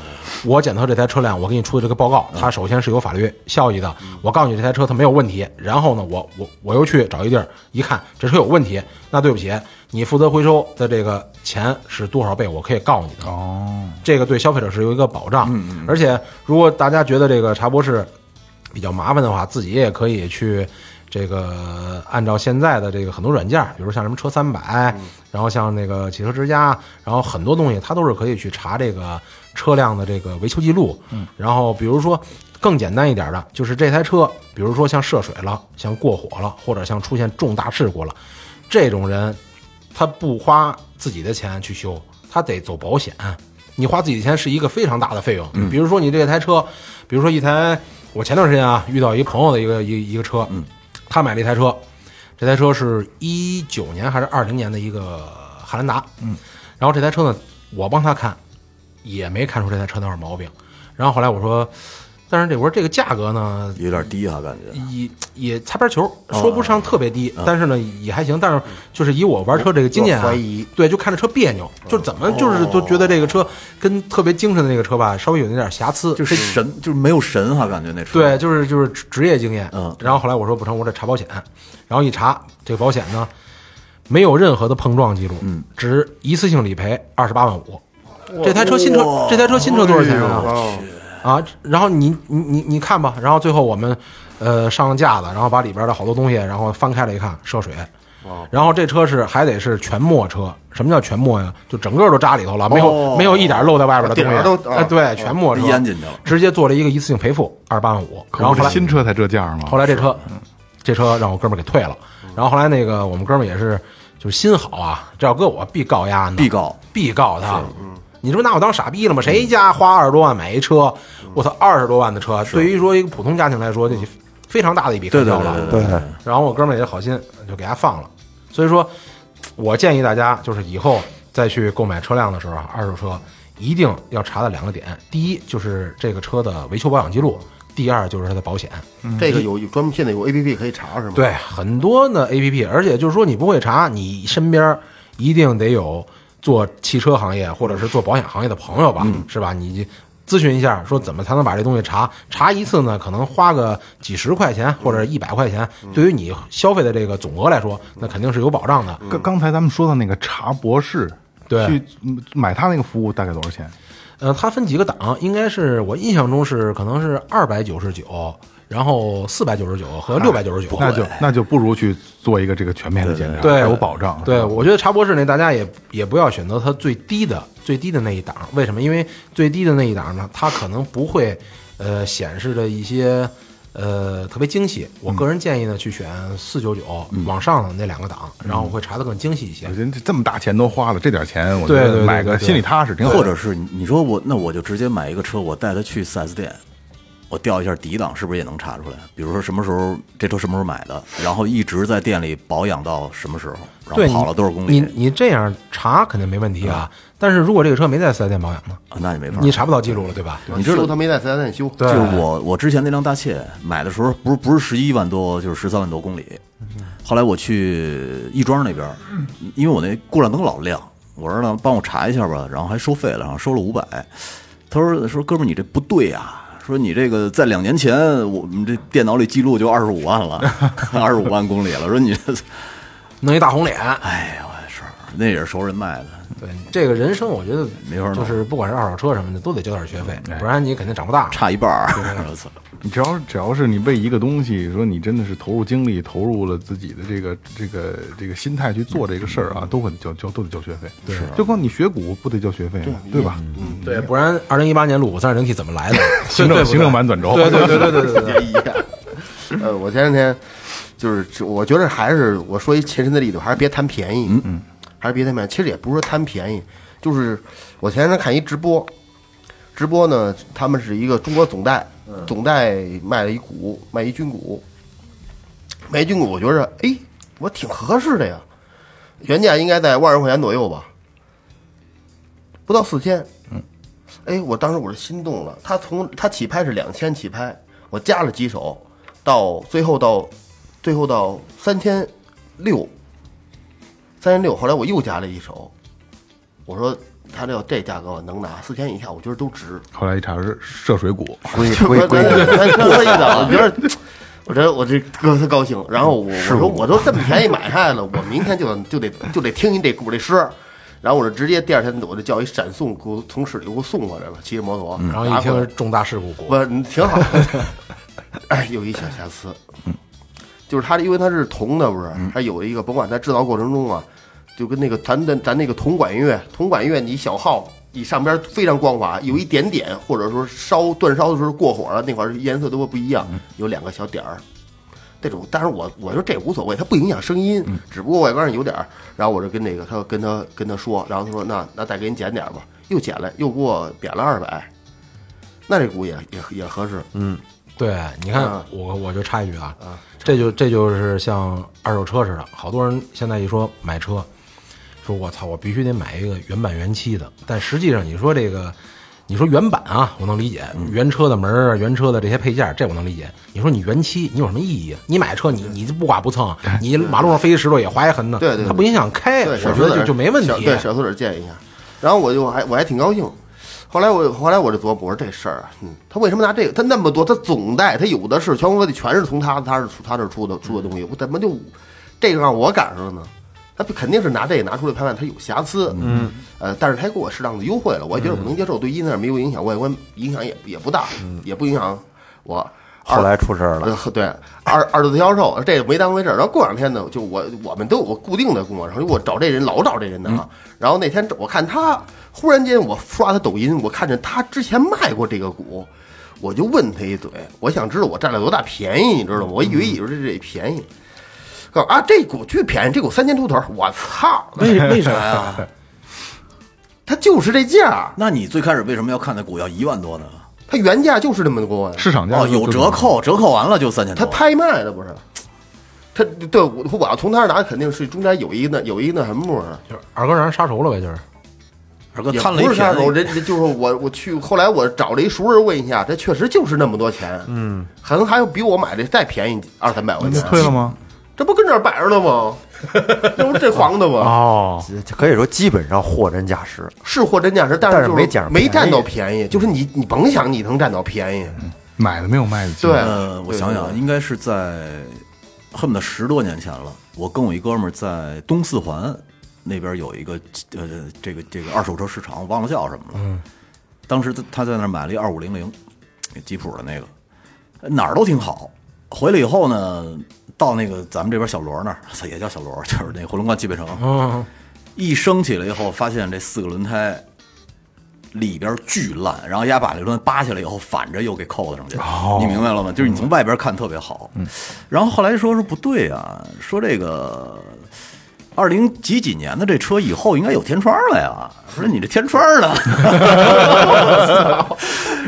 [SPEAKER 5] 我检测这台车辆，我给你出的这个报告，它首先是有法律效益的，我告诉你这台车它没有问题，然后呢我我我又去找一地儿一看这车有问题，那对不起，你负责回收的这个钱是多少倍，我可以告你的。这个对消费者是有一个保障。而且如果大家觉得这个查博士比较麻烦的话，自己也可以去这个按照现在的这个很多软件，比如像什么车三百，然后像那个汽车之家，然后很多东西它都是可以去查这个车辆的这个维修记录。嗯，然后比如说更简单一点的，就是这台车，比如说像涉水了、像过火了，或者像出现重大事故了，这种人他不花自己的钱去修，他得走保险。你花自己的钱是一个非常大的费用。比如说你这台车，比如说一台，我前段时间啊遇到一朋友的一个一一个车，嗯，他买了一台车，这台车是一九年还是二零年的一个汉兰达，嗯，然后这台车呢，我帮他看，也没看出这台车哪有毛病。然后后来我说，但是这我说这个价格呢，
[SPEAKER 4] 有点低啊，感觉。
[SPEAKER 5] 也也擦边球，说不上特别低，但是呢也还行。但是就是以我玩车这个经验啊，
[SPEAKER 3] 我怀疑
[SPEAKER 5] 对，就看着车别扭，就是怎么就是都觉得这个车跟特别精神的那个车吧，稍微有那点瑕疵。
[SPEAKER 4] 就是神，就是没有神哈、感觉那车。
[SPEAKER 5] 对，，就是就是职职业经验。
[SPEAKER 4] 嗯
[SPEAKER 5] 然后后来我说不成，我得查保险，然后一查这个保险呢，没有任何的碰撞记录，嗯，只一次性理赔二十八万五。这台车新车，这台车新车多少钱啊？
[SPEAKER 3] 嗯
[SPEAKER 5] 啊，然后你你你你看吧，然后最后我们呃上了架子，然后把里边的好多东西，然后翻开了一看，涉水。
[SPEAKER 4] 哦
[SPEAKER 5] 然后这车是还得是全没车，什么叫全没呀？就整个都扎里头了，没有、
[SPEAKER 4] 哦
[SPEAKER 5] 没有一点漏在外边的东
[SPEAKER 3] 底儿
[SPEAKER 5] 西，
[SPEAKER 3] 都啊
[SPEAKER 5] 哎对，全没车，
[SPEAKER 4] 淹进去了
[SPEAKER 5] 直接做了一个一次性赔付二十八万五，
[SPEAKER 2] 可
[SPEAKER 5] 然后后
[SPEAKER 2] 不
[SPEAKER 5] 来
[SPEAKER 2] 是新嗯车才这价吗？
[SPEAKER 5] 后来这车，这车让我哥们儿给退了。然后后来那个我们哥们儿也是，就是心好啊，这要搁我必告丫呢，
[SPEAKER 4] 必告
[SPEAKER 5] 必告他。
[SPEAKER 4] 嗯
[SPEAKER 5] 你这不拿我当傻逼了吗？谁家花二十多万买一车？我操，二十多万的车，对于说一个普通家庭来说，这非常大的一笔开
[SPEAKER 4] 对对
[SPEAKER 5] 销
[SPEAKER 4] 对
[SPEAKER 5] 了。
[SPEAKER 4] 对对对
[SPEAKER 5] 然后我哥们儿也好心就给他放了。所以说，我建议大家就是以后再去购买车辆的时候啊，二手车一定要查的两个点：第一就是这个车的维修保养记录；第二就是它的保险。
[SPEAKER 3] 这个有有专门现在有 A P P 可以查是吗？，
[SPEAKER 5] 嗯对，很多呢 A P P，而且就是说你不会查，你身边儿一定得有做汽车行业或者是做保险行业的朋友吧，
[SPEAKER 2] 嗯
[SPEAKER 5] 是吧？你咨询一下，说怎么才能把这东西查查一次呢？可能花个几十块钱
[SPEAKER 2] 嗯
[SPEAKER 5] 或者一百块钱，对于你消费的这个总额来说，那肯定是有保障的。
[SPEAKER 2] 刚刚才咱们说到那个查博士，
[SPEAKER 5] 对
[SPEAKER 2] 去嗯买他那个服务大概多少钱？
[SPEAKER 5] 呃，它分几个档，应该是我印象中是可能是二百九十九，然后四百九十九和六百九十九，
[SPEAKER 2] 啊那就那就不如去做一个这个全面的检查，
[SPEAKER 5] 对，
[SPEAKER 2] 有保障。
[SPEAKER 5] 对，
[SPEAKER 4] 啊
[SPEAKER 5] 我觉得查博士那大家也也不要选择它最低的最低的那一档，为什么？因为最低的那一档呢，它可能不会呃显示的一些呃特别精细。我个人建议呢，去选四九九
[SPEAKER 4] 嗯
[SPEAKER 5] 往上的那两个档，然后会查的更精细一些
[SPEAKER 2] 我。觉得这么大钱都花了，这点钱我觉
[SPEAKER 5] 对对
[SPEAKER 2] 得
[SPEAKER 5] 对
[SPEAKER 2] 买个
[SPEAKER 5] 对对
[SPEAKER 2] 心里踏实挺好的。
[SPEAKER 4] 或者是你你说我那我就直接买一个车，我带它去 4S 店，我调一下底档，是不是也能查出来？比如说什么时候这车什么时候买的，然后一直在店里保养到什么时候，然
[SPEAKER 5] 对，
[SPEAKER 4] 后
[SPEAKER 5] 你
[SPEAKER 4] 跑了多少公
[SPEAKER 5] 你
[SPEAKER 4] 里，
[SPEAKER 5] 你这样查肯定没问题啊，但是如果这个车没在四 S 店保养呢，
[SPEAKER 4] 啊那也没法儿。
[SPEAKER 5] 你查不到记录了，对吧？
[SPEAKER 3] 你知道他没在四 S 店修，
[SPEAKER 5] 对
[SPEAKER 4] 就是我我之前那辆大切买的时候，不是不是十一万多，就是十三万多公里。后来我去亦庄那边儿，因为我那故障灯老亮，我说呢帮我查一下吧，然后还收费了，然后收了五百。他说说哥们儿你这不对啊。说你这个在两年前，我们这电脑里记录就二十五万了，二十五万公里了。说你这，
[SPEAKER 5] 弄一大红脸，
[SPEAKER 4] 哎呀，我是那也是熟人卖的，
[SPEAKER 5] 对这个人生，我觉得
[SPEAKER 4] 没法弄哎
[SPEAKER 5] 就是不管是二手车什么的，都得交点学费，不然你肯定长不大。
[SPEAKER 4] 差一半儿。 我操！
[SPEAKER 2] 你只要只要是你为一个东西，说你真的是投入精力，投入了自己的这个这个这个心态去做这个事儿啊，都会交交都得交学费。对，就光你学鼓不得交学费吗？对吧？嗯
[SPEAKER 5] 对，不然二零一八年路虎三二零 T 怎 么来的？
[SPEAKER 2] 行政
[SPEAKER 5] 嗯对不对
[SPEAKER 2] 行政版短轴
[SPEAKER 5] 对对对对对对对。
[SPEAKER 3] 一样。呃，我前两天就是，我觉得还是我说一切身的例子，还是别贪便宜，嗯嗯，还是别贪便宜。其实也不是说贪便宜，就是我前两天看一直播，直播呢，他们是一个中国总代，总代卖了一股，卖一军鼓，卖一军鼓，我觉着，哎，我挺合适的呀，原价应该在万块钱左右吧，不到四千，哎，我当时我是心动了。他从他起拍是两千起拍，我加了几手，到最后到最后到三千六，三千六。后来我又加了一手，我说他这这价格我能拿四千以下，我觉得都值。
[SPEAKER 2] 后来一查是涉水鼓，
[SPEAKER 1] 归
[SPEAKER 3] 就
[SPEAKER 1] 归
[SPEAKER 3] 是
[SPEAKER 1] 归
[SPEAKER 3] 咱咱咱说一下，我觉得。我这我这哥他高兴，然后我我说我都这么便宜买下来了，我明天就得就得就得听你这鼓这诗，然后我就直接第二天我就叫一闪送给我从市里给我送过来了，骑着摩托，
[SPEAKER 5] 嗯然后一
[SPEAKER 3] 拿回来嗯
[SPEAKER 5] 听重大事故，
[SPEAKER 3] 我挺好的。哎，有一小瑕疵，就是它，因为它是铜的，不是？它有一个，甭管在制造过程中啊，就跟那个咱咱咱那个铜管乐，铜管乐你小号，你上边非常光滑，有一点点，或者说烧煅烧的时候过火了，那块儿颜色都会不一样，有两个小点儿。这种，当然我我说这无所谓，它不影响声音，只不过外观上有点儿。然后我就跟那个他跟他跟他说，然后他说那那再给你减点儿吧，又减了，又给我贬了二百，那这股也也也合适。
[SPEAKER 5] 对，你看、
[SPEAKER 3] 嗯
[SPEAKER 5] 我我就插一句啊，这就这就是像二手车似的，好多人现在一说买车，说我操，我必须得买一个原版原漆的，但实际上你说这个。你说原版啊，我能理解，
[SPEAKER 3] 嗯
[SPEAKER 5] 原车的门儿啊，原车的这些配件儿，这我能理解。你说你原漆，你有什么意义啊？你买车你你就不刮不蹭，你马路上飞一石头也划一痕呢，
[SPEAKER 3] 对对对
[SPEAKER 5] 它不影响开，
[SPEAKER 3] 对，
[SPEAKER 5] 我
[SPEAKER 3] 小
[SPEAKER 5] 觉
[SPEAKER 3] 数
[SPEAKER 5] 得
[SPEAKER 3] 点
[SPEAKER 5] 就就没问题
[SPEAKER 3] 小。 对，小数点建议一下。然后我就还我还挺高兴。后来我后来我就琢磨，我说这事儿啊，嗯，他为什么拿这个？他那么多，他总带，他有的是全国各地全是从他他是他这儿出的出的东西，我怎么就这个让我赶上了呢？他肯定是拿这个拿出来拍卖，他有瑕疵，嗯，呃，但是他还给我适当的优惠了，我也觉得我能接受，对音色没有影响，外观影响也也不大，也不影响我。
[SPEAKER 1] 后来出事儿了，
[SPEAKER 3] 呃对，二二次销售这个没当回事儿。然后过两天呢，就我我们都有个固定的工作，然后我找这人老找这人呢啊。然后那天我看他，忽然间我刷他抖音，我看见他之前卖过这个股，我就问他一嘴，我想知道我占了多大便宜，你知道吗？我以为以为这这便宜，告诉我啊这股巨便宜，这股三千出头，我操，
[SPEAKER 4] 为为啥
[SPEAKER 5] 啊
[SPEAKER 4] 呀？
[SPEAKER 3] 啊他就是这价，
[SPEAKER 4] 那你最开始为什么要看那股要一万多呢？
[SPEAKER 3] 他原价就是这么多呀。
[SPEAKER 2] 市场价
[SPEAKER 4] 哦，
[SPEAKER 2] 是最
[SPEAKER 4] 有
[SPEAKER 2] 高
[SPEAKER 4] 折
[SPEAKER 2] 的，
[SPEAKER 4] 扣，折扣完了就三千
[SPEAKER 3] 他
[SPEAKER 4] 多。
[SPEAKER 3] 拍卖的不是？他对我我要从他那儿拿，肯定是中间有一那有一那什么啊不是？
[SPEAKER 5] 就是二哥让人杀熟了呗，就是
[SPEAKER 4] 二哥
[SPEAKER 3] 也
[SPEAKER 4] 贪了一
[SPEAKER 3] 不是杀
[SPEAKER 4] 便
[SPEAKER 3] 手，
[SPEAKER 4] 宜，
[SPEAKER 3] 人人就是我，我去后来我找了一熟人问一下，这确实就是那么多钱，嗯，可能还有比我买的再便宜二三百块
[SPEAKER 2] 那
[SPEAKER 3] 钱，
[SPEAKER 2] 退了吗？
[SPEAKER 3] 这不跟这儿摆着呢 吗？这不是这黄的
[SPEAKER 4] 啊
[SPEAKER 3] 吗？
[SPEAKER 2] 哦，
[SPEAKER 1] 可以说基本上货真价实。
[SPEAKER 3] 是货真价实，但
[SPEAKER 1] 但是
[SPEAKER 3] 就是
[SPEAKER 1] 没捡着
[SPEAKER 3] 没
[SPEAKER 1] 便宜
[SPEAKER 3] 占到便宜，就是你你甭想你能占到便宜，
[SPEAKER 4] 嗯
[SPEAKER 2] 买的没有卖的
[SPEAKER 3] 哎对
[SPEAKER 2] 多，
[SPEAKER 4] 呃，我想想，应该是在恨不得十多年前了。我跟我一哥们儿在东四环那边有一个呃这个这个二手车市场，我忘了叫什么了。嗯，当时他他在那儿买了一二五零零，吉普的那个，哪儿都挺好。回来以后呢，到那个咱们这边小罗那儿，操也叫小罗，就是那个回龙观西北城。
[SPEAKER 3] 哦
[SPEAKER 5] 嗯，
[SPEAKER 4] 一升起来以后，发现这四个轮胎里边巨烂，然后丫把这轮胎扒下来以后，反着又给扣上去。你明白了吗？就是你从外边看特别好。然后后来说说不对啊，说这个二零几几年的这车以后应该有天窗了呀。说你这天窗呢？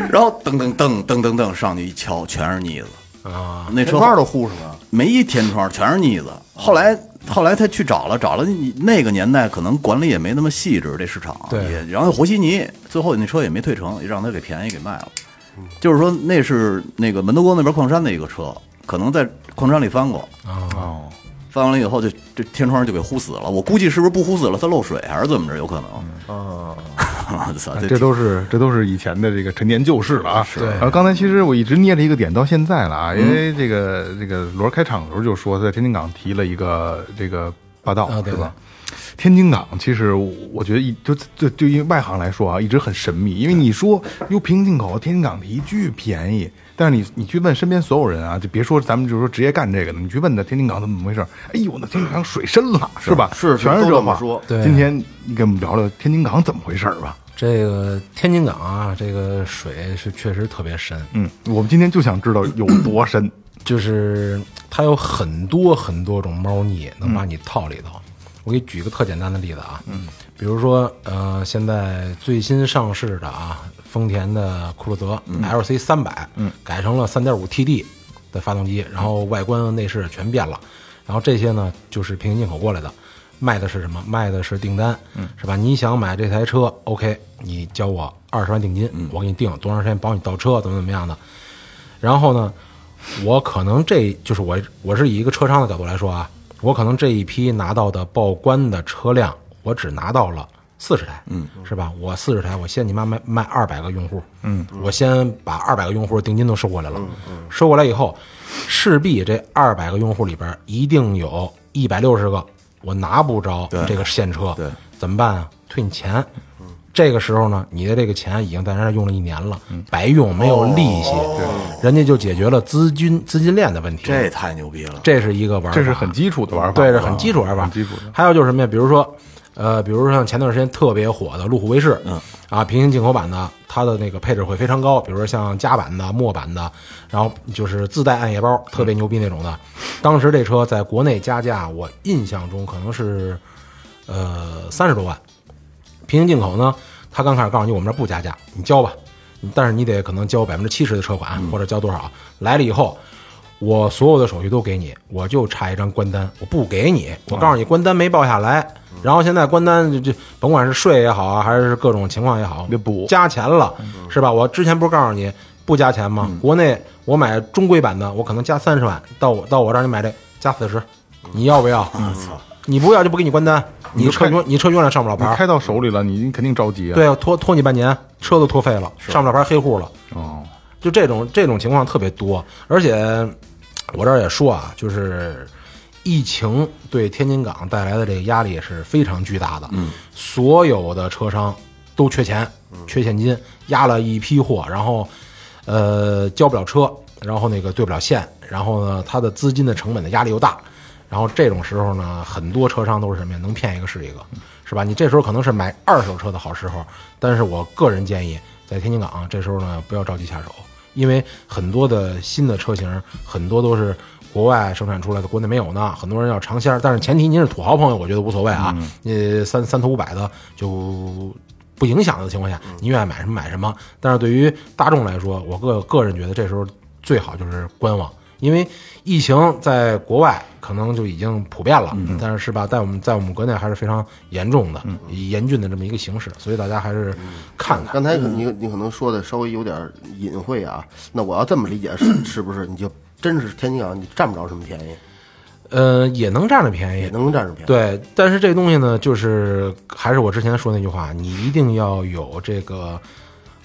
[SPEAKER 4] 然后噔噔噔噔噔噔上去一敲，全是腻子啊！那车
[SPEAKER 3] 这块儿都护上了，
[SPEAKER 4] 没一天窗，全是腻子。后来后来他去找了，找了你那个年代可能管理也没那么细致，这市场
[SPEAKER 5] 对
[SPEAKER 4] 也然后和稀泥最后那车也没退成，也让他给便宜给卖了。就是说那是那个门头沟那边矿山的一个车，可能在矿山里翻过，
[SPEAKER 2] 哦，
[SPEAKER 4] 翻完了以后就这天窗就给呼死了。我估计是不是不呼死了，它漏水还是怎么着？有可能。 啊，操，
[SPEAKER 2] 这都是这都是以前的这个陈年旧事了啊。
[SPEAKER 5] 对
[SPEAKER 2] 然后刚才其实我一直捏着一个点到现在了啊，因
[SPEAKER 3] 嗯
[SPEAKER 2] 为这个这个罗儿开场的时候就说他在天津港提了一个这个霸道
[SPEAKER 5] 啊对
[SPEAKER 2] 是吧？天津港其实我我觉得一就就对于外行来说啊，一直很神秘，因为你说哟平行进口天津港提巨便宜，但是你你去问身边所有人啊，就别说咱们就是说职业干这个的，你去问他天津港怎么回事儿，哎呦那天津港水深了是吧？
[SPEAKER 3] 是是
[SPEAKER 2] 全
[SPEAKER 3] 都
[SPEAKER 2] 这
[SPEAKER 3] 这么
[SPEAKER 2] 话
[SPEAKER 3] 说
[SPEAKER 5] 对
[SPEAKER 2] 今天你给我们聊聊天津港怎么回事儿吧。
[SPEAKER 5] 这个天津港啊，这个水是确实特别深，
[SPEAKER 2] 嗯，我们今天就想知道有多深。
[SPEAKER 5] 就是它有很多很多种猫腻能把你套里头。我给你举一个特简单的例子啊，嗯，比如说呃，现在最新上市的啊，丰田的酷路泽 LC 三百，嗯，改成了三点五 TD 的发动机，然后外观内饰全变了，然后这些呢就是平行进口过来的。卖的是什么？卖的是订单，嗯，是吧？你想买这台车，OK，你交我二十万定金，我给你定多长时间保你到车，怎么怎么样的。然后呢，我可能这就是我我是以一个车商的角度来说啊，我可能这一批拿到的报关的车辆，我只拿到了四十台，嗯，是吧？我四十台，我先你妈卖卖二百个用户，嗯，我先把二百个用户的定金都收过来了，收过来以后，势必这二百个用户里边一定有一百六十个我拿不着这个现车，
[SPEAKER 4] 对
[SPEAKER 5] 怎么办啊？退你钱，这个时候呢，你的这个钱已经在人那儿用了一年了，
[SPEAKER 2] 嗯
[SPEAKER 5] 白用没有利息，人家就解决了资金资金链的问题。
[SPEAKER 4] 这太牛逼了！
[SPEAKER 5] 这是一个玩法，
[SPEAKER 2] 这是很基础的玩法，啊
[SPEAKER 5] 对，是很基础玩法。
[SPEAKER 2] 很基础的。
[SPEAKER 5] 还有就是什么呀？比如说，呃，比如说像前段时间特别火的路虎卫士，嗯，啊，平行进口版的，它的那个配置会非常高，比如说像加版的、墨版的，然后就是自带暗夜包，特别
[SPEAKER 2] 嗯
[SPEAKER 5] 牛逼那种的。当时这车在国内加价，我印象中可能是呃三十多万。平行进口呢，它刚开始告诉你我们这儿不加价，你交吧，但是你得可能交百分之七十的车
[SPEAKER 2] 嗯
[SPEAKER 5] 款或者交多少。来了以后，我所有的手续都给你，我就差一张关单，我不给你，我告诉你
[SPEAKER 2] 啊
[SPEAKER 5] 关单没报下来。
[SPEAKER 2] 嗯
[SPEAKER 5] 然后现在关单就就甭管是税也好啊，还是各种情况也好，
[SPEAKER 2] 得补嗯
[SPEAKER 5] 加钱了，是吧？我之前不是告诉你不加钱吗？国内我买中规版的，我可能加三十万，到我到我这儿你买这加四十，你要不要？
[SPEAKER 2] 嗯
[SPEAKER 5] 你不要就不给你关单，你车永你车永远上不了牌
[SPEAKER 2] 你
[SPEAKER 5] 儿。
[SPEAKER 2] 开到手里了，你你肯定着急啊。
[SPEAKER 5] 对，啊，拖拖你半年，车都拖废了，上不了牌黑户了。
[SPEAKER 2] 哦，
[SPEAKER 5] 就这种这种情况特别多，而且我这儿也说啊，就是疫情对天津港带来的这个压力也是非常巨大的。嗯，所有的车商都缺钱，缺现金，压了一批货，然后呃交不了车，然后那个兑不了现，然后呢，它的资金的成本的压力又大。然后这种时候呢，很多车商都是什么呀？能骗一个是一个，是吧？你这时候可能是买二手车的好时候，但是我个人建议，在天津港、啊这时候呢，不要着急下手，因为很多的新的车型，很多都是国外生产出来的，国内没有呢。很多人要尝鲜儿，但是前提您是土豪朋友，我觉得无所谓啊。呃，三三头五百的就不影响的情况下，你愿意买什么买什么。但是对于大众来说，我个个人觉得这时候最好就是观望，因为疫情在国外可能就已经普遍了，但是是吧，在我们在我们国内还是非常严重的、严峻的这么一个形势，所以大家还是看看。
[SPEAKER 3] 刚才可你你可能说的稍微有点隐晦啊，那我要这么理解是是不是你就真是天津港你占不着什么便宜，
[SPEAKER 5] 呃，也能占着便宜，
[SPEAKER 3] 也能占着便宜？，
[SPEAKER 5] 对，但是这东西呢，就是还是我之前说那句话，你一定要有这个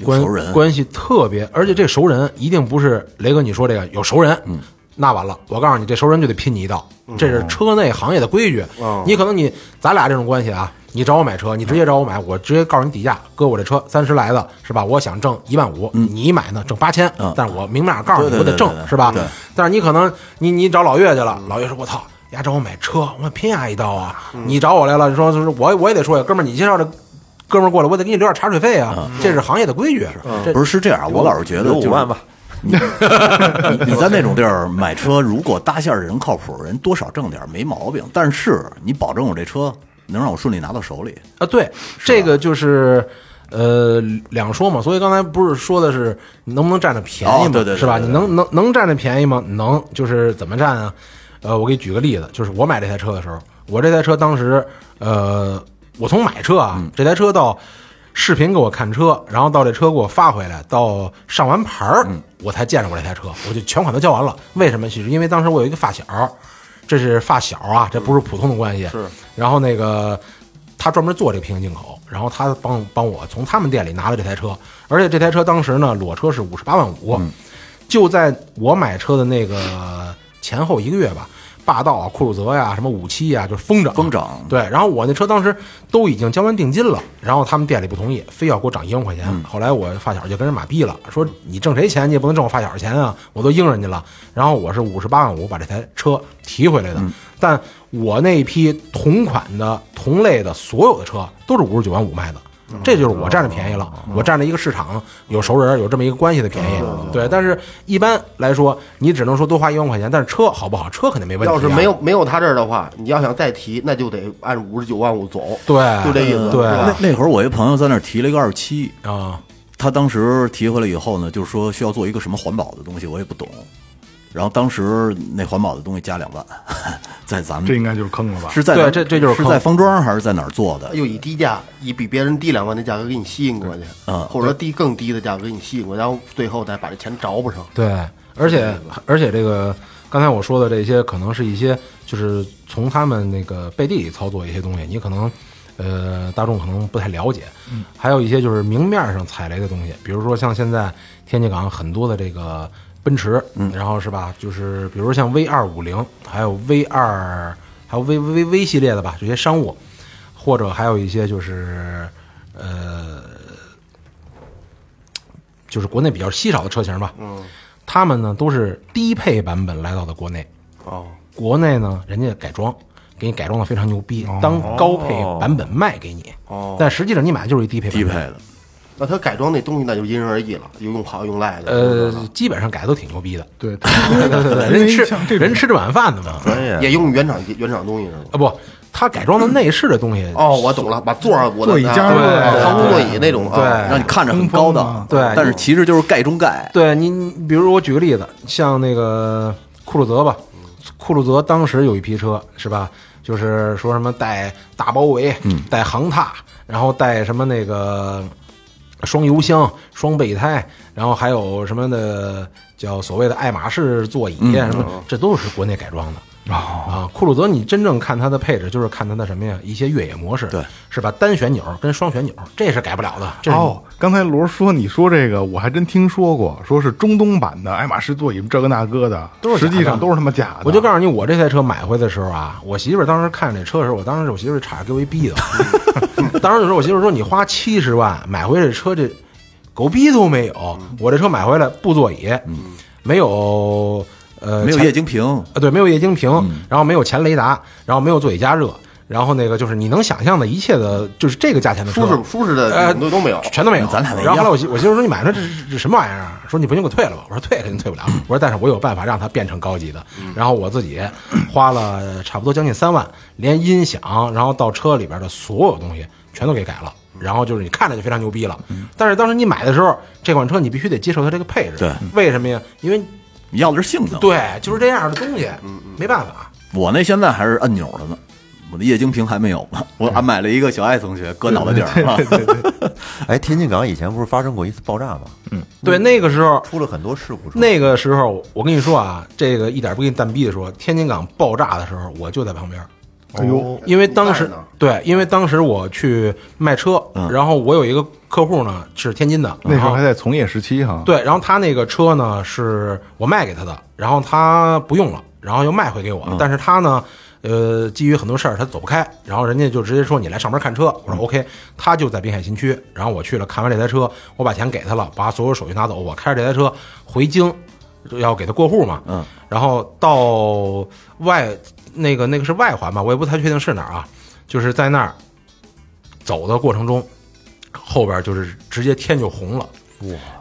[SPEAKER 5] 关
[SPEAKER 4] 有熟人
[SPEAKER 5] 关系特别，而且这熟人一定不是雷哥你说这个有熟人，嗯，那完了，我告诉你，这熟人就得拼你一道，这
[SPEAKER 4] 哦
[SPEAKER 5] 是车内行业的规矩。你可能你咱俩这种关系啊，你找我买车，你
[SPEAKER 4] 嗯
[SPEAKER 5] 直接找我买，我直接告诉你底价，哥我这车三十来的是吧？我想挣一万五，你买呢挣八千，但是我明面上告诉你
[SPEAKER 4] 嗯对对
[SPEAKER 5] 我得
[SPEAKER 4] 对
[SPEAKER 5] 挣
[SPEAKER 4] 对对
[SPEAKER 5] 是吧
[SPEAKER 4] 对？
[SPEAKER 5] 但是你可能你你找老岳去
[SPEAKER 4] 嗯
[SPEAKER 5] 了，老岳说我操。丫找我买车，我拼丫一刀啊！你找我来了，说就是我我也得说呀，哥们儿，你介绍这哥们儿过来，我得给你留点茶水费啊，
[SPEAKER 4] 嗯
[SPEAKER 5] 这是行业的规矩。这
[SPEAKER 4] 不是是这样，啊我老是觉得
[SPEAKER 1] 留
[SPEAKER 4] 就是
[SPEAKER 1] 嗯五万吧，
[SPEAKER 4] 你在那种地儿买车，如果搭线儿人靠谱，人多少挣点儿没毛病。但是你保证我这车能让我顺利拿到手里，
[SPEAKER 5] 啊，对，这个就是呃两说嘛。所以刚才不是说的是你能不能占着便宜
[SPEAKER 4] 哦
[SPEAKER 5] 嘛，
[SPEAKER 4] 对对对
[SPEAKER 5] 是吧？
[SPEAKER 4] 对
[SPEAKER 5] 你
[SPEAKER 4] 对
[SPEAKER 5] 能能能占着便宜吗？能，就是怎么占啊？呃，我给你举个例子，就是我买这台车的时候，我这台车当时呃，我从买车啊，这台车到。视频给我看车，然后到这车给我发回来，到上完牌儿，我才见着我这台车，我就全款都交完了。为什么？是因为当时我有一个发小，这是发小啊，这不是普通的关系。是。然后那个他专门做这个平行进口，然后他帮帮我从他们店里拿了这台车，而且这台车当时呢裸车是五十八万五、就在我买车的那个前后一个月吧，霸道啊、酷路泽呀、什么五七呀，就是疯啊涨，
[SPEAKER 4] 疯涨
[SPEAKER 5] 对，然后我那车当时都已经交完定金了，然后他们店里不同意，非要给我涨一万块钱。
[SPEAKER 3] 嗯
[SPEAKER 5] 后来我发小就跟人马逼了，说你挣谁钱，你也不能挣我发小钱啊，我都应人家了。然后我是五十八万五把这台车提回来的，
[SPEAKER 3] 嗯
[SPEAKER 5] 但我那批同款的同类的所有的车都是五十九万五卖的。
[SPEAKER 3] 哦
[SPEAKER 5] 这就是我占着便宜了，我占着一个市场有熟人有这么一个关系的便宜，
[SPEAKER 3] 哦
[SPEAKER 5] 对。但是一般来说，你只能说多花一万块钱，但是车好不好，车肯定没问题啊。
[SPEAKER 3] 要是没有没有他这儿的话，你要想再提，那就得按五十九万五走。
[SPEAKER 5] 对
[SPEAKER 3] 就这意思，
[SPEAKER 5] 对
[SPEAKER 3] 是吧？
[SPEAKER 4] 那那会儿我一朋友在那儿提了一个二七，
[SPEAKER 5] 啊，
[SPEAKER 4] 他当时提回来以后呢，就是说需要做一个什么环保的东西，我也不懂。然后当时那环保的东西加两万， 在咱
[SPEAKER 2] 这
[SPEAKER 4] 们
[SPEAKER 2] 应该就是坑了吧？
[SPEAKER 4] 是在
[SPEAKER 5] 对
[SPEAKER 4] 咱
[SPEAKER 5] 这这就是
[SPEAKER 4] 是
[SPEAKER 5] 坑哎
[SPEAKER 4] 在方庄还是在哪儿做的？
[SPEAKER 3] 又以低价，以比别人低两万的价格给你吸引过去，
[SPEAKER 4] 嗯
[SPEAKER 3] 或者说低更低的价格给你吸引过去，然后最后再把这钱着不上。
[SPEAKER 5] 对，而且而且这个刚才我说的这些，可能是一些就是从他们那个背地里操作一些东西，你可能呃大众可能不太了解，还有一些就是明面上踩雷的东西，比如说像现在天津港很多的这个奔驰，嗯，然后是吧，就是比如说像 V 二五零，还有 V 二，还有 V V V 系列的吧，这些商务，或者还有一些就是。呃，就是国内比较稀少的车型吧，嗯，他们呢都是低配版本来到的国内，
[SPEAKER 3] 哦，
[SPEAKER 5] 国内呢人家改装。给你改装的非常牛逼，当高配版本卖给你，
[SPEAKER 3] 哦
[SPEAKER 5] 但实际上你买的就是一低配版
[SPEAKER 4] 低
[SPEAKER 5] 本
[SPEAKER 4] 配的，
[SPEAKER 3] 那它改装那东西那就因人而异了，有用好用赖的，
[SPEAKER 5] 呃，基本上改的都挺牛逼的。
[SPEAKER 2] 对，
[SPEAKER 5] 对对对，
[SPEAKER 2] 因
[SPEAKER 5] 人
[SPEAKER 2] 为
[SPEAKER 5] 吃
[SPEAKER 2] 像这种
[SPEAKER 5] 人吃着晚饭的嘛。啊
[SPEAKER 3] 也用原厂原厂东西是吗？
[SPEAKER 5] 不，他改装的内饰的东西，
[SPEAKER 3] 哦，我懂了，把座儿我的
[SPEAKER 2] 座椅加入
[SPEAKER 3] 啊
[SPEAKER 2] 对
[SPEAKER 3] 航空座椅那种啊，
[SPEAKER 4] 让你看着很高档，
[SPEAKER 5] 哎风啊嘛对
[SPEAKER 4] 但是其实就是盖中盖，
[SPEAKER 5] 对你，你比如我举个例子，像那个酷路泽吧，酷路泽当时有一批车是吧，就是说什么带大包围，带航踏，然后带什么那个双油箱、双备胎，然后还有什么的叫所谓的爱马仕座椅，什么这都是国内改装的。
[SPEAKER 2] 哦
[SPEAKER 5] 啊，酷路泽，你真正看它的配置，就是看它的什么呀？一些越野模式，对，是吧？单旋钮跟双旋钮，这是改不了的。这是
[SPEAKER 2] 哦，刚才罗说你说这个，我还真听说过，说是中东版的爱马仕座椅这个那个的，
[SPEAKER 5] 都是假
[SPEAKER 2] 实
[SPEAKER 5] 的
[SPEAKER 2] 际上都是他妈假
[SPEAKER 4] 啊
[SPEAKER 2] 的。
[SPEAKER 5] 我就告诉你，我这台车买回来的时候啊，我媳妇儿当时看着这车的时候，我当时我媳妇儿差点给我一逼的。 当时就说，我媳妇儿说你花七十万买回来这车，这狗逼都没有。我这车买回来不座椅，没有呃
[SPEAKER 4] 没有
[SPEAKER 5] 前
[SPEAKER 4] 液晶屏，嗯
[SPEAKER 5] 啊，对，没有液晶屏，然后没有前雷达，然后没有座椅加热，然后那个就是你能想象的一切的，就是这个价钱的车
[SPEAKER 3] 舒适舒适的
[SPEAKER 5] 呃
[SPEAKER 3] 都都没有。
[SPEAKER 5] 全都没有。
[SPEAKER 4] 咱俩没一样
[SPEAKER 5] 然后后来我媳我媳妇说你买这这这什么玩意儿啊？说你不行给我退了吧。我说退肯定退不了。
[SPEAKER 4] 嗯
[SPEAKER 5] 我说但是我有办法让它变成高级的。然后我自己 花了差不多将近三万，连音响，然后到车里边的所有东西全都给改了。然后就是你看着就非常牛逼了，
[SPEAKER 4] 嗯
[SPEAKER 5] 但是当时你买的时候，这款车你必须得接受它这个配置。
[SPEAKER 4] 对，嗯
[SPEAKER 5] 为什么呀？因为
[SPEAKER 4] 你要的是性能。
[SPEAKER 5] 对，就是这样的东西，
[SPEAKER 4] 嗯
[SPEAKER 5] 没办法。
[SPEAKER 4] 我那现在还是按钮的呢，我的液晶屏还没有
[SPEAKER 2] 嗯
[SPEAKER 4] 呢，我还买了一个小爱同学搁脑袋顶上了，
[SPEAKER 1] 哎，天津港以前不是发生过一次爆炸吗？
[SPEAKER 4] 嗯
[SPEAKER 5] 对，那个时候
[SPEAKER 1] 出了很多事故。
[SPEAKER 5] 那个时候，我跟你说啊，这个一点不跟你蛋逼的说，天津港爆炸的时候，我就在旁边。
[SPEAKER 2] 哎呦，
[SPEAKER 5] 因为当
[SPEAKER 3] 你
[SPEAKER 5] 时
[SPEAKER 3] 在哪儿
[SPEAKER 5] 对，因为当时我去卖车，然后我有一个客户呢是天津的，
[SPEAKER 2] 嗯那时
[SPEAKER 5] 然
[SPEAKER 2] 候
[SPEAKER 5] 后
[SPEAKER 2] 还在从业时期哈。，
[SPEAKER 5] 对，然后他那个车呢是我卖给他的，然后他不用了，然后又卖回给我，但是他呢。呃，基于很多事儿他走不开，然后人家就直接说你来上班看车，我说 OK，他就在滨海新区，然后我去了看完这台车，我把钱给他了，把所有手续拿走，我开着这台车回京，要给他过户嘛，嗯，然后到外那个那个是外环吧，我也不太确定是哪儿啊，就是在那儿走的过程中，后边就是直接天就红了。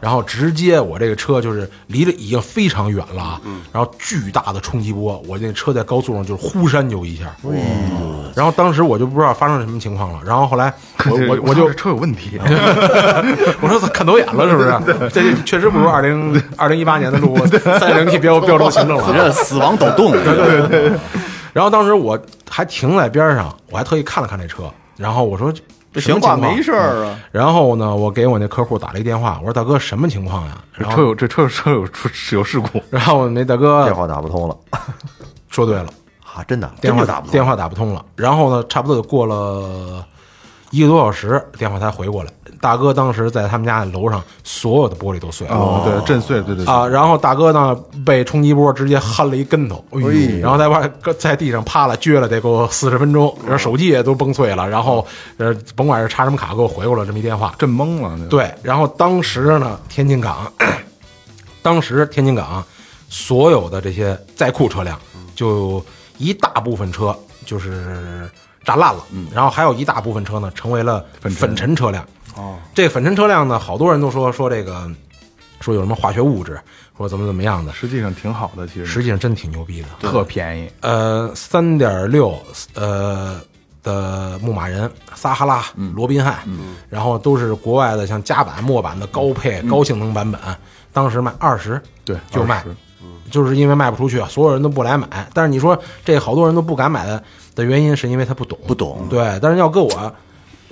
[SPEAKER 5] 然后直接我这个车就是离得已经非常远了啊，
[SPEAKER 4] 嗯
[SPEAKER 5] 然后巨大的冲击波，我那车在高速上就是忽闪就一下，
[SPEAKER 4] 哎
[SPEAKER 5] 然后当时我就不知道发生了什么情况了，然后后来我我我 就
[SPEAKER 2] 这车有问题，啊
[SPEAKER 5] 我说看走眼了是不是？这确实不如二零二零一八年的路三零 T 标标准行政了
[SPEAKER 4] 我觉得
[SPEAKER 5] 啊。
[SPEAKER 4] 死亡抖动。
[SPEAKER 5] 然后当时我还停在边上，我还特意看了看这车，然后我说这什么
[SPEAKER 4] 行吧，
[SPEAKER 5] 情况
[SPEAKER 4] 没事儿啊，
[SPEAKER 5] 然后呢，我给我那客户打了一电话，我说大哥什么情况呀？
[SPEAKER 2] 这
[SPEAKER 5] 然
[SPEAKER 2] 车
[SPEAKER 5] 后
[SPEAKER 2] 有这车有车有出有事故，
[SPEAKER 5] 然后那大哥
[SPEAKER 1] 电话打不通了
[SPEAKER 5] 说对了。
[SPEAKER 1] 啊，真的，
[SPEAKER 5] 电
[SPEAKER 1] 真
[SPEAKER 5] 话
[SPEAKER 1] 就打不通。
[SPEAKER 5] 电话打不通了。然后呢，差不多就过了一个多小时，电话才回过来。大哥当时在他们家楼上，所有的玻璃都碎了。
[SPEAKER 2] 哦，对，震碎了，对对对。
[SPEAKER 5] 啊，然后大哥呢被冲击波直接憨了一跟头，哎呦然后在外在地上趴了撅了得够四十分钟，然后手机也都崩碎了，然后呃甭管是插什么卡给我回过来这么一电话，
[SPEAKER 2] 震懵了，那个，
[SPEAKER 5] 对，然后当时呢，天津港，当时天津港所有的这些载库车辆，就一大部分车就是炸烂了，然后还有一大部分车呢成为了嗯粉尘车辆。哦，这个粉尘车辆呢，好多人都说说这个说有什么化学物质，说怎么怎么样的，
[SPEAKER 2] 实际上挺好的，其实
[SPEAKER 5] 实际上真挺牛逼的。
[SPEAKER 2] 特便宜，
[SPEAKER 5] 呃，三点六呃的牧马人、撒哈拉、罗宾汉，然后都是国外的，像加版、墨版的高配、高性能版本，当时卖二十，
[SPEAKER 2] 对
[SPEAKER 5] 就卖
[SPEAKER 2] 20，
[SPEAKER 5] 就是因为卖不出去，啊所有人都不来买。但是你说这好多人都不敢买的的原因，是因为他不懂，
[SPEAKER 4] 不懂
[SPEAKER 5] 对，但是要搁我，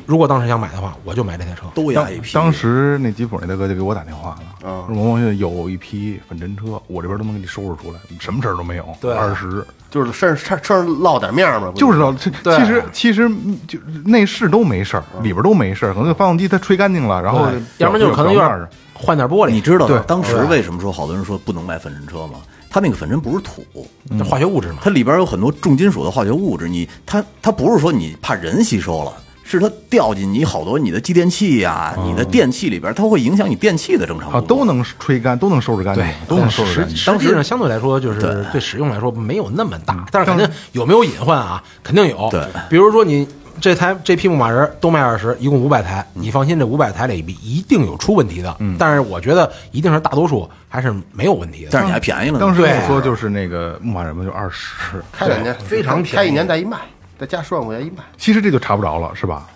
[SPEAKER 5] 如果当时想买的话，我就买这台车。
[SPEAKER 4] 都压
[SPEAKER 2] 当
[SPEAKER 4] 一批。
[SPEAKER 2] 当时那吉普那大哥就给我打电话了，
[SPEAKER 5] 嗯
[SPEAKER 2] 说王现在有一批粉尘车，我这边都能给你收拾出来，什么事儿都没有，
[SPEAKER 5] 对啊
[SPEAKER 2] 二十。
[SPEAKER 3] 就是身上车上落点面儿嘛，不
[SPEAKER 2] 就是老，这
[SPEAKER 5] 对啊嗯
[SPEAKER 2] 其实其实嗯就内饰都没事儿，里边都没事儿，可能发动机它吹干净了，然后
[SPEAKER 5] 对啊要不然就是可能有
[SPEAKER 2] 有
[SPEAKER 5] 点换点玻璃，
[SPEAKER 4] 你知道
[SPEAKER 2] 对
[SPEAKER 4] 当时为什么说好多人说不能买粉尘车吗？它那个粉尘不是土，
[SPEAKER 5] 这化学物质嘛。
[SPEAKER 4] 它里边有很多重金属的化学物质，你它它不是说你怕人吸收了，是它掉进你好多你的继电器呀、你的电器里边，它会影响你电器的正常
[SPEAKER 2] 嗯啊，
[SPEAKER 4] 工作
[SPEAKER 2] 都能吹干，都能收拾干净，都能收拾
[SPEAKER 5] 实
[SPEAKER 2] 干净。
[SPEAKER 5] 实际上相对来说，就是对使用来说没有那么大，但是肯定有没有隐患啊？肯定有。
[SPEAKER 4] 对
[SPEAKER 5] 比如说你这台这批牧马人都卖二十，一共五百台，
[SPEAKER 4] 嗯
[SPEAKER 5] 你放心，这五百台里一定有出问题的。但是我觉得一定是大多数还是没有问题的。
[SPEAKER 4] 但是你还便宜了呢。
[SPEAKER 2] 当时
[SPEAKER 5] 对啊
[SPEAKER 2] 我说就是那个牧马人嘛，就二十，
[SPEAKER 3] 开两年
[SPEAKER 5] 非常便宜
[SPEAKER 3] 开一年再一卖，再加十万块钱一卖，
[SPEAKER 2] 其实这就查不着了，是吧？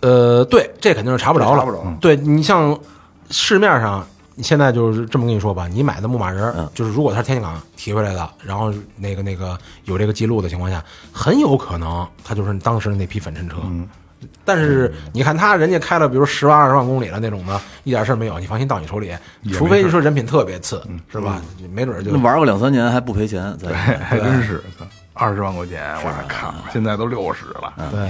[SPEAKER 5] 呃，对，这肯定是查不着了。
[SPEAKER 3] 查不着
[SPEAKER 5] 对你像市面上，你现在就是这么跟你说吧，你买的牧马人儿，就是如果他是天津港提回来的，然后那个那个有这个记录的情况下，很有可能他就是当时那批粉尘车。但是你看他人家开了，比如十万二十万公里了那种的，一点事儿没有，你放心到你手里，除非说人品特别次，是吧？没准儿就
[SPEAKER 4] 那玩个两三年还不赔钱，在
[SPEAKER 2] 还真是二十万块钱，
[SPEAKER 5] 啊
[SPEAKER 2] 我靠，现在都六十了，
[SPEAKER 5] 对。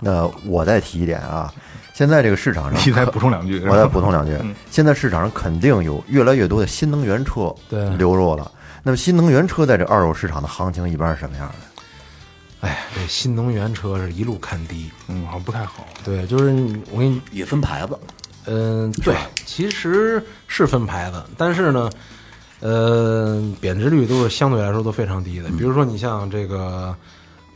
[SPEAKER 1] 那我再提一点啊，现在这个市场上，
[SPEAKER 2] 你再嗯补充两句，
[SPEAKER 1] 我再补充两句。现在市场上肯定有越来越多的新能源车
[SPEAKER 5] 对
[SPEAKER 1] 流入了。那么新能源车在这二手市场的行情一般是什么样的？
[SPEAKER 5] 哎呀，这新能源车是一路看低，
[SPEAKER 2] 嗯，好像不太好。
[SPEAKER 5] 对，就是你我跟你
[SPEAKER 4] 也分牌子，
[SPEAKER 5] 嗯，对，其实是分牌子，但是呢，呃，贬值率都是相对来说都非常低的。比如说，你像这个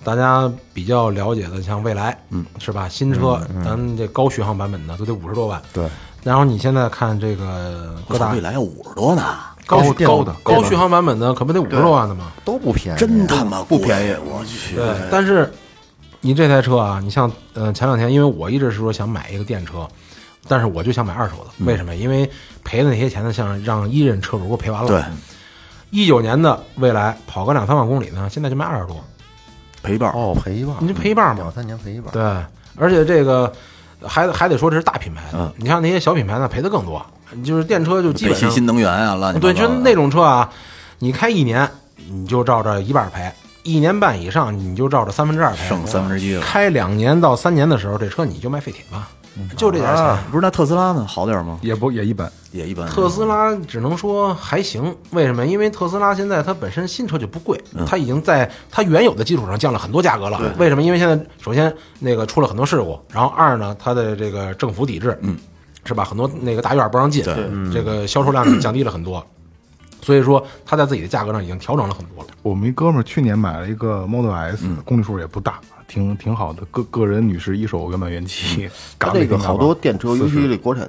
[SPEAKER 5] 大家比较了解的，像蔚来，嗯，是吧？新车，咱们这高续航版本的都得五十多万，
[SPEAKER 1] 对。
[SPEAKER 5] 然后你现在看这个
[SPEAKER 4] 我
[SPEAKER 5] 各
[SPEAKER 4] 操，
[SPEAKER 5] 大
[SPEAKER 4] 未来要五十多呢，
[SPEAKER 5] 高
[SPEAKER 1] 高电
[SPEAKER 5] 高
[SPEAKER 1] 动
[SPEAKER 5] 高续航版本的，可不得五十多万的吗？
[SPEAKER 1] 都哎不便宜，
[SPEAKER 4] 真他妈不便宜，我去，
[SPEAKER 5] 对，但是你这台车啊，你像呃前两天，因为我一直是说想买一个电车，但是我就想买二手的，
[SPEAKER 4] 嗯
[SPEAKER 5] 为什么？因为赔的那些钱呢，像让一任车主给我赔完了。
[SPEAKER 4] 对，
[SPEAKER 5] 一九年的未来跑个两三万公里呢，现在就卖二十多，
[SPEAKER 4] 赔一半儿。
[SPEAKER 1] 哦，赔一半儿，
[SPEAKER 4] 嗯
[SPEAKER 5] 你就赔一半嘛
[SPEAKER 1] 两。三年赔一半儿。
[SPEAKER 5] 对，而且这个还还得说这是大品牌，
[SPEAKER 4] 嗯
[SPEAKER 5] 你像那些小品牌呢，赔的更多。就是电车就基
[SPEAKER 4] 北
[SPEAKER 5] 本
[SPEAKER 4] 汽
[SPEAKER 5] 上哦
[SPEAKER 4] 新能源啊，乱七八
[SPEAKER 5] 对，
[SPEAKER 4] 糟的
[SPEAKER 5] 就那种车啊，你开一年你就照着一半赔，一年半以上你就照着三分之二赔，
[SPEAKER 4] 剩三分之一了。
[SPEAKER 5] 开两年到三年的时候，这车你就卖废铁吧，
[SPEAKER 4] 嗯
[SPEAKER 5] 就这点钱。
[SPEAKER 4] 不是那特斯拉呢？好点吗？
[SPEAKER 2] 也不也一般，
[SPEAKER 4] 也一般。
[SPEAKER 5] 特斯拉只能说还行，为什么？因为特斯拉现在它本身新车就不贵，
[SPEAKER 4] 嗯
[SPEAKER 5] 它已经在它原有的基础上降了很多价格了。为什么？因为现在首先那个出了很多事故，然后二呢，它的这个政府抵制，嗯，是吧？很多那个大院不让进，这个销售量降低了很多，所以说它在自己的价格上已经调整了很多了。
[SPEAKER 2] 我们一哥们儿去年买了一个 Model S，公里
[SPEAKER 3] 嗯
[SPEAKER 2] 数也不大，挺挺好的，个个人女士一手原版原漆，
[SPEAKER 3] 它
[SPEAKER 2] 嘎
[SPEAKER 3] 这嗯个好多电车，尤其这国产，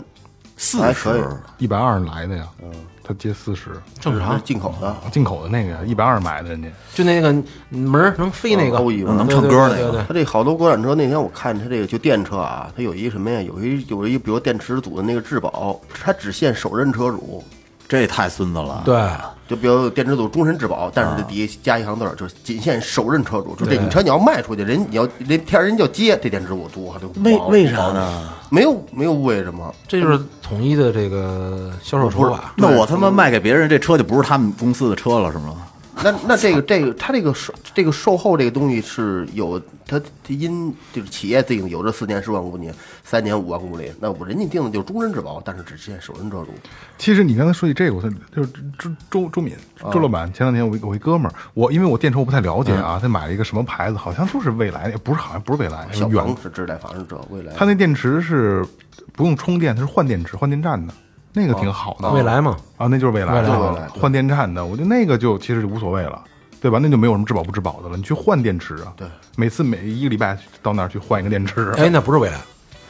[SPEAKER 4] 四
[SPEAKER 3] 还可以
[SPEAKER 4] 十，
[SPEAKER 2] 一百二来的呀，
[SPEAKER 3] 嗯
[SPEAKER 2] 他接四十，
[SPEAKER 5] 正常
[SPEAKER 3] 是，进口的，
[SPEAKER 2] 进口的那个一百二买的，人家
[SPEAKER 5] 就那个门儿能飞那个，
[SPEAKER 3] 嗯欧一吧
[SPEAKER 4] 能唱歌那个
[SPEAKER 5] 对对对对对
[SPEAKER 3] 它这好多国产车，那天我看它这个就电车啊，它有一个什么呀？有一有一比如电池组的那个质保，它只限首任车主，
[SPEAKER 4] 这也太孙子了。，
[SPEAKER 5] 对，
[SPEAKER 3] 就比如电池组终身质保，但
[SPEAKER 4] 啊
[SPEAKER 3] 是这底下加一行字儿，就是仅限首任车主。就这你车你要卖出去，人你要人天人家就接这电池，我租啊还得
[SPEAKER 4] 为为啥呢？
[SPEAKER 3] 没有没有为什么？
[SPEAKER 5] 这就是统一的这个销售手法。
[SPEAKER 4] 那我他妈卖给别人，这车就不是他们公司的车了，是吗？
[SPEAKER 3] 那那这个这个它这个售这个售后这个东西是有它它因就是企业定的，有这四年十万公里，三年五万公里，那我人家定的就是终身质保，但是只限首任车主。
[SPEAKER 2] 其实你刚才说起这个，我才就是周周周敏
[SPEAKER 3] 啊
[SPEAKER 2] 周老板，前两天我一我一哥们儿，我因为我电车我不太了解啊，他买了一个什么牌子，好像就是蔚来的，也不是好像不是蔚来，
[SPEAKER 3] 嗯小
[SPEAKER 2] 远
[SPEAKER 3] 鹏是这代，反正是这未来
[SPEAKER 2] 他那电池是不用充电，它是换电池、换电站的，那个挺好的。
[SPEAKER 5] 未来嘛，
[SPEAKER 3] 哦
[SPEAKER 2] 啊，那就是未来
[SPEAKER 5] 未来
[SPEAKER 2] 啊
[SPEAKER 3] 未来
[SPEAKER 2] 换电站的，我觉得那个就其实就无所谓了，对吧？那就没有什么质保不质保的了，你去换电池啊。
[SPEAKER 3] 对，
[SPEAKER 2] 每次每一个礼拜到那儿去换一个电池。啊
[SPEAKER 5] 哎，那不是未来，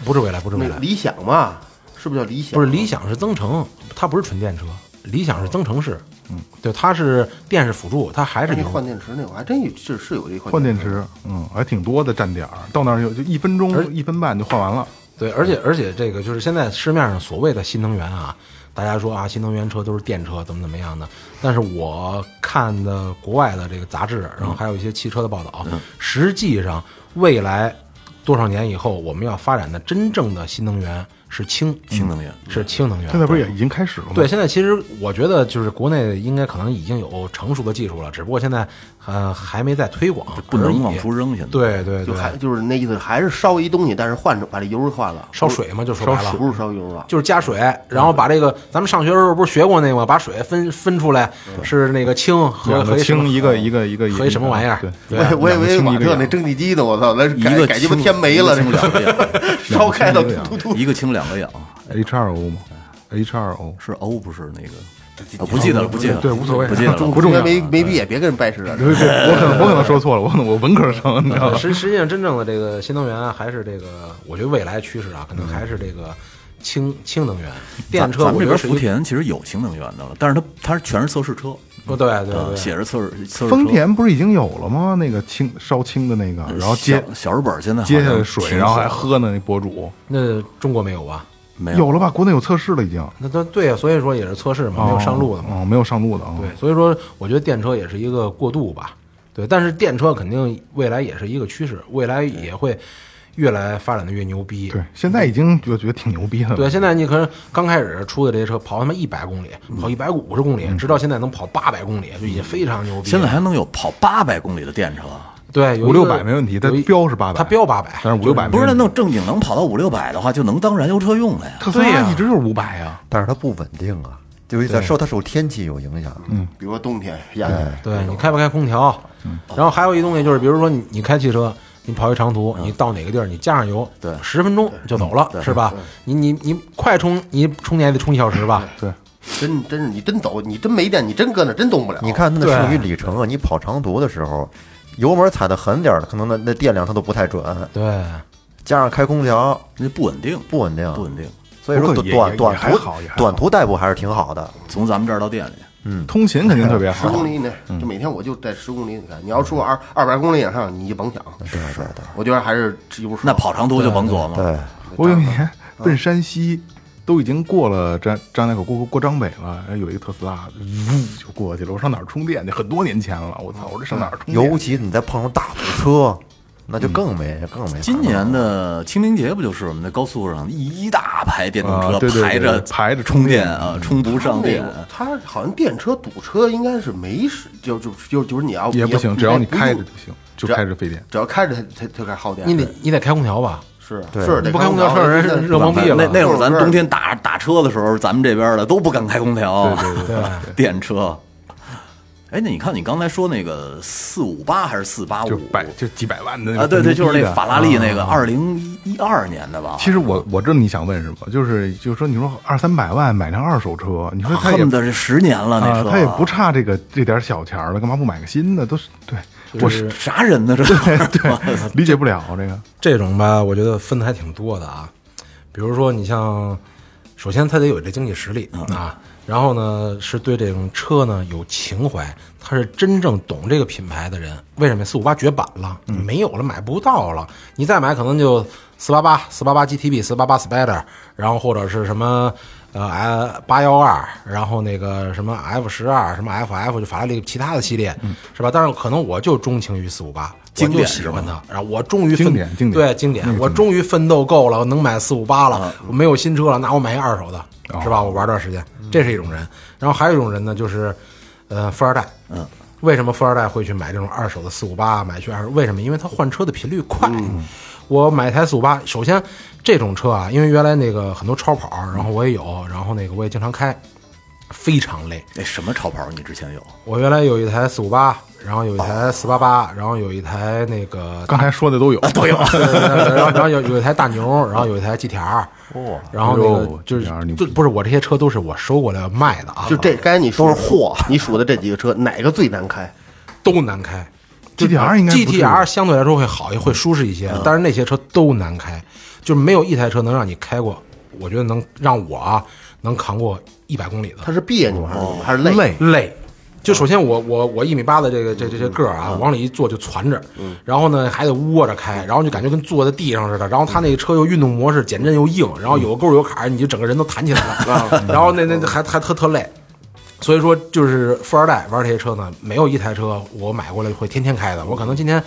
[SPEAKER 5] 不是未来，不是未
[SPEAKER 3] 那
[SPEAKER 5] 来，
[SPEAKER 3] 理想嘛，是不是叫理想？
[SPEAKER 5] 不是理想是增程，它不是纯电车，理想是增程式，嗯，对，它是电是辅助，它还是
[SPEAKER 3] 那你
[SPEAKER 5] 油。
[SPEAKER 3] 换电池那我还真有是是有这换
[SPEAKER 2] 换电池，嗯，还挺多的站点儿，到那儿就就一分
[SPEAKER 5] 哎
[SPEAKER 2] 钟、一分半就换完了。
[SPEAKER 5] 对，而且而且这个就是现在市面上所谓的新能源啊，大家说啊，新能源车都是电车，怎么怎么样的。但是我看的国外的这个杂志，
[SPEAKER 4] 嗯
[SPEAKER 5] 然后还有一些汽车的报道，实际上未来多少年以后，我们要发展的真正的新能源是氢嗯
[SPEAKER 4] 氢能源
[SPEAKER 5] 是氢能源。
[SPEAKER 2] 现在不是也已经开始了吗？
[SPEAKER 5] 对，现在其实我觉得就是国内应该可能已经有成熟的技术了，只不过现在呃还没在推广，
[SPEAKER 4] 不能往出扔现在
[SPEAKER 5] 对对
[SPEAKER 3] 就
[SPEAKER 5] 对，
[SPEAKER 3] 还就是那意思，还是烧一东西，但是换成把这油儿换了，
[SPEAKER 5] 烧水嘛，就说白了，
[SPEAKER 3] 不是烧油啊了，
[SPEAKER 5] 就是加水，然后把这个咱们上学的时候不是学过那个，把水分分出来是那个氢和
[SPEAKER 2] 两
[SPEAKER 5] 和
[SPEAKER 2] 个
[SPEAKER 5] 一什么哦
[SPEAKER 2] 氢一个一个一个一个
[SPEAKER 5] 和一什么玩意儿
[SPEAKER 2] 对，
[SPEAKER 3] 我以我以为
[SPEAKER 2] 两个
[SPEAKER 3] 马
[SPEAKER 2] 氢一个
[SPEAKER 3] 特那
[SPEAKER 2] 氧
[SPEAKER 3] 蒸汽机呢，我操，那
[SPEAKER 4] 一
[SPEAKER 3] 改
[SPEAKER 4] 个
[SPEAKER 3] 改鸡巴
[SPEAKER 4] 氢
[SPEAKER 3] 天没了，这不
[SPEAKER 4] 一个氢两个
[SPEAKER 3] 是烧开了，
[SPEAKER 2] 两个氢
[SPEAKER 3] 突突突
[SPEAKER 4] 氧，一个氢两个氧
[SPEAKER 2] H 二 O
[SPEAKER 5] 哎
[SPEAKER 2] 嘛，H 二 O
[SPEAKER 4] 是 O 不是那个，啊不记得了，不记得了，
[SPEAKER 2] 对无所谓
[SPEAKER 4] 啊不记得了，
[SPEAKER 3] 中
[SPEAKER 2] 不重要嗯
[SPEAKER 3] 学没没毕业，别跟人掰扯了。
[SPEAKER 2] 对对，我可能我可能说错了，我可能我文科生，你知道吧？
[SPEAKER 5] 实实际上，真正的这个新能源啊还是这个，我觉得未来趋势啊，可能还是这个 氢氢能源。电车
[SPEAKER 4] 咱咱
[SPEAKER 5] 我
[SPEAKER 4] 们这
[SPEAKER 5] 觉
[SPEAKER 4] 边
[SPEAKER 5] 得是
[SPEAKER 4] 福
[SPEAKER 5] 一，
[SPEAKER 4] 田其实有氢能源的了，但是它它是全是测试车，
[SPEAKER 5] 不哦对对
[SPEAKER 4] 啊，
[SPEAKER 5] 对，
[SPEAKER 4] 写着测试测试车。
[SPEAKER 2] 丰田不是已经有了吗？那个氢烧氢的那个，
[SPEAKER 5] 呃
[SPEAKER 2] 然后接
[SPEAKER 4] 小小日本现在好像
[SPEAKER 2] 接下来水，
[SPEAKER 4] 挺
[SPEAKER 2] 然后还
[SPEAKER 4] 火
[SPEAKER 2] 喝呢。那博主
[SPEAKER 5] 那中国没有吧？
[SPEAKER 4] 没
[SPEAKER 2] 有了吧？国内有测试了，已经
[SPEAKER 5] 那都对啊，所以说也是测试嘛，没有上路的嘛。
[SPEAKER 2] 哦，没有上路的啊。
[SPEAKER 5] 对，所以说我觉得电车也是一个过渡吧。对，但是电车肯定未来也是一个趋势，未来也会越来发展的越牛逼。
[SPEAKER 2] 对，现在已经觉得觉得挺牛逼 的了。
[SPEAKER 5] 对，现在你可能刚开始出的这些车跑他妈一百公里，
[SPEAKER 2] 嗯
[SPEAKER 5] 跑一百五十公里，直到现在能跑八百公里，就已经非常牛逼
[SPEAKER 4] 现
[SPEAKER 5] 了。
[SPEAKER 4] 在还能有跑八百公里的电车，
[SPEAKER 5] 对有一
[SPEAKER 2] 五
[SPEAKER 5] 个
[SPEAKER 2] 六百没问题，但
[SPEAKER 5] 有一
[SPEAKER 2] 标是八百，
[SPEAKER 5] 它标800
[SPEAKER 2] 但是五六百
[SPEAKER 4] 不是那弄正经能跑到五六百的话，就能当燃油车用了呀。
[SPEAKER 2] 特斯拉一直就是五百啊呀。
[SPEAKER 1] 但是它不稳定啊，就是它受它受天气有影响。嗯，
[SPEAKER 3] 比如说冬天、哎夏天，
[SPEAKER 5] 对你开不开空调，
[SPEAKER 2] 嗯
[SPEAKER 5] 然后还有一东西就是，比如说你你开汽车，你跑一长途，
[SPEAKER 2] 嗯
[SPEAKER 5] 你到哪个地儿你加上油，对，十分钟就走了，是吧？你你你快充，你充电也得充一小时吧？
[SPEAKER 2] 对，
[SPEAKER 3] 真真是你真走，你真没电，你真搁那真动不了。
[SPEAKER 1] 你看它
[SPEAKER 5] 对
[SPEAKER 1] 的
[SPEAKER 2] 嗯
[SPEAKER 1] 剩余里程啊，你跑长途的时候，油门踩的狠点儿，可能那那电量它都不太准，
[SPEAKER 5] 对，
[SPEAKER 1] 加上开空调
[SPEAKER 4] 那不稳定，
[SPEAKER 1] 不稳定，
[SPEAKER 4] 不稳定。
[SPEAKER 1] 所以说
[SPEAKER 2] 不过也
[SPEAKER 1] 短
[SPEAKER 2] 也
[SPEAKER 1] 短
[SPEAKER 2] 也还
[SPEAKER 1] 途
[SPEAKER 2] 好也还好
[SPEAKER 1] 短途代步还是挺好的。
[SPEAKER 4] 从咱们这儿到店里，
[SPEAKER 2] 通勤肯定特别
[SPEAKER 3] 十
[SPEAKER 2] 好
[SPEAKER 3] 公。里以内，就每天我就在十公里。你看，你要说二二百公里以上，你就甭想。是是，我觉得还是油
[SPEAKER 4] 那跑长途就甭琢磨了。
[SPEAKER 1] 对，
[SPEAKER 2] 我有一年奔山西，都已经过了张张家口，过过过张北了，然后有一个特斯拉，呜就过去了。我上哪儿充电去？很多年前了，我操！我这上哪儿充电？
[SPEAKER 1] 尤其你再碰上大堵车，那就更没更没法弄了。
[SPEAKER 4] 今年的清明节不就是我们在高速上一大排电动
[SPEAKER 2] 啊对对
[SPEAKER 4] 车
[SPEAKER 2] 对
[SPEAKER 4] 排着
[SPEAKER 2] 对排着充
[SPEAKER 4] 充
[SPEAKER 2] 电嗯
[SPEAKER 4] 电啊，充不上
[SPEAKER 3] 那
[SPEAKER 4] 电。啊
[SPEAKER 3] 个，它好像电车堵车应该是没事，就就就就是你要
[SPEAKER 2] 也不行，只要你开着
[SPEAKER 3] 用
[SPEAKER 2] 就行，就
[SPEAKER 3] 只要
[SPEAKER 2] 开着费电。
[SPEAKER 3] 只要开着它它它开始耗电。
[SPEAKER 5] 你得你得开空调吧？
[SPEAKER 3] 是
[SPEAKER 1] 对
[SPEAKER 3] 是
[SPEAKER 5] 你
[SPEAKER 3] 得
[SPEAKER 5] 不开空调
[SPEAKER 3] 调，
[SPEAKER 5] 让人
[SPEAKER 3] 真的
[SPEAKER 5] 热懵逼了
[SPEAKER 4] 那那会儿咱冬天打打车的时候，咱们这边的都不敢开空调，对对对，电车。哎，那你看你刚才说那个四五八还是四八
[SPEAKER 2] 就
[SPEAKER 4] 五
[SPEAKER 2] 百就几百万的那
[SPEAKER 4] 啊？对对，就是那
[SPEAKER 2] 个
[SPEAKER 4] 法拉利那个二零一二年的吧？
[SPEAKER 2] 其实我我知道你想问什么，就是就是说，你说二三百万买辆二手车，你说他也
[SPEAKER 4] 啊恨不得是十年了，那
[SPEAKER 2] 啊，
[SPEAKER 4] 车
[SPEAKER 2] 他也不差这个这点小钱儿了，干嘛不买个新的？都是对我 是
[SPEAKER 4] 啥人呢，这 对
[SPEAKER 2] 理解不了这个。
[SPEAKER 5] 这种吧，我觉得分的还挺多的啊。比如说，你像，首先他得有这经济实力啊，然后呢是对这种车呢有情怀，他是真正懂这个品牌的人。为什么四五八绝版了，没有了，买不到了，你再买可能就四八八、四八八 GTB、四八八 Spider，然后或者是什么。呃八幺二，然后那个什么 F 十二，什么 FF，就法拉利其他的系列，是吧？但是可能我就钟情于四五八，嗯我
[SPEAKER 4] 经
[SPEAKER 5] 就
[SPEAKER 4] 典
[SPEAKER 5] 喜
[SPEAKER 4] 是吧
[SPEAKER 5] 欢它，然后我终于奋
[SPEAKER 2] 经典经典嗯
[SPEAKER 5] 对经典，我终于奋斗够了，我能买四五八了，我没有新车了，那我买一二手的，
[SPEAKER 2] 哦
[SPEAKER 5] 是吧？我玩段时间，
[SPEAKER 2] 嗯
[SPEAKER 5] 这是一种人。然后还有一种人呢，就是，呃，富二代，嗯，为什么富二代会去买这种二手的四五八，买去二手？为什么？因为他换车的频率快。
[SPEAKER 2] 嗯
[SPEAKER 5] 我买台四五八，首先这种车啊，因为原来那个很多超跑，然后我也有，然后那个我也经常开，非常累。
[SPEAKER 4] 那什么超跑你之前有？
[SPEAKER 5] 我原来有一台四五八，然后有一台四八八，然后有一台那个
[SPEAKER 2] 刚才说的都有，都有。
[SPEAKER 5] 对对对然后然后有有一台大牛，然后有一台 GTR，然后那
[SPEAKER 2] 哟
[SPEAKER 5] 个就是
[SPEAKER 2] GTR 牛逼
[SPEAKER 5] 就不是我这些车都是我收过来卖的啊，
[SPEAKER 3] 就这该你说都是货，你数的这几个车哪个最难开？
[SPEAKER 5] 都难开。
[SPEAKER 2] GTR 应该不至于
[SPEAKER 5] GTR 相对来说会好一会舒适一些，但是那些车都难开，就是没有一台车能让你开过，我觉得能让我啊能扛过一百公里的。
[SPEAKER 3] 它是别扭还是还是累？
[SPEAKER 5] 累。就首先我我我一米八的这个这这些个儿啊，往里一坐就攒着，然后呢还得窝着开，然后就感觉跟坐在地上似的。然后他那个车又运动模式，减震又硬，然后有沟有坎儿，你就整个人都弹起来了。 然后那那那还还特特累，所以说就是富二代玩这些车呢，没有一台车我买过来会天天开的。我可能今天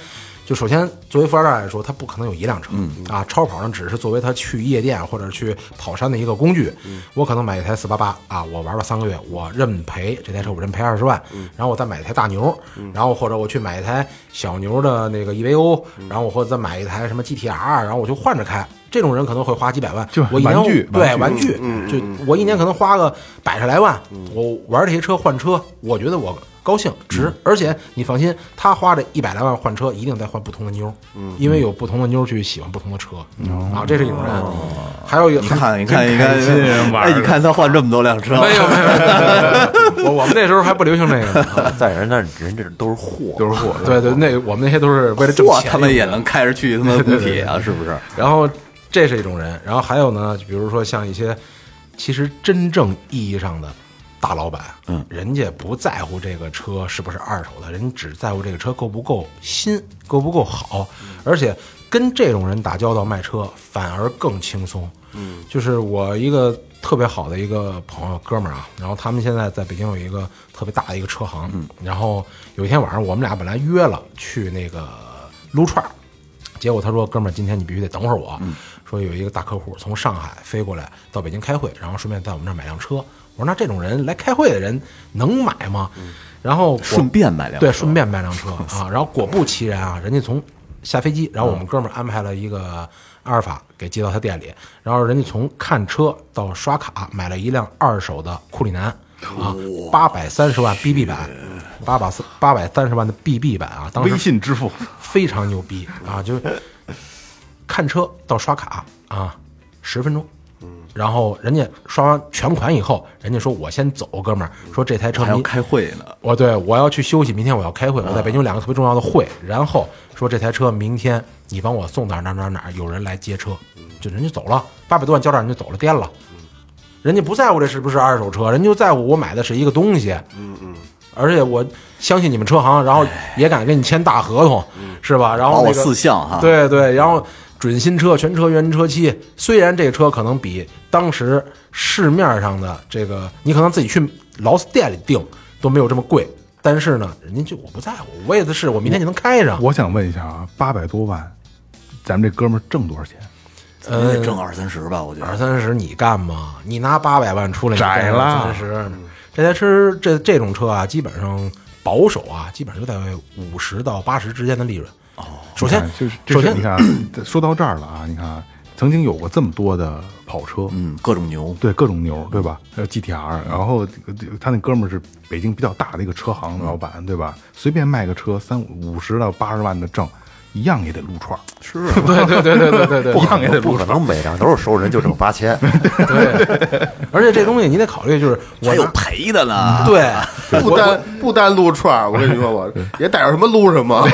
[SPEAKER 5] 就就首先作为富二代来说，他不可能有一辆车、
[SPEAKER 2] 嗯
[SPEAKER 5] 啊，超跑呢只是作为他去夜店或者去跑山的一个工具。
[SPEAKER 2] 嗯
[SPEAKER 5] 我可能买一台四八八啊，我玩了三个月，我认赔这台车，我认赔二十万，
[SPEAKER 2] 嗯
[SPEAKER 5] 然后我再买一台大牛，然后或者我去买一台小牛的那个 EVO，然
[SPEAKER 2] 嗯
[SPEAKER 5] 后我或者再买一台什么 GTR，然后我就换着开。这种人可能会花几百万，
[SPEAKER 2] 就是
[SPEAKER 5] 我一年
[SPEAKER 2] 玩具
[SPEAKER 5] 对
[SPEAKER 2] 玩
[SPEAKER 5] 玩具，
[SPEAKER 4] 嗯
[SPEAKER 5] 就我一年可能花个百十来万，我玩这些车换车，我觉得我高兴
[SPEAKER 4] 嗯
[SPEAKER 5] 值。而且你放心，他花这一百来万换车，一定在换不同的妞儿，
[SPEAKER 4] 嗯
[SPEAKER 5] 因为有不同的妞儿去喜欢不同的车啊，这是一种人。 还有一个
[SPEAKER 4] 哦你看，你看，你
[SPEAKER 2] 啊
[SPEAKER 4] 看，哎，你看他换这么多辆车，
[SPEAKER 2] 哎
[SPEAKER 5] 没有没有，没有 我我们那时候还不流行那 个呢。
[SPEAKER 1] 在人那儿人这都是 货，
[SPEAKER 2] 都是货。
[SPEAKER 5] 对对，那我们那些都是为了挣
[SPEAKER 4] 哇，
[SPEAKER 5] 钱。
[SPEAKER 4] 他们也能开着去他妈工体啊，是不是？
[SPEAKER 5] 然后这是一种人，然后还有呢，就比如说像一些其实真正意义上的大老板，嗯，人家不在乎这个车是不是二手的，人只在乎这个车够不够新，够不够好，而且跟这种人打交道卖车反而更轻松。嗯，就是我一个特别好的一个朋友哥们儿啊，然后他们现在在北京有一个特别大的一个车行，嗯，然后有一天晚上我们俩本来约了去那个撸串儿。结果他说：“哥们儿，今天你必须得等会儿我。
[SPEAKER 4] 嗯
[SPEAKER 5] 说有一个大客户从上海飞过来到北京开会，然后顺便在我们这儿买辆车。我说：“那这种人来开会的人能买吗？”然后果
[SPEAKER 4] 嗯顺便买辆
[SPEAKER 5] 对，
[SPEAKER 4] 车
[SPEAKER 5] 顺便买辆车啊。然后果不其然啊，人家从下飞
[SPEAKER 4] 嗯
[SPEAKER 5] 机，然后我们哥们儿安排了一个阿尔法给接到他店里，然后人家从看车到刷卡买了一辆二手的库里南啊，八百三十万 BB 版，八百四八百三十万的 BB 版啊，当时
[SPEAKER 2] 微信支付，
[SPEAKER 5] 非常牛逼啊！就是看车到刷卡啊，十分钟。
[SPEAKER 4] 嗯
[SPEAKER 5] 然后人家刷完全款以后，人家说我先走，哥们儿，说这台车
[SPEAKER 4] 还要
[SPEAKER 5] 明
[SPEAKER 4] 开会呢，
[SPEAKER 5] 我对我要去休息，明天我要开会，我
[SPEAKER 4] 嗯
[SPEAKER 5] 在北京有两个特别重要的会，然后说这台车明天你帮我送哪儿哪儿哪儿哪儿，有人来接车，就人就走了，八百多万交账人就走了，颠了，
[SPEAKER 4] 嗯
[SPEAKER 5] 人家不在乎这是不是二手车，人就在乎我买的是一个东西，嗯嗯，而且我相信你们车行，然后也敢跟你签大合同，是吧？然
[SPEAKER 4] 把哎
[SPEAKER 5] 后
[SPEAKER 4] 嗯我
[SPEAKER 5] 那个
[SPEAKER 4] 四项哈，，
[SPEAKER 5] 对对，然后准新车、全车原车漆，虽然这车可能比当时市面上的这个，你可能自己去劳斯店里订都没有这么贵，但是呢，人家就我不在乎，我也是我明天就能开上。
[SPEAKER 2] 我想问一下啊，八百多万，咱们这哥们儿挣多少钱？
[SPEAKER 4] 得挣二三十吧，我觉
[SPEAKER 5] 二
[SPEAKER 4] 得。
[SPEAKER 5] 三十你干嘛？你拿八百万出来
[SPEAKER 2] 窄
[SPEAKER 5] 了，
[SPEAKER 2] 了
[SPEAKER 5] 二三十，这台车这这种车啊，基本上保守啊，基本上就在五十到八十之间的利润。哦，首先
[SPEAKER 2] 哎就是，这
[SPEAKER 5] 首
[SPEAKER 2] 是
[SPEAKER 5] 先
[SPEAKER 2] 你 看啊，说到这儿了啊，你看啊，曾经有过这么多的跑车，
[SPEAKER 4] 嗯，各种牛，
[SPEAKER 2] 对各种牛，对吧？呃，GTR，然后这个他那哥们儿是北京比较大的一个车行的老板，对吧？随便卖个车三五十到八十万的挣，一样也得撸串儿，
[SPEAKER 5] 对对对对对对对，
[SPEAKER 2] 一样也得撸
[SPEAKER 1] 不
[SPEAKER 2] 串
[SPEAKER 1] 可
[SPEAKER 2] 儿。
[SPEAKER 1] 能每辆都是熟人就挣八千，
[SPEAKER 5] 对，而且这东西你得考虑，就是我
[SPEAKER 4] 还有
[SPEAKER 5] 拿
[SPEAKER 4] 赔的呢。
[SPEAKER 5] 啊对，
[SPEAKER 3] 不单不单撸串儿，我跟你说吧，也逮着什么撸什么。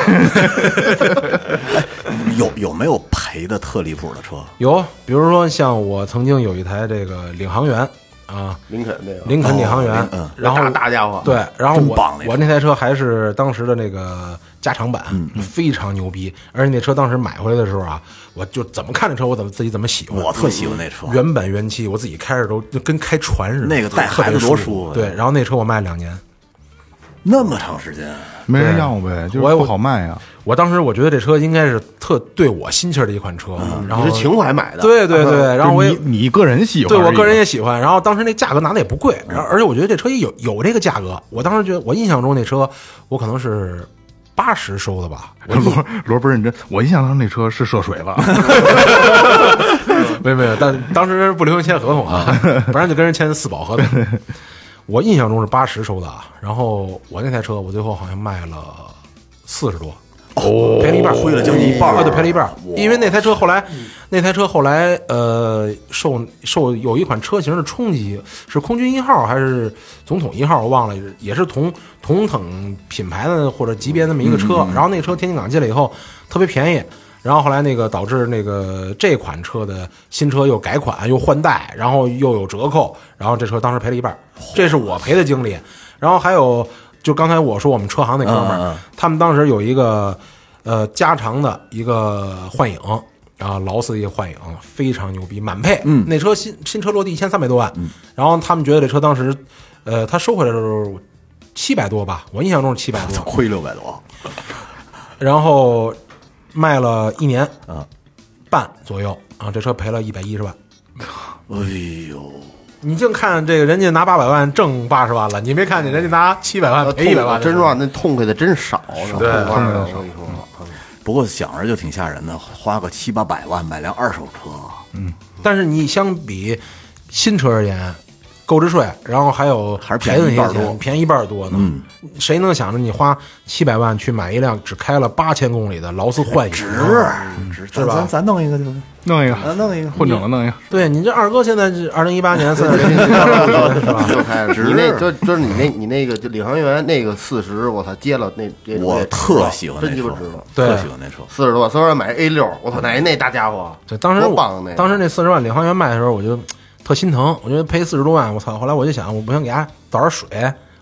[SPEAKER 4] 有有没有赔的特离谱的车？
[SPEAKER 5] 有，比如说像我曾经有一台这个领航员啊，
[SPEAKER 3] 林肯那个
[SPEAKER 5] 林肯领航员，然后
[SPEAKER 3] 大大家伙，
[SPEAKER 5] 对，然后
[SPEAKER 4] 哦真
[SPEAKER 5] 我
[SPEAKER 4] 棒那
[SPEAKER 5] 我那台车还是当时的那个加长版，
[SPEAKER 4] 嗯
[SPEAKER 5] 非常牛逼。而且那车当时买回来的时候啊，我就怎么看这车，我怎么自己怎么喜欢。
[SPEAKER 4] 我特喜欢那车，
[SPEAKER 5] 原版原漆，我自己开着都就跟开船似的，
[SPEAKER 4] 那个带
[SPEAKER 5] 特别
[SPEAKER 4] 孩子多舒
[SPEAKER 5] 舒
[SPEAKER 4] 服呀啊
[SPEAKER 5] 对，然后那车我卖了两年，
[SPEAKER 4] 那么长时间，
[SPEAKER 2] 没人要呗，就是
[SPEAKER 5] 我
[SPEAKER 2] 不好卖啊呀、
[SPEAKER 5] 我当时我觉得这车应该是特对我心气儿的一款车，然
[SPEAKER 4] 嗯
[SPEAKER 3] 你
[SPEAKER 5] 后
[SPEAKER 3] 是情怀买的，啊
[SPEAKER 5] 对对对，然后我也
[SPEAKER 2] 就是你你个人喜欢，
[SPEAKER 5] 对我个人也 喜欢。然后当时那价格拿的也不贵，然后而且我觉得这车也有有这个价格。我当时觉得我印象中那车我可能是八十收的吧， 我
[SPEAKER 2] 罗罗不认真，我印象当中那车是涉水了，
[SPEAKER 5] 没有没有，但当时不流行签合同啊， 不然就跟人签四保合同。 我印象中是八十收的啊，然后我那台车我最后好像卖了四十多，哦，赔了一半，
[SPEAKER 4] 亏了将近一半
[SPEAKER 5] 啊，对，赔了一半，因为那台车后来，那台车后来呃受受有一款车型的冲击，是空军一号还是总统一号，我忘了，也是同同等品牌的或者级别那么一个
[SPEAKER 4] 嗯
[SPEAKER 5] 车，然后那车天津港进来以后特别便宜。然后后来那个导致那个这款车的新车又改款又换代，然后又有折扣，然后这车当时赔了一半，这是我赔的经历。然后还有就刚才我说我们车行那哥们
[SPEAKER 4] 嗯
[SPEAKER 5] 儿，他们当时有一个呃加长的一个幻影。啊，劳斯一个幻影非常牛逼，满配。嗯，那车新新车落地一千三百多万，然后他们觉得这车当时，呃，他收回来的时候 七百多吧，我印象中是七百多。
[SPEAKER 4] 亏六百多，
[SPEAKER 5] 然后卖了一年啊半左右啊，这车赔了一百一十万。
[SPEAKER 4] 哎呦，
[SPEAKER 5] 你净看这个人家拿八百万挣八十万了，你没看见人家拿七百万赔一百万的时
[SPEAKER 3] 真
[SPEAKER 5] 候？
[SPEAKER 3] 说那痛快的真少，对，痛快的少。
[SPEAKER 4] 不过想着就挺吓人的，花个七八百万买辆二手车，
[SPEAKER 5] 但是你相比新车而言，购置税，然后还有
[SPEAKER 4] 还是
[SPEAKER 5] 赔
[SPEAKER 4] 便宜
[SPEAKER 5] 的那
[SPEAKER 4] 一半
[SPEAKER 5] 些
[SPEAKER 4] 多
[SPEAKER 5] 钱，便宜一半多呢。谁能想着你花七百万去买一辆只开了八千公里的劳斯幻影？
[SPEAKER 4] 值值，咱咱咱弄一个就
[SPEAKER 2] 弄一
[SPEAKER 4] 咱
[SPEAKER 2] 个，
[SPEAKER 4] 弄一个，
[SPEAKER 2] 混整了弄一个。
[SPEAKER 5] 对你这二哥现在是二零一八年四点零，是吧？
[SPEAKER 3] 就开始，你那就就是你那，你那个就领航员那个四十，我操，接了那这
[SPEAKER 4] 我特喜欢那
[SPEAKER 3] 真鸡巴
[SPEAKER 4] 车
[SPEAKER 3] 值了，，
[SPEAKER 5] 对
[SPEAKER 4] 特喜欢那车，
[SPEAKER 3] 四十多万，四十万买 A 六，我操，那那大家伙，
[SPEAKER 5] 对，当时
[SPEAKER 3] 多
[SPEAKER 5] 我
[SPEAKER 3] 棒那个，
[SPEAKER 5] 当时那四十万领航员卖的时候，我就特心疼，我觉得赔四十多万，我操！后来我就想，我不想给他倒点水，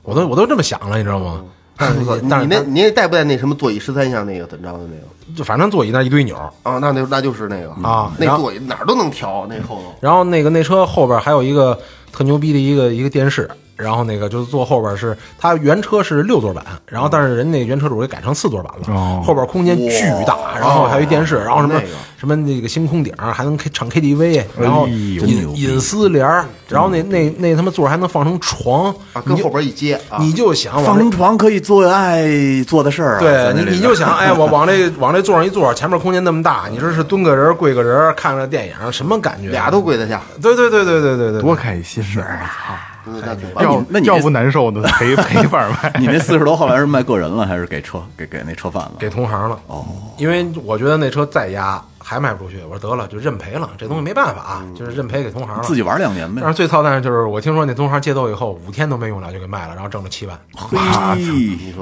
[SPEAKER 5] 我都我都这么想了，你知道吗？但是
[SPEAKER 3] 我操
[SPEAKER 5] 但
[SPEAKER 3] 你
[SPEAKER 5] 是
[SPEAKER 3] 那你那带不带那什么座椅十三项那个怎么着的那个？
[SPEAKER 5] 他就反正座椅那一堆钮儿，
[SPEAKER 3] 啊，那就那就是那个
[SPEAKER 5] 啊然
[SPEAKER 3] 那
[SPEAKER 5] 后
[SPEAKER 3] 座椅哪儿都能调，那后头
[SPEAKER 5] 然后那个那车后边还有一个特牛逼的一个一个电视，然后那个就是坐后边是它原车是六座版，然后但是人那原车主给改成四座版了，后边空间巨大，然后还有一电视，然后什么、
[SPEAKER 3] 哦那个哎
[SPEAKER 5] 什么那个星空顶还能 K 唱 KTV，然后隐隐私帘儿，然后那那那他妈座儿还能放成床，
[SPEAKER 3] 啊，跟后边一接啊，
[SPEAKER 5] 你就想
[SPEAKER 4] 放
[SPEAKER 5] 往这
[SPEAKER 4] 成床可以做爱做的事儿啊，在
[SPEAKER 5] 对
[SPEAKER 4] 那里啊
[SPEAKER 5] 你，你
[SPEAKER 4] 边
[SPEAKER 5] 就 想，哎，我 往这往这座上一坐，前面空间那么大，你说是蹲个人儿、跪个人儿，看个电影，什么感觉？啊
[SPEAKER 3] 俩都跪得下，
[SPEAKER 5] 对对对对对对对，
[SPEAKER 2] 多开心啊！
[SPEAKER 3] 嗯那挺棒。
[SPEAKER 2] 要
[SPEAKER 4] 那你。
[SPEAKER 2] 要不难受的赔赔一半卖
[SPEAKER 4] 你那四十多后来是卖个人了，还是给车给给那车贩子？
[SPEAKER 5] 给同行了。哦，因为我觉得那车再压还卖不出去，我说得了，就认赔了，这东西没办法啊，就是认赔给同行了。
[SPEAKER 4] 自己。玩两年呗
[SPEAKER 5] 但。是最操蛋的就是，我听说那同行接走以后，五天都没用了就给卖了，然后挣了七万。
[SPEAKER 4] 嘿，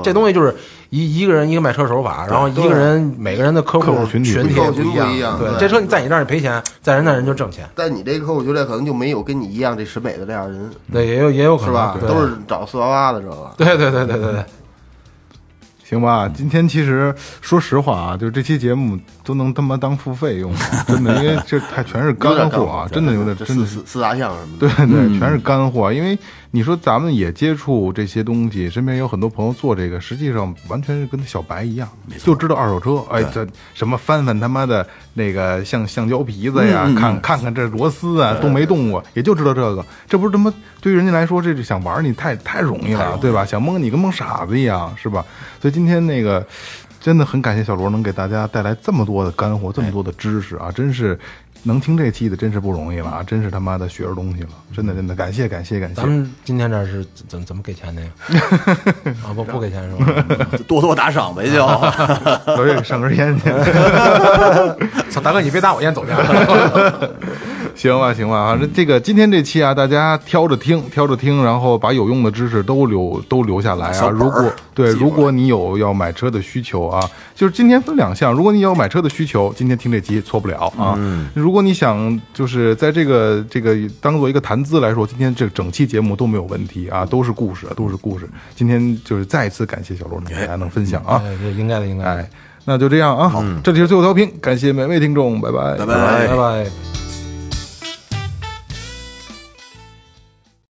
[SPEAKER 5] 这东西就是一一个人一个卖车手法，然后一个人每个人的客户
[SPEAKER 2] 客户群体
[SPEAKER 5] 群体
[SPEAKER 3] 客户
[SPEAKER 5] 不
[SPEAKER 3] 群
[SPEAKER 5] 一
[SPEAKER 3] 不一样
[SPEAKER 5] 对，
[SPEAKER 3] 对
[SPEAKER 5] 这车你在你这儿你赔钱，在人那儿人就挣钱，
[SPEAKER 3] 但你这个客户群体可能就没有跟你一样这审美的这样人，
[SPEAKER 5] 对，也有也有可
[SPEAKER 3] 是
[SPEAKER 5] 能
[SPEAKER 3] 吧？
[SPEAKER 5] 对
[SPEAKER 3] 都是找四八八的这个。
[SPEAKER 5] 对对对对对 对，
[SPEAKER 2] 行吧，今天其实说实话啊，就是这期节目都能他妈当付费用了，真的，因为这还全是
[SPEAKER 3] 有点
[SPEAKER 2] 干货啊，真的有点
[SPEAKER 3] 这
[SPEAKER 2] 真的
[SPEAKER 3] 四
[SPEAKER 2] 是
[SPEAKER 3] 四四大项什么的。
[SPEAKER 2] 对对，全是干货。因为你说咱们也接触这些东西，身边有很多朋友做这个，实际上完全是跟小白一样，就知道二手车。哎，这什么翻翻他妈的那个橡橡胶皮子呀，看看看这螺丝啊，动没动过，也就知道这个。这不是他妈对于人家来说，这是想玩你太太容易了，对吧？想蒙你跟蒙傻子一样，是吧？所以今天那个。真的很感谢小罗能给大家带来这么多的干货，这么多的知识啊！真是能听这期的，真是不容易了啊！
[SPEAKER 4] 嗯
[SPEAKER 2] 真是他妈的学着东西了，真的真的感谢感谢感谢
[SPEAKER 5] 咱！们今天这儿是怎怎么给钱的 呀？啊，不不给钱是吧？
[SPEAKER 4] 就多多打赏呗，就
[SPEAKER 2] 小月给上根 烟去。
[SPEAKER 5] 操，大哥你别打我烟走掉。
[SPEAKER 2] 行吧，行吧，反正这个今天这期啊，大家挑着听，挑着听，然后把有用的知识都留都留下来啊。
[SPEAKER 4] 小本儿
[SPEAKER 2] 如果对，
[SPEAKER 4] 记过
[SPEAKER 2] 如
[SPEAKER 4] 来
[SPEAKER 2] 果你有要买车的需求啊，就是今天分两项，如果你有买车的需求，今天听这期错不了啊。
[SPEAKER 4] 嗯
[SPEAKER 2] 如果你想就是在这个这个当做一个谈资来说，今天这整期节目都没有问题啊，都是故事，都是故事。今天就是再一次感谢小罗能给大家能分享啊，
[SPEAKER 5] 对对，应该的，应该的。
[SPEAKER 2] 嗯哎，那就这样啊，这里是最后调频，感谢每位听众，拜拜
[SPEAKER 4] 拜拜
[SPEAKER 5] 拜拜。